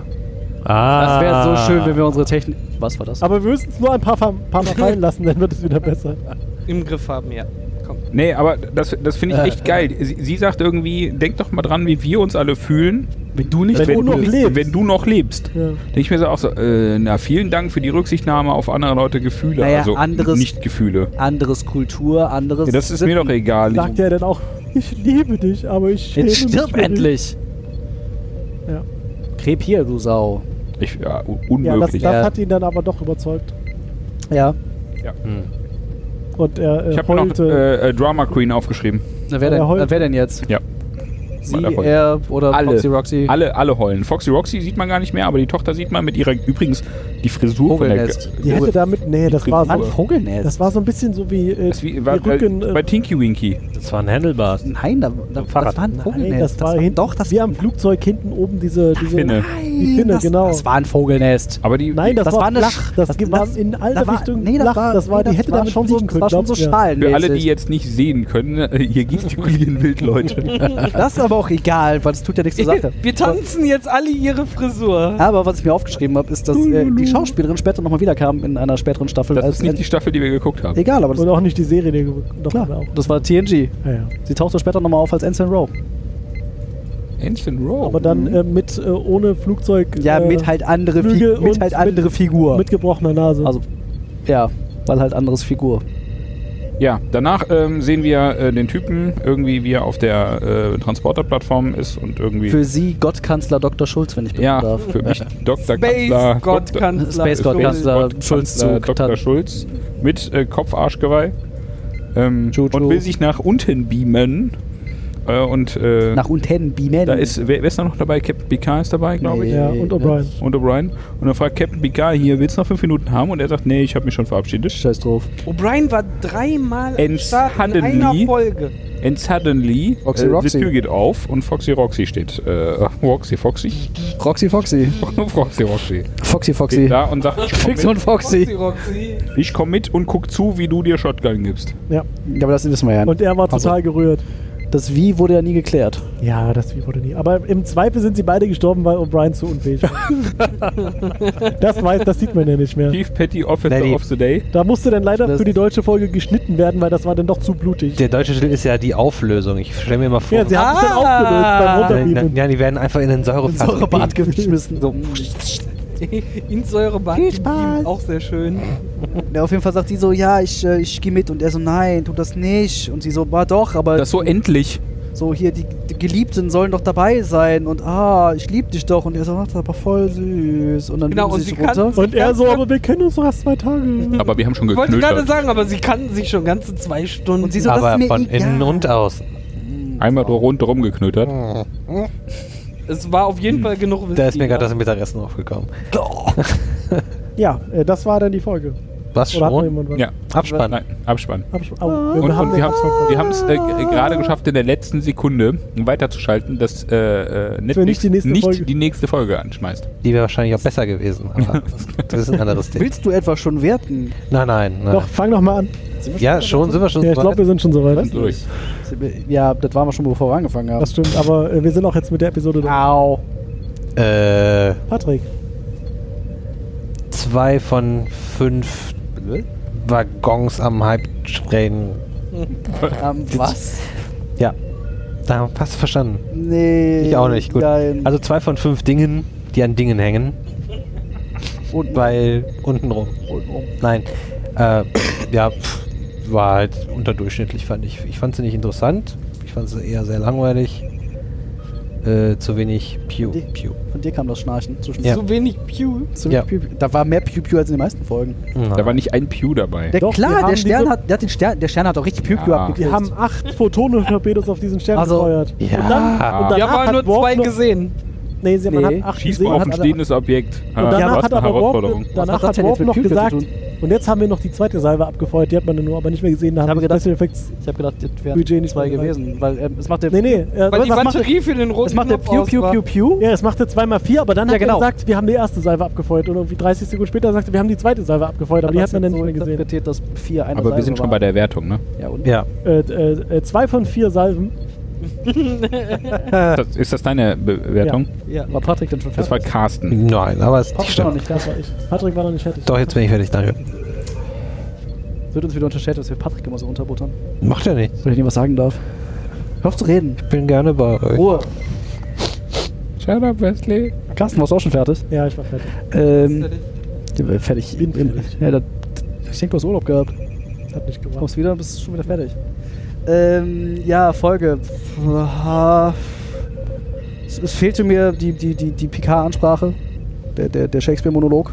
[SPEAKER 5] Ah.
[SPEAKER 3] Das wäre
[SPEAKER 4] Ah.
[SPEAKER 3] so schön, wenn wir unsere Technik. Was war das?
[SPEAKER 1] Aber wir müssen es nur ein paar, paar Mal fallen lassen, dann wird es wieder besser.
[SPEAKER 2] Im Griff haben, ja. Komm.
[SPEAKER 4] Nee, aber das, das finde ich echt geil. Sie, sie sagt irgendwie, denk doch mal dran, wie wir uns alle fühlen,
[SPEAKER 3] wenn du nicht
[SPEAKER 1] Wenn
[SPEAKER 4] wenn,
[SPEAKER 1] du noch
[SPEAKER 4] du,
[SPEAKER 1] lebst.
[SPEAKER 4] wenn du noch lebst.
[SPEAKER 1] Ja.
[SPEAKER 4] Denke ich mir so auch so, äh, na vielen Dank für die Rücksichtnahme auf andere Leute Gefühle,
[SPEAKER 3] Naja,
[SPEAKER 4] also
[SPEAKER 3] anderes-
[SPEAKER 4] nicht Gefühle.
[SPEAKER 3] anderes Kultur, anderes.
[SPEAKER 4] Ja, das ist mir doch egal.
[SPEAKER 1] Sagt er dann auch, ich liebe dich, aber ich schäme
[SPEAKER 3] Jetzt
[SPEAKER 1] mich
[SPEAKER 3] stirb
[SPEAKER 1] für dich.
[SPEAKER 3] endlich!
[SPEAKER 1] Ja.
[SPEAKER 3] Kreb hier, du Sau.
[SPEAKER 4] Ich, ja,
[SPEAKER 1] Ja,
[SPEAKER 4] un-
[SPEAKER 1] das,
[SPEAKER 4] unmöglich.
[SPEAKER 1] das
[SPEAKER 3] Ja.
[SPEAKER 1] hat ihn dann aber doch überzeugt.
[SPEAKER 3] Ja.
[SPEAKER 6] Hm.
[SPEAKER 1] Und er äh,
[SPEAKER 4] ich habe noch
[SPEAKER 1] heulte.
[SPEAKER 4] äh, äh, Drama Queen aufgeschrieben.
[SPEAKER 3] Na, wer,
[SPEAKER 1] Aber
[SPEAKER 3] denn,
[SPEAKER 1] er heult.
[SPEAKER 3] na, wer denn jetzt?
[SPEAKER 4] Ja.
[SPEAKER 3] Sie,
[SPEAKER 4] Mal davon.
[SPEAKER 3] er oder
[SPEAKER 4] Alle.
[SPEAKER 3] Foxy Roxy?
[SPEAKER 4] Alle, alle heulen. Foxy Roxy sieht man gar nicht mehr, aber die Tochter sieht man mit ihrer übrigens die Frisur
[SPEAKER 3] Vogelnest.
[SPEAKER 4] von
[SPEAKER 1] die
[SPEAKER 4] der.
[SPEAKER 1] hätte damit. Nee, das war,
[SPEAKER 4] Frisur.
[SPEAKER 1] so,
[SPEAKER 3] Vogelnest.
[SPEAKER 1] das war so ein bisschen so wie, äh,
[SPEAKER 4] Das wie, war,
[SPEAKER 1] die Rücken.
[SPEAKER 4] äh,
[SPEAKER 1] Äh,
[SPEAKER 4] bei Tinky Winky.
[SPEAKER 6] Das war ein Handelbart.
[SPEAKER 3] Nein, da, da, das
[SPEAKER 6] Fahrrad.
[SPEAKER 3] war ein Vogelnest.
[SPEAKER 1] nein, das war hinten.
[SPEAKER 3] doch, das
[SPEAKER 1] wie am Flugzeug hinten oben diese. diese
[SPEAKER 4] Finne.
[SPEAKER 1] Die Finne,
[SPEAKER 3] das,
[SPEAKER 1] genau.
[SPEAKER 3] Das war ein Vogelnest.
[SPEAKER 4] Aber die
[SPEAKER 1] Nein, das,
[SPEAKER 3] Das
[SPEAKER 1] war,
[SPEAKER 3] war eine
[SPEAKER 1] flach.
[SPEAKER 3] Sch-
[SPEAKER 1] Das,
[SPEAKER 3] das-
[SPEAKER 1] war
[SPEAKER 3] das-
[SPEAKER 1] in alle
[SPEAKER 3] da war-
[SPEAKER 1] Richtungen
[SPEAKER 3] nee, das
[SPEAKER 1] flach.
[SPEAKER 3] war-
[SPEAKER 1] das war,
[SPEAKER 3] nee,
[SPEAKER 1] die
[SPEAKER 3] das
[SPEAKER 1] hätte
[SPEAKER 3] war
[SPEAKER 1] damit
[SPEAKER 3] schon so-
[SPEAKER 1] fliegen
[SPEAKER 3] das
[SPEAKER 1] können,
[SPEAKER 3] war schon so
[SPEAKER 1] glaub ich, ja.
[SPEAKER 3] Strahlen-
[SPEAKER 4] für alle, die
[SPEAKER 3] mäßig.
[SPEAKER 4] jetzt nicht sehen können, äh, hier gestikulieren wild Leute.
[SPEAKER 3] Das ist aber auch egal, weil es tut ja nichts zur Sache.
[SPEAKER 2] Wir tanzen jetzt alle ihre Frisur.
[SPEAKER 3] Aber was ich mir aufgeschrieben habe, ist, dass äh, die Schauspielerin später nochmal wiederkam in einer späteren Staffel.
[SPEAKER 4] Das
[SPEAKER 3] als
[SPEAKER 4] ist nicht die Staffel, die wir geguckt haben.
[SPEAKER 3] egal, aber das,
[SPEAKER 1] Und auch nicht die Serie, die doch
[SPEAKER 3] klar,
[SPEAKER 1] auch.
[SPEAKER 3] das war TNG.
[SPEAKER 1] Ja, ja.
[SPEAKER 3] Sie tauchte später nochmal auf als Ensign Rowe.
[SPEAKER 4] Ancient Row.
[SPEAKER 1] Aber dann äh, mit äh, ohne Flugzeug.
[SPEAKER 3] Ja,
[SPEAKER 1] äh,
[SPEAKER 3] mit halt andere, Fi
[SPEAKER 1] Flügel
[SPEAKER 3] mit
[SPEAKER 1] und
[SPEAKER 3] halt andere Figur.
[SPEAKER 1] mit gebrochener Nase.
[SPEAKER 3] also, ja, weil halt anderes Figur.
[SPEAKER 4] Ja, danach ähm, sehen wir äh, den Typen irgendwie, wie er auf der äh, Transporterplattform ist und irgendwie.
[SPEAKER 3] Für sie Gottkanzler Dr. Schulz, wenn ich bitten
[SPEAKER 4] ja,
[SPEAKER 3] darf.
[SPEAKER 4] für mich Dr. Ah, Kanzler.
[SPEAKER 2] Base Gott
[SPEAKER 4] Dr.
[SPEAKER 2] Kanzler.
[SPEAKER 3] Space Gott Kanzler Schulz zu
[SPEAKER 4] Dr.
[SPEAKER 3] Tan-
[SPEAKER 4] Schulz mit äh, Kopfarschgeweih ähm,
[SPEAKER 3] Tschu, tschu.
[SPEAKER 4] und will sich nach unten beamen. Äh, und äh,
[SPEAKER 3] Nach unten beamen.
[SPEAKER 4] da ist, wer, wer ist da noch dabei? Captain Picard ist dabei, glaube ich.
[SPEAKER 1] äh, ja, und O'Brien.
[SPEAKER 4] Und O'Brien. Und dann fragt Captain Picard hier, willst du noch fünf Minuten haben? Und er sagt, nee, ich habe mich schon verabschiedet.
[SPEAKER 3] Scheiß drauf.
[SPEAKER 2] O'Brien war dreimal am
[SPEAKER 4] And
[SPEAKER 2] Start in
[SPEAKER 4] suddenly-
[SPEAKER 2] einer Folge.
[SPEAKER 4] And suddenly,
[SPEAKER 3] Foxy
[SPEAKER 4] äh, die
[SPEAKER 3] Roxy.
[SPEAKER 4] Tür geht auf und Foxy Roxy steht. Äh, Roxy Foxy.
[SPEAKER 3] Roxy Foxy.
[SPEAKER 4] Foxy Roxy.
[SPEAKER 3] Foxy
[SPEAKER 4] Steht
[SPEAKER 3] Foxy.
[SPEAKER 4] da und sagt, ich
[SPEAKER 3] Fix
[SPEAKER 4] komm
[SPEAKER 3] und
[SPEAKER 4] mit,
[SPEAKER 2] Roxy,
[SPEAKER 3] Foxy.
[SPEAKER 2] Roxy.
[SPEAKER 4] ich komm mit und guck zu, wie du dir Shotgun gibst.
[SPEAKER 1] ja.
[SPEAKER 3] Ja, aber das wissen wir ja.
[SPEAKER 1] Und er war
[SPEAKER 3] Also-
[SPEAKER 1] total gerührt.
[SPEAKER 3] Das Wie wurde ja nie geklärt.
[SPEAKER 1] Ja, das Video wurde nie. Aber im Zweifel sind sie beide gestorben, weil O'Brien zu unfähig war. das, weiß, das sieht man ja nicht mehr.
[SPEAKER 4] Chief Petty Officer
[SPEAKER 5] Lady.
[SPEAKER 4] of the Day.
[SPEAKER 1] Da musste dann leider
[SPEAKER 3] Das-
[SPEAKER 1] für die deutsche Folge geschnitten werden, weil das war dann doch zu blutig.
[SPEAKER 5] Der deutsche Titel ist ja die Auflösung. Ich stelle mir mal vor.
[SPEAKER 1] Ja, sie haben sich dann
[SPEAKER 2] Ah.
[SPEAKER 1] aufgelöst beim
[SPEAKER 5] Nein, nein,
[SPEAKER 1] Runterbieben.
[SPEAKER 5] nein, die werden einfach in den Säurefass
[SPEAKER 3] Säurebad
[SPEAKER 5] gebeamt.
[SPEAKER 3] geschmissen. So.
[SPEAKER 2] In Säurebad.
[SPEAKER 3] Viel
[SPEAKER 2] geblieben,
[SPEAKER 3] Spaß.
[SPEAKER 2] Auch sehr schön.
[SPEAKER 3] Ja, auf jeden Fall sagt sie so, ja, ich, äh, ich gehe mit. Und er so, nein, tu das nicht. Und sie so, war doch, aber
[SPEAKER 4] Das so endlich.
[SPEAKER 3] so hier, die, die Geliebten sollen doch dabei sein. Und ah, ich lieb dich doch. Und er so, ach, das ist aber voll süß. Und dann
[SPEAKER 2] Genau,
[SPEAKER 3] lieben
[SPEAKER 2] und
[SPEAKER 3] sie sich
[SPEAKER 2] sie kann-
[SPEAKER 3] runter.
[SPEAKER 1] Und er so, aber wir kennen uns doch erst zwei Tage.
[SPEAKER 4] Aber wir haben schon
[SPEAKER 2] Ich wollte gerade
[SPEAKER 4] geknötet.
[SPEAKER 2] sagen, aber sie kannten sich schon ganze zwei Stunden.
[SPEAKER 3] Und sie so- das
[SPEAKER 5] Aber
[SPEAKER 3] ist mir
[SPEAKER 5] von
[SPEAKER 3] egal.
[SPEAKER 5] innen und außen.
[SPEAKER 4] Einmal rundherum geknötet.
[SPEAKER 2] es war auf jeden Fall genug Whisky.
[SPEAKER 5] Da ist mir gerade das Mittagessen aufgekommen.
[SPEAKER 1] Ja, äh, das war dann die Folge.
[SPEAKER 5] Was
[SPEAKER 1] Oder hat noch
[SPEAKER 5] schon?
[SPEAKER 1] jemand was?
[SPEAKER 4] Ja,
[SPEAKER 5] Abspann.
[SPEAKER 4] nein, Abspann.
[SPEAKER 1] Absch- Au,
[SPEAKER 4] Und, und
[SPEAKER 1] oh, den-
[SPEAKER 4] wir haben es äh, g- gerade geschafft, in der letzten Sekunde weiterzuschalten, dass äh, äh,
[SPEAKER 1] nicht
[SPEAKER 4] Netflix
[SPEAKER 1] die nächste Folge.
[SPEAKER 4] die nächste Folge anschmeißt.
[SPEAKER 5] Die wäre wahrscheinlich auch besser gewesen. Aber das ist ein anderes Ding.
[SPEAKER 3] Willst du etwa schon werten?
[SPEAKER 5] Nein, nein, nein.
[SPEAKER 1] Doch, fang noch mal an.
[SPEAKER 5] Ja, schon, sind wir schon
[SPEAKER 1] Ja, ich
[SPEAKER 5] so
[SPEAKER 1] glaube, wir
[SPEAKER 5] weit.
[SPEAKER 1] sind schon soweit.
[SPEAKER 4] So durch.
[SPEAKER 3] Ja, das waren wir schon, bevor wir angefangen haben.
[SPEAKER 1] Das stimmt, aber äh, wir sind auch jetzt mit der Episode durch.
[SPEAKER 3] Au.
[SPEAKER 5] Äh,
[SPEAKER 1] Patrick,
[SPEAKER 5] zwei von fünf Waggons am Hype-Train.
[SPEAKER 3] Ähm, was?
[SPEAKER 5] Ja. Da hast du verstanden.
[SPEAKER 3] Nee.
[SPEAKER 5] Ich auch nicht. Gut.
[SPEAKER 3] Nein.
[SPEAKER 5] Also zwei von fünf Dingen, die an Dingen hängen,
[SPEAKER 3] und
[SPEAKER 5] weil unten rum. Nein. Äh, ja, pff, war halt unterdurchschnittlich, fand ich. Ich fand sie nicht interessant. Ich fand sie eher sehr langweilig. äh, zu wenig Pew.
[SPEAKER 3] Die-
[SPEAKER 5] Pew.
[SPEAKER 3] Von dir kam das Schnarchen zwischen
[SPEAKER 5] Ja.
[SPEAKER 2] So wenig Pew.
[SPEAKER 3] zu
[SPEAKER 5] Ja.
[SPEAKER 3] Pew, Pew. Da war mehr Pew Pew als in den meisten Folgen.
[SPEAKER 4] Da war nicht ein Pew dabei.
[SPEAKER 3] Der,
[SPEAKER 1] Doch, wir
[SPEAKER 3] klar,
[SPEAKER 1] haben
[SPEAKER 3] der Stern
[SPEAKER 1] diese-
[SPEAKER 3] hat, der hat den Stern, der Stern hat auch richtig Pew Pew
[SPEAKER 4] Ja.
[SPEAKER 1] Die
[SPEAKER 3] abgekriegt.
[SPEAKER 1] haben acht Photonen-Torpedos auf diesen Stern
[SPEAKER 3] Also,
[SPEAKER 1] gefeuert.
[SPEAKER 3] ja.
[SPEAKER 1] Und dann, und
[SPEAKER 4] Wir
[SPEAKER 2] Wir haben
[SPEAKER 1] danach
[SPEAKER 2] aber
[SPEAKER 1] hat
[SPEAKER 3] halt
[SPEAKER 2] nur
[SPEAKER 1] Warp
[SPEAKER 2] zwei
[SPEAKER 1] noch-
[SPEAKER 2] gesehen.
[SPEAKER 1] Nee, sie haben
[SPEAKER 3] Nee.
[SPEAKER 1] danach acht
[SPEAKER 4] Schieß
[SPEAKER 1] gesehen.
[SPEAKER 4] mal auf
[SPEAKER 1] hat
[SPEAKER 4] ein
[SPEAKER 1] alle-
[SPEAKER 4] stehendes Objekt. Ah,
[SPEAKER 1] Und
[SPEAKER 4] du
[SPEAKER 1] danach
[SPEAKER 4] hast
[SPEAKER 1] hat
[SPEAKER 4] eine
[SPEAKER 1] aber Warp,
[SPEAKER 4] Herausforderung.
[SPEAKER 1] danach
[SPEAKER 3] Was hat
[SPEAKER 1] hat
[SPEAKER 3] das
[SPEAKER 1] Warp
[SPEAKER 3] denn
[SPEAKER 1] noch
[SPEAKER 3] jetzt mit Pew Pew
[SPEAKER 1] gesagt,
[SPEAKER 3] zu
[SPEAKER 1] und jetzt haben wir noch die zweite Salve abgefeuert, die hat man dann nur aber nicht mehr gesehen. Da
[SPEAKER 3] Ich
[SPEAKER 1] haben
[SPEAKER 3] habe
[SPEAKER 1] die
[SPEAKER 3] gedacht-
[SPEAKER 1] Special Effects.
[SPEAKER 3] Ich habe gedacht, das
[SPEAKER 1] Budget
[SPEAKER 3] wären
[SPEAKER 1] nicht
[SPEAKER 3] zwei
[SPEAKER 1] mehr bereit.
[SPEAKER 3] gewesen, weil ähm, es macht der
[SPEAKER 1] Nee, nee. Äh,
[SPEAKER 2] Weil die
[SPEAKER 1] was macht er?
[SPEAKER 2] Batterie für den roten
[SPEAKER 3] es macht der
[SPEAKER 2] Knopf
[SPEAKER 3] Pew
[SPEAKER 2] aus
[SPEAKER 3] Pew
[SPEAKER 2] war.
[SPEAKER 3] Pew Pew.
[SPEAKER 1] Ja, es machte zweimal vier, aber dann
[SPEAKER 3] Ja,
[SPEAKER 1] hat
[SPEAKER 3] genau.
[SPEAKER 1] er gesagt, wir haben die erste Salve abgefeuert und irgendwie 30 Sekunden später sagte, wir haben die zweite Salve abgefeuert, aber die hat man dann
[SPEAKER 3] so
[SPEAKER 1] nicht mehr gesehen.
[SPEAKER 3] interpretiert, dass vier eine
[SPEAKER 4] Aber wir sind schon bei der Wertung, ne?
[SPEAKER 3] der. Ja, und
[SPEAKER 5] Ja.
[SPEAKER 1] Äh, äh, äh, zwei von vier Salven.
[SPEAKER 4] Das, ist das deine Bewertung?
[SPEAKER 3] ja, war Patrick dann schon fertig?
[SPEAKER 4] Das war
[SPEAKER 1] Mhm.
[SPEAKER 4] Carsten.
[SPEAKER 5] Nein, aber es
[SPEAKER 3] Patrick war noch
[SPEAKER 5] stimmt.
[SPEAKER 3] nicht da.
[SPEAKER 1] Das war ich. Patrick war noch nicht fertig.
[SPEAKER 5] Doch, jetzt bin ich fertig, danke.
[SPEAKER 3] Es wird uns wieder unterstellt, dass wir Patrick immer so unterbuttern.
[SPEAKER 5] Macht ja nichts.
[SPEAKER 3] Wenn ich ihm was sagen darf. Hör auf zu reden.
[SPEAKER 5] Ich bin gerne bei euch.
[SPEAKER 3] Ruhe.
[SPEAKER 4] Shut up, Wesley.
[SPEAKER 3] Carsten, warst du auch schon fertig?
[SPEAKER 1] Ja, ich war fertig.
[SPEAKER 3] Ähm, fertig. fertig.
[SPEAKER 1] Bin
[SPEAKER 3] Im-
[SPEAKER 1] fertig.
[SPEAKER 3] Ja, da, ich denke, du hast Urlaub gehabt.
[SPEAKER 1] Hat nicht gemacht.
[SPEAKER 3] Kommst wieder, bist schon wieder fertig. Ähm, ja, Folge. Aha. Es, es fehlte mir die, die, die, die PK-Ansprache, der, der, der Shakespeare-Monolog.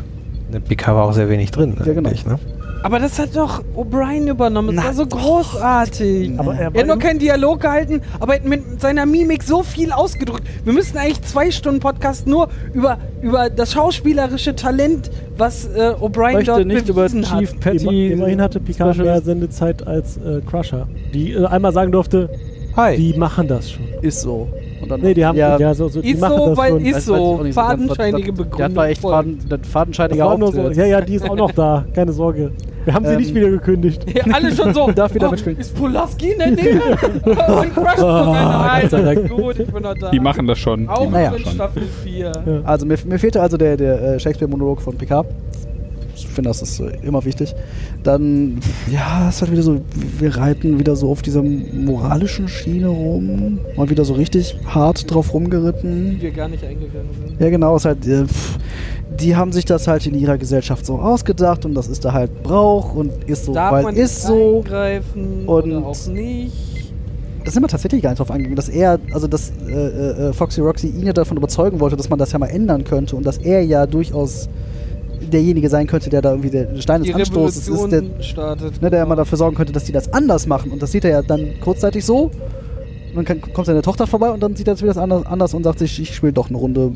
[SPEAKER 5] Der PK war auch sehr wenig drin.
[SPEAKER 3] Ja, genau.
[SPEAKER 5] eigentlich, ne?
[SPEAKER 2] Aber das hat doch O'Brien übernommen. Das war so großartig.
[SPEAKER 1] Aber er
[SPEAKER 2] Er hat
[SPEAKER 1] war
[SPEAKER 2] noch keinen Dialog gehalten, aber er hat mit seiner Mimik so viel ausgedrückt. Wir müssen eigentlich zwei Stunden Podcast nur über, über das schauspielerische Talent, was äh, O'Brien dort bewiesen hat.
[SPEAKER 1] Immer, immerhin hatte Picard mehr Sendezeit als äh, Crusher, die äh, einmal sagen durfte,
[SPEAKER 5] Hi.
[SPEAKER 1] die machen das schon.
[SPEAKER 3] ist so. Und dann
[SPEAKER 1] Nee, die haben
[SPEAKER 3] ja,
[SPEAKER 1] ja, so, so die
[SPEAKER 2] Ist
[SPEAKER 1] machen
[SPEAKER 2] so,
[SPEAKER 1] das
[SPEAKER 2] weil
[SPEAKER 1] schon.
[SPEAKER 2] ist-
[SPEAKER 3] weiß- weiß ich auch nicht so ganz, was-
[SPEAKER 2] fadenscheinige
[SPEAKER 3] was-
[SPEAKER 2] Begründung
[SPEAKER 3] Der war echt
[SPEAKER 2] folgt.
[SPEAKER 3] faden, das
[SPEAKER 1] das
[SPEAKER 3] fadenscheiniger
[SPEAKER 1] war nur so.
[SPEAKER 3] Auftritt.
[SPEAKER 1] Ja, ja, die ist auch noch da, keine Sorge. Wir haben sie
[SPEAKER 3] Ähm,
[SPEAKER 1] nicht wieder gekündigt.
[SPEAKER 2] Ja, alle schon so.
[SPEAKER 3] Darf wieder
[SPEAKER 2] oh,
[SPEAKER 3] mitspielen.
[SPEAKER 2] Ist Polaski in der Nähe? Und Crush oh,
[SPEAKER 3] Gott sei
[SPEAKER 2] Nein,
[SPEAKER 3] Dank.
[SPEAKER 2] gut, ich bin noch da.
[SPEAKER 4] Die machen das schon.
[SPEAKER 2] auch
[SPEAKER 4] die
[SPEAKER 3] naja.
[SPEAKER 4] machen
[SPEAKER 2] in Staffel 4.
[SPEAKER 3] Also mir, mir fehlte also der, der äh, Shakespeare-Monolog von Picard. Ich finde, das ist äh, immer wichtig. Dann, ja, es hat wieder so, wir reiten wieder so auf dieser moralischen Schiene rum. Mal wieder so richtig hart drauf rumgeritten.
[SPEAKER 2] Die wir gar nicht eingegangen sind.
[SPEAKER 3] Ja, genau, ist halt, äh, pff, die haben sich das halt in ihrer Gesellschaft so ausgedacht und das ist da halt Brauch und ist so,
[SPEAKER 2] Darf
[SPEAKER 3] weil
[SPEAKER 2] man
[SPEAKER 3] ist
[SPEAKER 2] nicht
[SPEAKER 3] so.
[SPEAKER 2] eingreifen
[SPEAKER 3] Und-
[SPEAKER 2] oder auch nicht?
[SPEAKER 3] Da sind wir tatsächlich gar nicht drauf angegangen, dass er, also dass äh, äh, Foxy Roxy ihn ja davon überzeugen wollte, dass man das ja mal ändern könnte und dass er ja durchaus derjenige sein könnte, der da irgendwie der Stein
[SPEAKER 2] Die
[SPEAKER 3] des Anstoßes ist, der,
[SPEAKER 2] Revolution startet.
[SPEAKER 3] ne, der immer dafür sorgen könnte, dass die das anders machen. Und das sieht er ja dann kurzzeitig so. Und dann kann, kommt seine Tochter vorbei und dann sieht er das wieder anders, anders und sagt sich, ich spiele doch eine Runde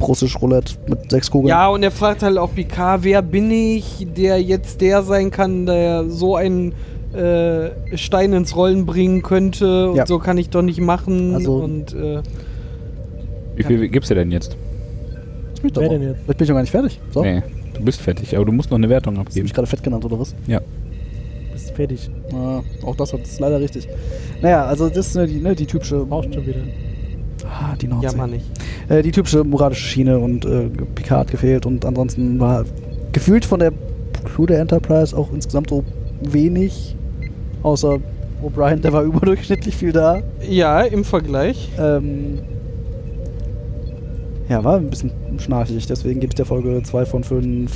[SPEAKER 3] russisch Roulette mit sechs Kugeln.
[SPEAKER 2] Ja, und er fragt halt auch Picard, wer bin ich, der jetzt der sein kann, der so einen äh, Stein ins Rollen bringen könnte und
[SPEAKER 3] Ja.
[SPEAKER 2] so kann ich doch nicht machen.
[SPEAKER 3] Also-
[SPEAKER 2] und äh,
[SPEAKER 4] Wie viel gibst du denn jetzt?
[SPEAKER 3] das bin ich doch
[SPEAKER 1] Wer
[SPEAKER 3] noch.
[SPEAKER 1] denn jetzt?
[SPEAKER 3] Ich bin ich doch gar nicht fertig. So.
[SPEAKER 4] Nee, du bist fertig, aber du musst noch eine Wertung
[SPEAKER 3] Hast du
[SPEAKER 4] abgeben.
[SPEAKER 3] mich gerade fett genannt oder was?
[SPEAKER 4] Ja.
[SPEAKER 1] Bist fertig.
[SPEAKER 3] Ja, auch das ist leider richtig. Naja, also das ist ne, die, ne, die typische.
[SPEAKER 1] Brauchst schon wieder.
[SPEAKER 3] Ah, die Nordsee.
[SPEAKER 2] ja, man nicht.
[SPEAKER 3] äh, die typische moralische Schiene und äh, Picard hat gefehlt und ansonsten war gefühlt von der Crew der Enterprise auch insgesamt so wenig, außer O'Brien, der war überdurchschnittlich viel da.
[SPEAKER 2] Ja, im Vergleich.
[SPEAKER 3] Ähm, ja, war ein bisschen schnarchig, deswegen gebe ich der Folge 2 von 5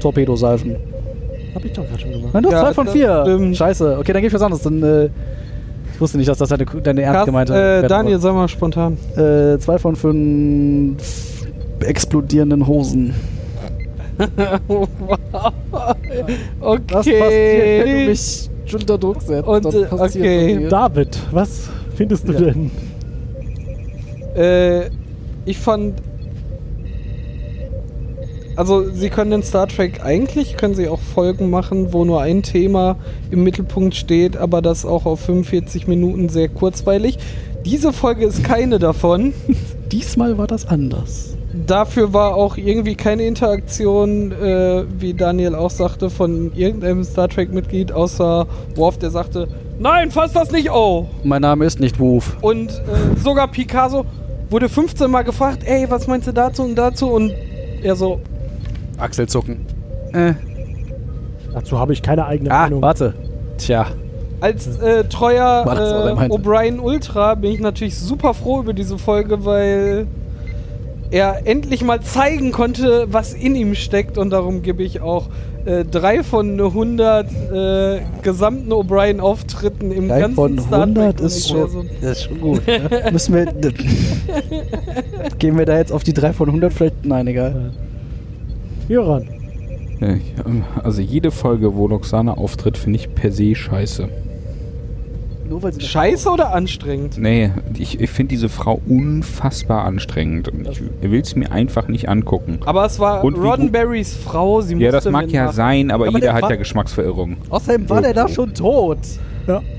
[SPEAKER 3] Torpedosalven.
[SPEAKER 1] Hab ich doch gerade schon gemacht.
[SPEAKER 3] Nein, doch,
[SPEAKER 2] Ja,
[SPEAKER 3] 2 von
[SPEAKER 2] das
[SPEAKER 3] 4.
[SPEAKER 2] stimmt.
[SPEAKER 3] Scheiße, okay, dann gebe ich was anderes. Dann, äh, ich wusste nicht, dass das deine, deine ernst
[SPEAKER 2] Carsten-
[SPEAKER 3] gemeinte
[SPEAKER 2] äh,
[SPEAKER 3] Wertung war.
[SPEAKER 2] Daniel, sag mal spontan.
[SPEAKER 3] Äh, zwei von fünf explodierenden Hosen. Was passiert, wenn du
[SPEAKER 2] okay.
[SPEAKER 3] mich unter Druck setzt?
[SPEAKER 2] Und,
[SPEAKER 3] Das
[SPEAKER 2] äh,
[SPEAKER 3] passiert
[SPEAKER 2] okay.
[SPEAKER 3] bei mir.
[SPEAKER 1] David, was findest du
[SPEAKER 3] Ja.
[SPEAKER 1] denn?
[SPEAKER 2] Äh, ich fand. Also, sie können in Star Trek eigentlich, können sie auch Folgen machen, wo nur ein Thema im Mittelpunkt steht, aber das auch auf 45 Minuten sehr kurzweilig. Diese Folge ist keine davon.
[SPEAKER 3] Diesmal war das anders.
[SPEAKER 2] Dafür war auch irgendwie keine Interaktion, äh, wie Daniel auch sagte, von irgendeinem Star Trek-Mitglied, außer Worf, der sagte, nein, fass das nicht, oh!
[SPEAKER 3] Mein Name ist nicht Woof.
[SPEAKER 2] Und äh, sogar Picasso wurde 15 Mal gefragt, ey, was meinst du dazu und dazu? Und er so,
[SPEAKER 3] Achselzucken. Äh,
[SPEAKER 1] Dazu habe ich keine eigene
[SPEAKER 3] ah,
[SPEAKER 1] Meinung.
[SPEAKER 3] warte. Tja.
[SPEAKER 2] als äh, treuer
[SPEAKER 3] War das, was er
[SPEAKER 2] äh,
[SPEAKER 3] meinte?
[SPEAKER 2] O'Brien Ultra bin ich natürlich super froh über diese Folge, weil er endlich mal zeigen konnte, was in ihm steckt. Und darum gebe ich auch äh, äh, drei von 100 äh, gesamten O'Brien-Auftritten im
[SPEAKER 3] Drei
[SPEAKER 2] ganzen
[SPEAKER 3] von
[SPEAKER 2] Star
[SPEAKER 3] 100
[SPEAKER 2] Trek
[SPEAKER 3] ist
[SPEAKER 2] Universum.
[SPEAKER 3] schon, das ist schon gut. Ne? Müssen wir. Gehen wir da jetzt auf die 3 von 100 vielleicht? Nein, egal.
[SPEAKER 1] Jöran,
[SPEAKER 4] Äh, Also jede Folge, wo Loxana auftritt, finde ich per se scheiße.
[SPEAKER 3] Nur weil sie
[SPEAKER 2] Scheiße oder anstrengend?
[SPEAKER 4] Nee, ich, ich finde diese Frau unfassbar anstrengend. Und Ich will es mir einfach nicht angucken.
[SPEAKER 2] Aber es war
[SPEAKER 4] Und wie gut-
[SPEAKER 2] Roddenberrys Frau, sie
[SPEAKER 4] Ja, das
[SPEAKER 2] musste
[SPEAKER 4] mag ja
[SPEAKER 2] mitmachen.
[SPEAKER 4] sein, aber,
[SPEAKER 3] Aber
[SPEAKER 4] jeder
[SPEAKER 3] der
[SPEAKER 4] hat
[SPEAKER 3] war-
[SPEAKER 4] ja Geschmacksverirrung.
[SPEAKER 3] Außerdem war der da schon tot.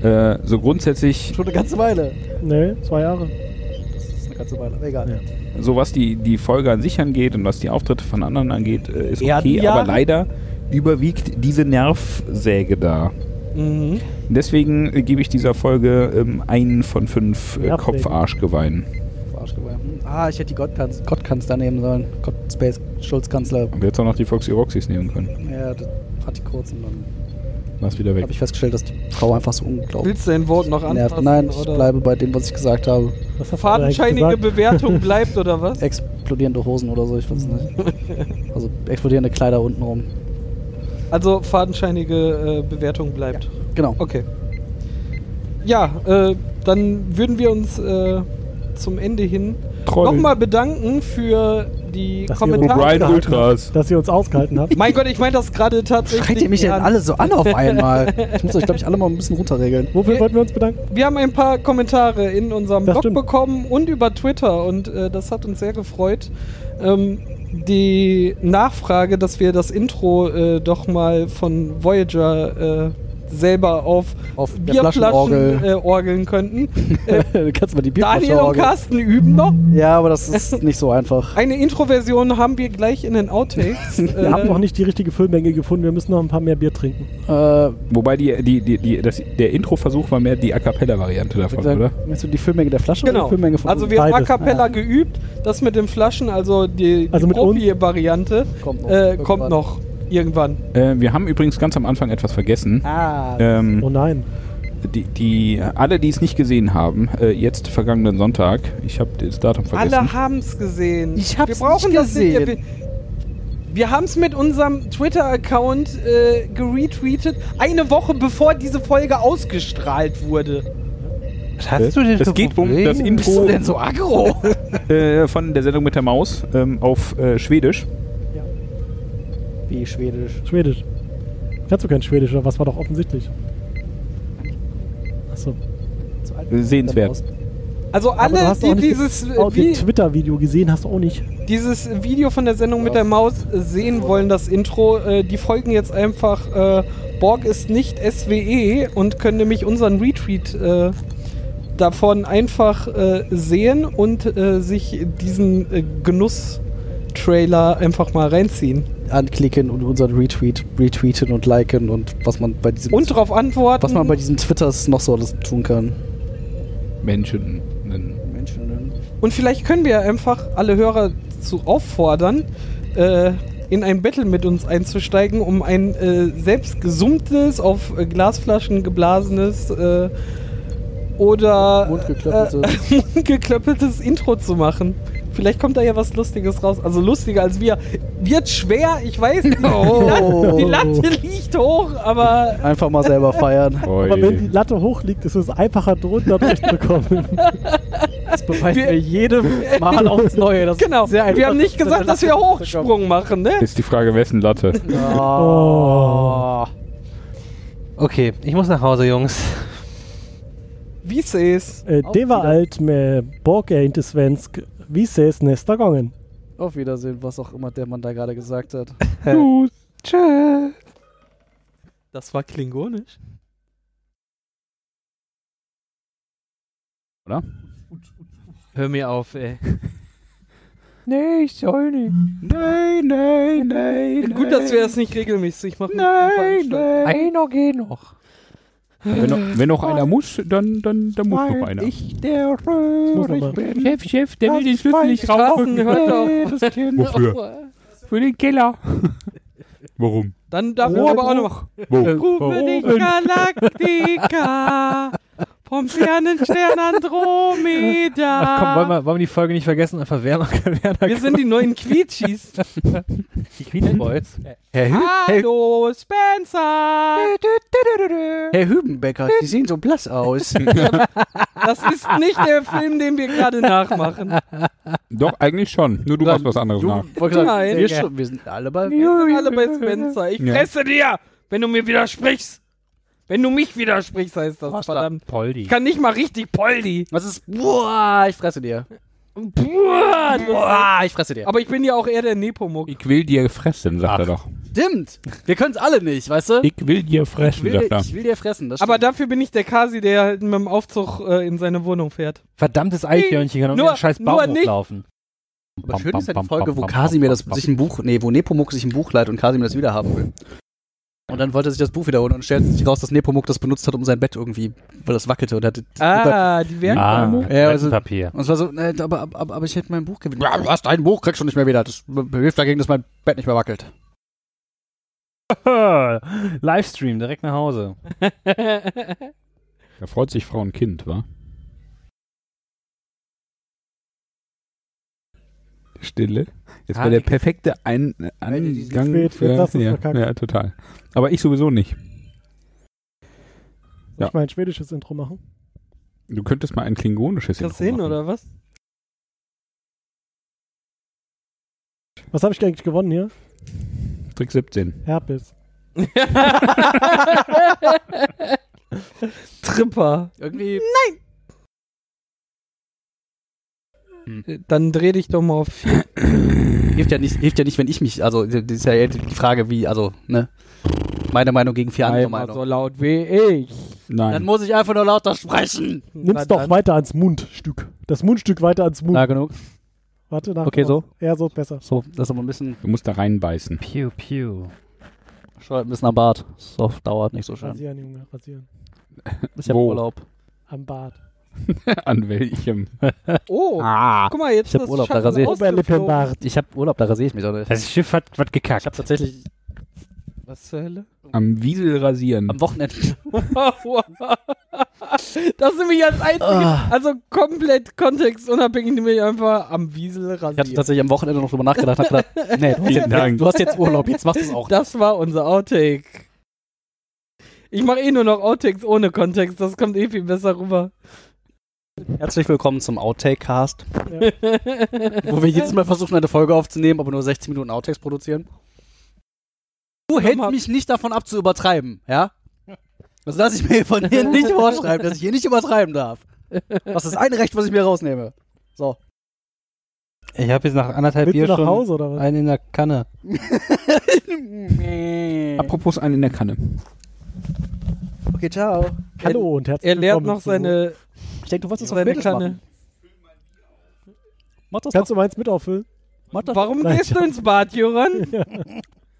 [SPEAKER 4] Äh, so grundsätzlich,
[SPEAKER 3] Schon eine ganze Weile.
[SPEAKER 1] ne, zwei Jahre.
[SPEAKER 3] Das ist eine ganze Weile, aber egal.
[SPEAKER 1] Ja.
[SPEAKER 4] so was die, die Folge an sich angeht und was die Auftritte von anderen angeht, äh, ist
[SPEAKER 2] Er hat
[SPEAKER 4] okay,
[SPEAKER 2] die
[SPEAKER 4] aber
[SPEAKER 2] Jahre.
[SPEAKER 4] leider überwiegt diese Nervsäge da.
[SPEAKER 2] Mhm.
[SPEAKER 4] Deswegen äh, gebe ich dieser Folge ähm, einen von fünf äh,
[SPEAKER 1] Nervsäge.
[SPEAKER 4] Kopfarschgeweihen.
[SPEAKER 3] Arschgeweih. Hm. Ah, ich hätte die Gottkanz Gottkanzler nehmen sollen. Gott Space Schulzkanzler.
[SPEAKER 4] Aber jetzt auch noch die Foxy Roxys nehmen können.
[SPEAKER 3] Ja, das hat die kurz und dann
[SPEAKER 4] Lass wieder weg.
[SPEAKER 3] habe ich festgestellt, dass die Frau einfach so unglaublich
[SPEAKER 2] Willst du dein Wort noch
[SPEAKER 3] nervt.
[SPEAKER 2] anpassen?
[SPEAKER 3] Nein, ich
[SPEAKER 2] oder?
[SPEAKER 3] bleibe bei dem, was ich gesagt habe.
[SPEAKER 1] Was hast du
[SPEAKER 2] Fadenscheinige
[SPEAKER 1] eigentlich gesagt?
[SPEAKER 2] Bewertung bleibt, oder was?
[SPEAKER 3] Explodierende Hosen oder so, ich weiß nicht. Also explodierende Kleider untenrum.
[SPEAKER 2] Also fadenscheinige äh, Bewertung bleibt.
[SPEAKER 3] Genau.
[SPEAKER 2] Okay. Ja, äh, dann würden wir uns äh, zum Ende hin
[SPEAKER 4] Troll.
[SPEAKER 2] nochmal bedanken für die
[SPEAKER 1] Dass ihr
[SPEAKER 2] Kommentare.
[SPEAKER 4] O'Brien Ultras.
[SPEAKER 1] Dass ihr uns ausgehalten habt.
[SPEAKER 2] Mein Gott, ich meine das gerade tatsächlich.
[SPEAKER 3] Schreit ihr mich denn
[SPEAKER 2] an.
[SPEAKER 3] alle so an auf einmal? Ich muss euch, glaube ich, alle mal ein bisschen runterregeln.
[SPEAKER 1] Wofür wollten wir uns bedanken?
[SPEAKER 2] Wir haben ein paar Kommentare in unserem
[SPEAKER 1] Das
[SPEAKER 2] Blog
[SPEAKER 1] stimmt.
[SPEAKER 2] bekommen und über Twitter und äh, das hat uns sehr gefreut. Ähm, die Nachfrage, dass wir das Intro äh, doch mal von Voyager äh, selber auf,
[SPEAKER 3] Auf der
[SPEAKER 2] Bierflaschen
[SPEAKER 3] Flaschenorgel.
[SPEAKER 2] äh, orgeln könnten.
[SPEAKER 3] du kannst mal die
[SPEAKER 2] Daniel und
[SPEAKER 3] Bierflasche
[SPEAKER 2] Carsten üben noch.
[SPEAKER 3] Ja, aber das ist nicht so einfach.
[SPEAKER 2] Eine Introversion haben wir gleich in den Outtakes. äh,
[SPEAKER 1] Wir haben noch nicht die richtige Füllmenge gefunden. Wir müssen noch ein paar mehr Bier trinken.
[SPEAKER 3] Äh,
[SPEAKER 4] Wobei die, die, die, die, das, der Intro-Versuch war mehr die A Cappella-Variante davon, oder?
[SPEAKER 3] dann, meinst du die Füllmenge der Flasche oder
[SPEAKER 2] Genau.
[SPEAKER 3] die Füllmenge von
[SPEAKER 2] Also
[SPEAKER 3] unten?
[SPEAKER 2] wir haben A
[SPEAKER 1] Beides.
[SPEAKER 2] Cappella geübt. Das mit den Flaschen, also die, die
[SPEAKER 1] Also mit uns?
[SPEAKER 2] Profi-Variante,
[SPEAKER 3] Kommt noch.
[SPEAKER 2] äh,
[SPEAKER 3] Irgendwann.
[SPEAKER 2] kommt noch irgendwann.
[SPEAKER 4] Äh, wir haben übrigens ganz am Anfang etwas vergessen.
[SPEAKER 3] Ah,
[SPEAKER 1] Oh
[SPEAKER 2] Hm.
[SPEAKER 4] Ähm,
[SPEAKER 1] nein.
[SPEAKER 4] die, die, alle, die es nicht gesehen haben, äh, jetzt vergangenen Sonntag, ich habe das Datum vergessen.
[SPEAKER 2] Alle haben es gesehen.
[SPEAKER 3] Ich hab's
[SPEAKER 2] wir brauchen
[SPEAKER 3] nicht
[SPEAKER 2] das
[SPEAKER 3] gesehen.
[SPEAKER 2] Nicht. Wir, wir haben es mit unserem Twitter-Account äh, geretweetet, eine Woche bevor diese Folge ausgestrahlt wurde.
[SPEAKER 5] Was hast du denn
[SPEAKER 4] Das
[SPEAKER 5] für
[SPEAKER 4] geht um
[SPEAKER 5] Probleme?
[SPEAKER 4] das Intro
[SPEAKER 3] so aggro?
[SPEAKER 4] äh, von der Sendung mit der Maus ähm, auf äh, Schwedisch.
[SPEAKER 3] Wie schwedisch.
[SPEAKER 1] Schwedisch. Kannst du kein Schwedisch oder was war doch offensichtlich? Achso.
[SPEAKER 3] Zu alt.
[SPEAKER 4] Sehenswert.
[SPEAKER 2] Also
[SPEAKER 1] Aber du
[SPEAKER 2] alle,
[SPEAKER 1] hast auch
[SPEAKER 2] die
[SPEAKER 1] nicht
[SPEAKER 2] dieses,
[SPEAKER 1] das
[SPEAKER 2] äh,
[SPEAKER 1] Audio-
[SPEAKER 2] Vi
[SPEAKER 1] Twitter-Video gesehen hast, du auch nicht.
[SPEAKER 2] dieses Video von der Sendung mit der Maus äh, sehen wollen, das Intro, äh, die folgen jetzt einfach äh, Borg ist nicht SWE und können nämlich unseren Retweet äh, davon einfach äh, sehen und äh, sich diesen äh, Genuss-Trailer einfach mal reinziehen.
[SPEAKER 3] Anklicken und unseren Retweet, retweeten und liken und was man bei diesem
[SPEAKER 2] Und darauf antworten.
[SPEAKER 3] was man bei diesen Twitters noch so alles tun kann.
[SPEAKER 4] Menschen.
[SPEAKER 3] Menschen. ne?
[SPEAKER 2] und vielleicht können wir einfach alle Hörer zu auffordern, äh, in ein Battle mit uns einzusteigen, um ein äh, selbst gesummtes, auf äh, Glasflaschen geblasenes äh, oder
[SPEAKER 3] Mundgeklöppeltes.
[SPEAKER 2] äh, mundgeklöppeltes Intro zu machen. Vielleicht kommt da ja was Lustiges raus. Also lustiger als wir. Wird schwer, ich weiß nicht.
[SPEAKER 3] Oh.
[SPEAKER 2] Die Latte liegt hoch, aber
[SPEAKER 3] Einfach mal selber feiern.
[SPEAKER 1] Aber wenn die Latte hoch liegt, ist es einfacher drunter durchzukommen.
[SPEAKER 3] Das beweist
[SPEAKER 2] Wir-
[SPEAKER 3] mir jedes Mal aufs Neue. Das
[SPEAKER 2] genau.
[SPEAKER 3] ist sehr
[SPEAKER 2] Wir
[SPEAKER 3] einfach,
[SPEAKER 2] haben nicht gesagt, dass wir Hochsprung machen, ne?
[SPEAKER 4] Ist die Frage, wessen Latte?
[SPEAKER 3] Oh.
[SPEAKER 5] Okay, ich muss nach Hause, Jungs.
[SPEAKER 2] Wie es ist.
[SPEAKER 1] äh,
[SPEAKER 3] Auf
[SPEAKER 1] det var
[SPEAKER 3] wieder-
[SPEAKER 1] allt med Borg är inte svensk. Vi ses nästa gången.
[SPEAKER 3] Auf Wiedersehen, was auch immer der Mann da gerade gesagt hat.
[SPEAKER 2] Tschö. Das war klingonisch.
[SPEAKER 4] Oder?
[SPEAKER 5] Hör mir auf, ey.
[SPEAKER 4] Nee, ich soll nicht. Nein, nein, nein.
[SPEAKER 2] Gut, dass wir das nicht regelmäßig machen.
[SPEAKER 5] Einer geht noch.
[SPEAKER 4] Wenn noch, wenn noch einer muss, dann, dann, dann muss noch einer.
[SPEAKER 5] Ich der
[SPEAKER 1] muss
[SPEAKER 2] Hm,
[SPEAKER 1] noch mal-
[SPEAKER 4] Chef, Chef, der will den Schlüssel nicht
[SPEAKER 2] Straßen, hört doch.
[SPEAKER 4] Wofür? Für den Keller. Warum?
[SPEAKER 2] Dann darf ich aber auch noch.
[SPEAKER 4] Wo?
[SPEAKER 2] Rufe die Galaktika. vom fernen Stern Andromeda.
[SPEAKER 7] Ach komm, wollen wir, wollen wir die Folge nicht vergessen? Einfach Werner Werner-
[SPEAKER 2] wir sind die neuen Quietschis.
[SPEAKER 7] die Queen Boys.
[SPEAKER 2] Hallo, Spencer.
[SPEAKER 3] Herr Hübenbecker, Sie sehen so blass aus.
[SPEAKER 2] Das ist nicht der Film, den wir gerade nachmachen.
[SPEAKER 4] Doch, eigentlich schon. Nur du machst was anderes nach.
[SPEAKER 3] wollte sagen,
[SPEAKER 2] Nein.
[SPEAKER 3] wir, schon, wir sind alle bei.
[SPEAKER 2] Wir sind alle bei Spencer. Ich
[SPEAKER 4] Ja.
[SPEAKER 2] fresse dir, wenn du mir widersprichst. Wenn du mich widersprichst, heißt das,
[SPEAKER 3] Was
[SPEAKER 2] verdammt.
[SPEAKER 7] Poldi.
[SPEAKER 2] Ich kann nicht mal richtig Poldi.
[SPEAKER 3] Was ist. Boah, ich fresse dir.
[SPEAKER 2] Boah, das-
[SPEAKER 3] Boah, ich fresse dir.
[SPEAKER 2] Aber ich bin ja auch eher der Nepomuk.
[SPEAKER 4] Ich will dir fressen, sagt er doch.
[SPEAKER 3] Stimmt. Wir können es alle nicht, weißt du?
[SPEAKER 4] Ich will dir
[SPEAKER 3] Ich
[SPEAKER 4] fressen,
[SPEAKER 3] will,
[SPEAKER 4] sagt
[SPEAKER 3] dir,
[SPEAKER 4] er.
[SPEAKER 3] ich will dir fressen. Das
[SPEAKER 2] Aber
[SPEAKER 3] stimmt.
[SPEAKER 2] dafür bin ich der Kasi, der halt mit dem Aufzug äh, in seine Wohnung fährt.
[SPEAKER 7] Verdammtes Eichhörnchen kann um
[SPEAKER 2] Nur-
[SPEAKER 7] den scheiß
[SPEAKER 2] nur
[SPEAKER 7] Baum
[SPEAKER 2] nicht-
[SPEAKER 7] hochlaufen.
[SPEAKER 3] Aber schön ist ja die Folge, wo Kasimir das sich ein Buch, nee, wo Nepomuk sich ein Buch leiht und Kasimir das wiederhaben will. Und dann wollte er sich das Buch wiederholen und stellt sich raus, dass Nepomuk das benutzt hat, um sein Bett irgendwie, weil das wackelte und hatte.
[SPEAKER 2] Ah, die werden.
[SPEAKER 7] Ah,
[SPEAKER 3] Ja, also-
[SPEAKER 7] Papier.
[SPEAKER 3] Und es war so, nee, aber, aber, aber, aber ich hätte mein Buch gewinnt. Ja, du hast ein Buch, kriegst du nicht mehr wieder. Das hilft dagegen, dass mein Bett nicht mehr wackelt.
[SPEAKER 7] Livestream direkt nach Hause.
[SPEAKER 4] Da freut sich Frau und Kind, wa? Stille. Jetzt war der perfekte Ein Angang
[SPEAKER 1] Spät, jetzt
[SPEAKER 4] für.
[SPEAKER 1] hast du's
[SPEAKER 4] Ja,
[SPEAKER 1] verkackt.
[SPEAKER 4] ja, total. Aber ich sowieso nicht.
[SPEAKER 1] Soll ich mein schwedisches Intro machen?
[SPEAKER 4] Du könntest mal ein klingonisches
[SPEAKER 2] das
[SPEAKER 4] Intro
[SPEAKER 2] hin,
[SPEAKER 4] machen.
[SPEAKER 2] oder was?
[SPEAKER 1] Was habe ich eigentlich gewonnen hier?
[SPEAKER 4] Trick 17.
[SPEAKER 1] Herpes.
[SPEAKER 2] Tripper.
[SPEAKER 3] Irgendwie.
[SPEAKER 2] Dann dreh dich doch mal auf vier.
[SPEAKER 3] Hilft ja nicht, hilft ja nicht, wenn ich mich, also das ist ja die Frage, wie, also, ne? Meine Meinung gegen vier andere
[SPEAKER 2] Einmal
[SPEAKER 3] Meinungen.
[SPEAKER 2] so laut wie ich.
[SPEAKER 3] Dann
[SPEAKER 4] Nein.
[SPEAKER 3] muss ich einfach nur lauter sprechen.
[SPEAKER 1] Nimm's
[SPEAKER 2] Na
[SPEAKER 1] doch
[SPEAKER 2] dann.
[SPEAKER 1] weiter ans Mundstück. Das Mundstück weiter ans Mund.
[SPEAKER 3] genug.
[SPEAKER 1] Warte nach.
[SPEAKER 3] Okay, so.
[SPEAKER 1] Ja, so besser.
[SPEAKER 3] So, das ist aber ein bisschen,
[SPEAKER 4] Du musst da reinbeißen.
[SPEAKER 7] Pew, pew.
[SPEAKER 3] ein bisschen am Bart. So dauert nicht so schön.
[SPEAKER 1] Rasieren, Junge, rasieren.
[SPEAKER 3] Ist ja
[SPEAKER 4] Wo?
[SPEAKER 3] Urlaub.
[SPEAKER 1] Am Bart.
[SPEAKER 4] An welchem?
[SPEAKER 2] Oh,
[SPEAKER 3] Ah.
[SPEAKER 2] guck mal, jetzt
[SPEAKER 3] Ich hab
[SPEAKER 2] ist
[SPEAKER 3] Urlaub, da
[SPEAKER 2] Schatten
[SPEAKER 3] rasiert.
[SPEAKER 2] ausgeflogen.
[SPEAKER 1] Oberlippenbart.
[SPEAKER 3] Ich habe Urlaub, da rasiere ich mich. Oder?
[SPEAKER 7] Das Schiff hat was gekackt.
[SPEAKER 3] Ich habe tatsächlich
[SPEAKER 2] Was zur Hölle?
[SPEAKER 4] Am Wiesel rasieren.
[SPEAKER 3] am Wochenende.
[SPEAKER 2] das ist nämlich als einzige,
[SPEAKER 3] Ah.
[SPEAKER 2] also komplett kontextunabhängig, nämlich einfach am Wiesel
[SPEAKER 3] Ich hatte
[SPEAKER 2] rasiert.
[SPEAKER 3] tatsächlich am Wochenende noch drüber nachgedacht und hab gedacht, nee, du hast,
[SPEAKER 4] Vielen
[SPEAKER 3] jetzt,
[SPEAKER 4] Dank.
[SPEAKER 3] du hast jetzt Urlaub, jetzt machst du es auch.
[SPEAKER 2] Das war unser Outtake. Ich mache eh nur noch Outtakes ohne Kontext, das kommt eh viel besser rüber.
[SPEAKER 3] Herzlich willkommen zum Outtake-Cast, wo wir jedes Mal versuchen, eine Folge aufzunehmen, aber nur 16 Minuten Outtakes produzieren. Du hältst mich nicht davon ab, zu übertreiben, ja? Das lasse ich mir von dir nicht vorschreiben, dass ich hier nicht übertreiben darf. Das ist ein Recht, was ich mir rausnehme. So.
[SPEAKER 7] Ich habe jetzt nach anderthalb
[SPEAKER 1] Willst du
[SPEAKER 7] Bier
[SPEAKER 1] nach
[SPEAKER 7] schon
[SPEAKER 1] Hause oder
[SPEAKER 5] Äh,
[SPEAKER 1] was?
[SPEAKER 7] einen in der Kanne.
[SPEAKER 3] okay,
[SPEAKER 4] Apropos einen in der Kanne.
[SPEAKER 3] ciao.
[SPEAKER 1] Hallo und herzlich
[SPEAKER 2] Er
[SPEAKER 1] willkommen.
[SPEAKER 2] leert noch seine,
[SPEAKER 3] Ich denke, du wolltest das auf
[SPEAKER 2] seine
[SPEAKER 3] Mädels machen.
[SPEAKER 2] Kanne.
[SPEAKER 3] Mach das
[SPEAKER 1] Kannst du meins mit auffüllen?
[SPEAKER 2] Warum
[SPEAKER 1] Nein,
[SPEAKER 2] gehst du ins Bad, Joran?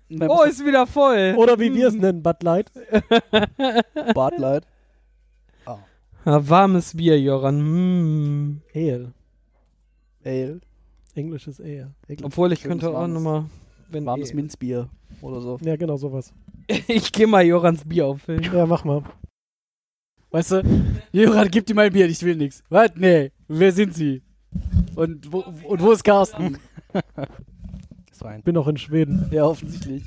[SPEAKER 3] doch.
[SPEAKER 2] Oh, ist wieder voll.
[SPEAKER 1] Oder wie wir es nennen, Bud Light.
[SPEAKER 3] Bartleid.
[SPEAKER 2] Ah, warmes Bier, Joran. Mm.
[SPEAKER 1] Ale.
[SPEAKER 3] Ale.
[SPEAKER 1] Englisches Ale.
[SPEAKER 2] Obwohl, ich
[SPEAKER 3] Schönes
[SPEAKER 2] könnte auch
[SPEAKER 3] warmes-
[SPEAKER 2] nochmal. Wenn
[SPEAKER 3] Warmes Minzbier oder so.
[SPEAKER 1] Ja, genau sowas.
[SPEAKER 2] ich gehe mal Jorans Bier auffüllen.
[SPEAKER 1] Ja, mach mal.
[SPEAKER 3] Weißt du, Joran, gib dir mein Bier, ich will nichts. Was? Nee, wer sind sie? Und wo, und wo ist Carsten?
[SPEAKER 1] Bin noch in Schweden.
[SPEAKER 3] Ja, offensichtlich.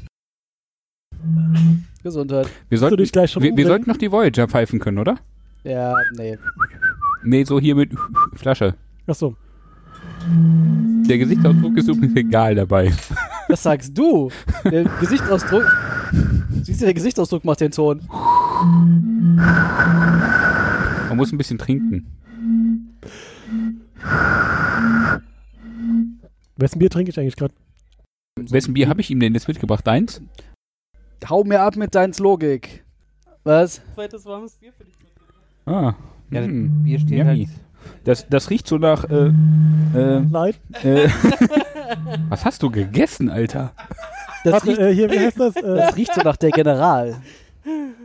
[SPEAKER 3] Gesundheit.
[SPEAKER 4] Wir
[SPEAKER 1] Willst du
[SPEAKER 4] sollten,
[SPEAKER 1] dich gleich schon
[SPEAKER 4] wir, wir
[SPEAKER 1] umbringen?
[SPEAKER 4] sollten noch die Voyager pfeifen können, oder?
[SPEAKER 3] Ja, nee.
[SPEAKER 4] Nee, so hier mit Flasche.
[SPEAKER 1] Achso.
[SPEAKER 4] Der Gesichtsausdruck ist übrigens egal dabei.
[SPEAKER 3] Das sagst du. Der Gesichtsausdruck. Siehst du, der Gesichtsausdruck macht den Ton.
[SPEAKER 4] Man muss ein bisschen trinken.
[SPEAKER 1] Wessen Bier trinke ich eigentlich gerade?
[SPEAKER 4] Wessen Bier habe ich ihm denn jetzt mitgebracht? Deins?
[SPEAKER 3] Hau mir ab mit deins Logik. Was?
[SPEAKER 2] Zweites warmes Bier für dich.
[SPEAKER 4] Ah.
[SPEAKER 7] Ja,
[SPEAKER 4] hm.
[SPEAKER 7] Bier steht halt.
[SPEAKER 4] Yummy. das, das riecht so nach. Äh, äh,
[SPEAKER 1] Light?
[SPEAKER 4] äh. Was hast du gegessen, Alter?
[SPEAKER 3] Das
[SPEAKER 1] Warte,
[SPEAKER 3] riecht,
[SPEAKER 1] äh, hier, wie heißt das? Äh,
[SPEAKER 3] das riecht so nach der General.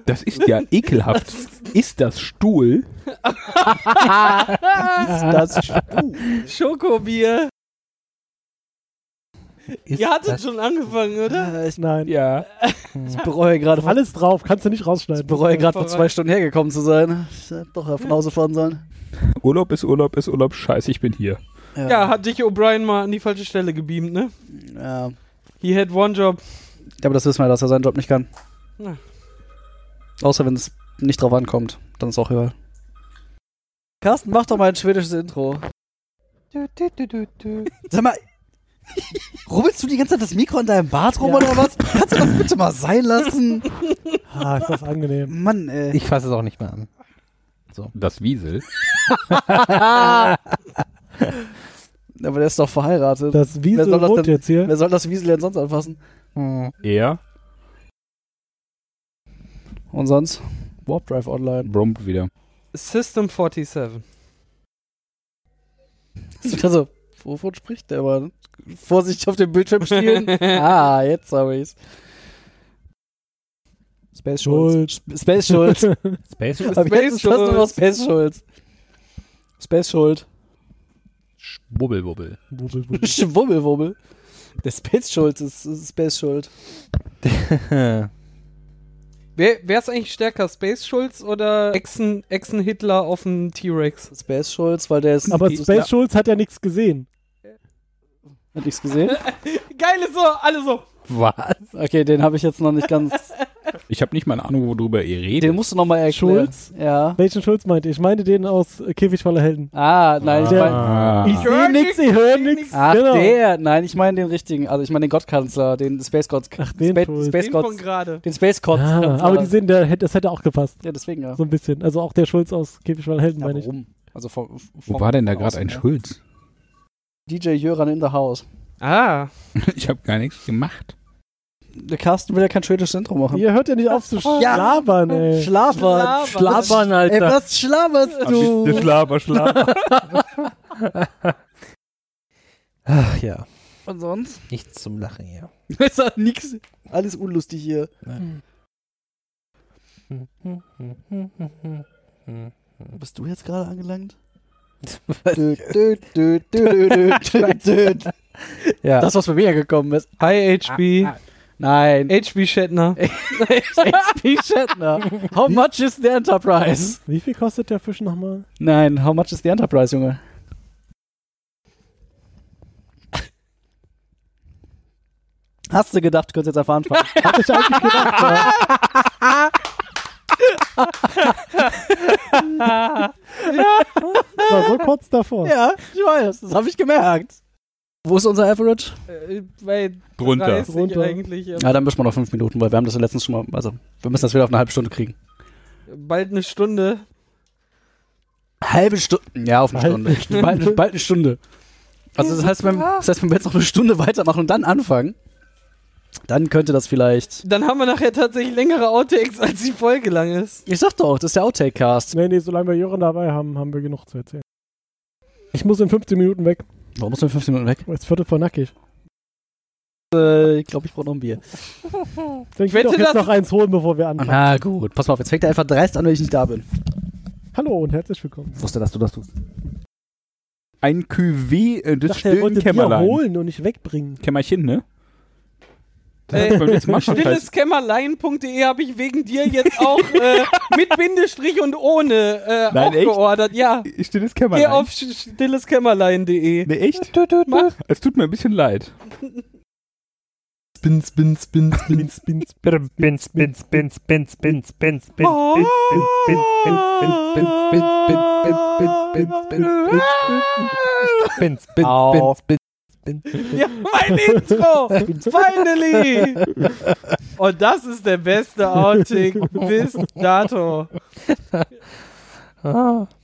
[SPEAKER 4] Das ist ja ekelhaft. Ist das Stuhl?
[SPEAKER 3] Das,
[SPEAKER 2] Schokobier.
[SPEAKER 7] Ist
[SPEAKER 2] Ihr hattet
[SPEAKER 7] das-
[SPEAKER 2] schon angefangen, oder?
[SPEAKER 1] Nein.
[SPEAKER 4] Ja.
[SPEAKER 3] Ich bereue gerade, von-
[SPEAKER 1] Alles drauf, kannst du nicht
[SPEAKER 3] ich
[SPEAKER 1] rausschneiden.
[SPEAKER 3] bereue gerade vor zwei Stunden hergekommen zu sein. Ich hätte doch nach Hause fahren sollen.
[SPEAKER 4] Urlaub ist Urlaub ist Urlaub. Scheiße, ich bin hier.
[SPEAKER 2] Ja, hat dich O'Brien mal an die falsche Stelle gebeamt, ne?
[SPEAKER 3] ja.
[SPEAKER 2] He had one job.
[SPEAKER 3] Aber das wissen wir, dass er seinen Job nicht kann.
[SPEAKER 2] Ja.
[SPEAKER 3] Außer wenn es nicht drauf ankommt, dann ist auch egal. Carsten, mach doch mal ein schwedisches Intro. Sag mal, rubbelst du die ganze Zeit das Mikro in deinem Bart rum
[SPEAKER 1] Ja.
[SPEAKER 3] oder was? Kannst du das bitte mal sein lassen?
[SPEAKER 1] Ah, ist das angenehm.
[SPEAKER 3] Mann, ey.
[SPEAKER 7] Ich fasse es auch nicht mehr an.
[SPEAKER 4] Das Wiesel.
[SPEAKER 3] Aber der ist doch verheiratet.
[SPEAKER 1] Das
[SPEAKER 3] Wer
[SPEAKER 1] Wiesel
[SPEAKER 3] soll das
[SPEAKER 1] wohnt
[SPEAKER 3] denn-
[SPEAKER 1] jetzt hier.
[SPEAKER 3] Wer soll das Wiesel denn sonst anfassen?
[SPEAKER 4] Er
[SPEAKER 3] Und sonst? Warp Drive Online.
[SPEAKER 4] brummt wieder.
[SPEAKER 2] System 47.
[SPEAKER 3] Also, wovon spricht der Mann? Vorsicht auf dem Bildschirm spielen. ah, jetzt habe ich's. Space Schulz. Sp- Space Schulz.
[SPEAKER 6] Space
[SPEAKER 3] Aber jetzt ist das nur noch
[SPEAKER 2] Schulz.
[SPEAKER 3] Space Schulz. Space Schuld.
[SPEAKER 6] Schwubbelwubbel.
[SPEAKER 1] Bubbel, bubbel.
[SPEAKER 3] Schwubbelwubbel. Der Space Schulz ist ist Space Schuld.
[SPEAKER 2] Wer, wer ist eigentlich stärker, Space Schulz oder Echsen, Echsen Hitler auf dem T-Rex?
[SPEAKER 3] Space Schulz, weil der ist.
[SPEAKER 1] Aber
[SPEAKER 3] ist-
[SPEAKER 1] Space Schulz hat ja nichts gesehen.
[SPEAKER 3] Hat nichts gesehen?
[SPEAKER 2] Geil ist so, alle so.
[SPEAKER 4] Was?
[SPEAKER 3] Okay, den habe ich jetzt noch nicht ganz.
[SPEAKER 4] Ich habe nicht mal eine Ahnung, worüber ihr redet.
[SPEAKER 3] Den musst du nochmal erklären.
[SPEAKER 1] Schulz?
[SPEAKER 3] Ja.
[SPEAKER 1] Welchen Schulz meinte ich? Ich meine den aus äh, Käfig voller Helden.
[SPEAKER 3] Ah, nein, ich meine.
[SPEAKER 4] Ah.
[SPEAKER 1] Ich
[SPEAKER 2] Hör
[SPEAKER 1] sehe nichts, ich höre nichts.
[SPEAKER 3] Ach,
[SPEAKER 1] genau.
[SPEAKER 3] der. Nein, ich meine den richtigen. Also, ich meine den Gottkanzler, den Space Gods.
[SPEAKER 1] Ach, den
[SPEAKER 3] Space,
[SPEAKER 1] Schulz.
[SPEAKER 3] Space
[SPEAKER 2] Den von
[SPEAKER 3] Gods.
[SPEAKER 2] gerade.
[SPEAKER 3] Den Space Gods.
[SPEAKER 1] Ah, aber die sehen, der, hätte- das hätte auch gepasst.
[SPEAKER 3] ja, deswegen ja.
[SPEAKER 1] So ein bisschen. Also auch der Schulz aus Käfig voller Helden,
[SPEAKER 3] ja
[SPEAKER 1] meine ich.
[SPEAKER 3] warum? Also, vom,
[SPEAKER 4] Wo war denn da gerade ein
[SPEAKER 3] Schulz?
[SPEAKER 4] Schulz?
[SPEAKER 3] DJ Jöran in the house.
[SPEAKER 2] Ah.
[SPEAKER 4] Ich habe gar nichts gemacht.
[SPEAKER 3] Der Carsten will ja kein schönes Intro machen.
[SPEAKER 1] Ihr hört ja äh, nicht auf zu
[SPEAKER 3] Ja.
[SPEAKER 1] schlabern, ey.
[SPEAKER 3] Schlabern.
[SPEAKER 2] Schlabern.
[SPEAKER 6] Schlabern, Alter.
[SPEAKER 3] Ey, was schlabberst
[SPEAKER 1] Also,
[SPEAKER 4] Also,
[SPEAKER 3] du?
[SPEAKER 4] Schlaber, Schlaber.
[SPEAKER 7] Ach ja,
[SPEAKER 3] Und sonst?
[SPEAKER 7] nichts zum Lachen hier.
[SPEAKER 3] Ist halt nix. Alles unlustig hier.
[SPEAKER 1] Hm.
[SPEAKER 3] Bist du jetzt gerade angelangt? Dö, dö, dö, dö, dö, dö, dö, dö.
[SPEAKER 7] Ja.
[SPEAKER 3] Das, was bei mir gekommen ist.
[SPEAKER 2] Hi,
[SPEAKER 3] Ah,
[SPEAKER 2] HB.
[SPEAKER 3] Nein.
[SPEAKER 2] HB Shatner.
[SPEAKER 3] HP Shatner. How much is the Enterprise?
[SPEAKER 1] Wie viel kostet der Fisch nochmal?
[SPEAKER 3] Nein, how much is the Enterprise, Junge? Hast du gedacht, du könntest jetzt einfach anfangen?
[SPEAKER 1] Hatte ich eigentlich gedacht. ja. Ich war so kurz davor.
[SPEAKER 3] Ja, ich weiß, das habe ich gemerkt. Wo ist unser Average?
[SPEAKER 2] Äh, bei
[SPEAKER 4] Drunter.
[SPEAKER 2] 30
[SPEAKER 1] Drunter.
[SPEAKER 2] eigentlich. ja.
[SPEAKER 3] Ja, dann müssen wir noch fünf Minuten, weil wir haben das ja letztens schon mal. Also, wir müssen das wieder auf eine halbe Stunde kriegen.
[SPEAKER 2] Bald eine Stunde.
[SPEAKER 3] Halbe Stunde? Ja, auf eine
[SPEAKER 1] Halbe
[SPEAKER 3] Stunde. Bald, bald eine Stunde. Also, das heißt, wenn, das heißt, wenn wir jetzt noch eine Stunde weitermachen und dann anfangen, dann könnte das vielleicht.
[SPEAKER 2] Dann haben wir nachher tatsächlich längere Outtakes, als die Folge lang ist.
[SPEAKER 3] Ich sag doch, das ist der Outtake-Cast.
[SPEAKER 1] Nee, nee, solange wir Jürgen dabei haben, haben wir genug zu erzählen. Ich muss in 15 Minuten weg.
[SPEAKER 3] Warum müssen wir 15 Minuten weg?
[SPEAKER 1] Oh, Jetzt viertel vor nackig.
[SPEAKER 3] Äh, ich glaube, ich brauche noch ein Bier.
[SPEAKER 1] Dann
[SPEAKER 2] Ich
[SPEAKER 1] ich werde
[SPEAKER 2] wette,
[SPEAKER 1] jetzt
[SPEAKER 2] dass-
[SPEAKER 1] noch eins holen, bevor wir anfangen.
[SPEAKER 3] Na Ah, gut, pass mal auf, jetzt fängt er einfach dreist an, wenn ich nicht da bin.
[SPEAKER 1] Hallo und herzlich willkommen.
[SPEAKER 3] Ich wusste, dass du das tust.
[SPEAKER 4] Ein Cuvée äh, des
[SPEAKER 1] Ich dachte, er
[SPEAKER 4] stillen
[SPEAKER 1] wollte Bier
[SPEAKER 4] Kämmerlein.
[SPEAKER 1] holen und nicht wegbringen.
[SPEAKER 4] Kämmerchen, ne?
[SPEAKER 2] Äh,
[SPEAKER 4] hab ich beim letzten Mal schon falsch.
[SPEAKER 2] Stilleskämmerlein.de habe ich wegen dir jetzt auch äh, mit Bindestrich und ohne äh,
[SPEAKER 4] Nein, echt?
[SPEAKER 2] aufgeordert. Ja.
[SPEAKER 4] Stilles
[SPEAKER 2] Geh
[SPEAKER 4] Kämmerlein.
[SPEAKER 2] auf sch- stilleskämmerlein.de.
[SPEAKER 4] Ne, echt?
[SPEAKER 2] Mach.
[SPEAKER 4] Es tut mir ein bisschen leid.
[SPEAKER 2] Spin, spin, spin, spin, spin,
[SPEAKER 6] Spin, spin, spin, spin, spin, spin, spin.
[SPEAKER 7] Spin, spin,
[SPEAKER 3] Au.
[SPEAKER 7] spin,
[SPEAKER 2] Ja, mein Intro! Finally! Und das ist der beste Outtake bis dato.
[SPEAKER 7] spin.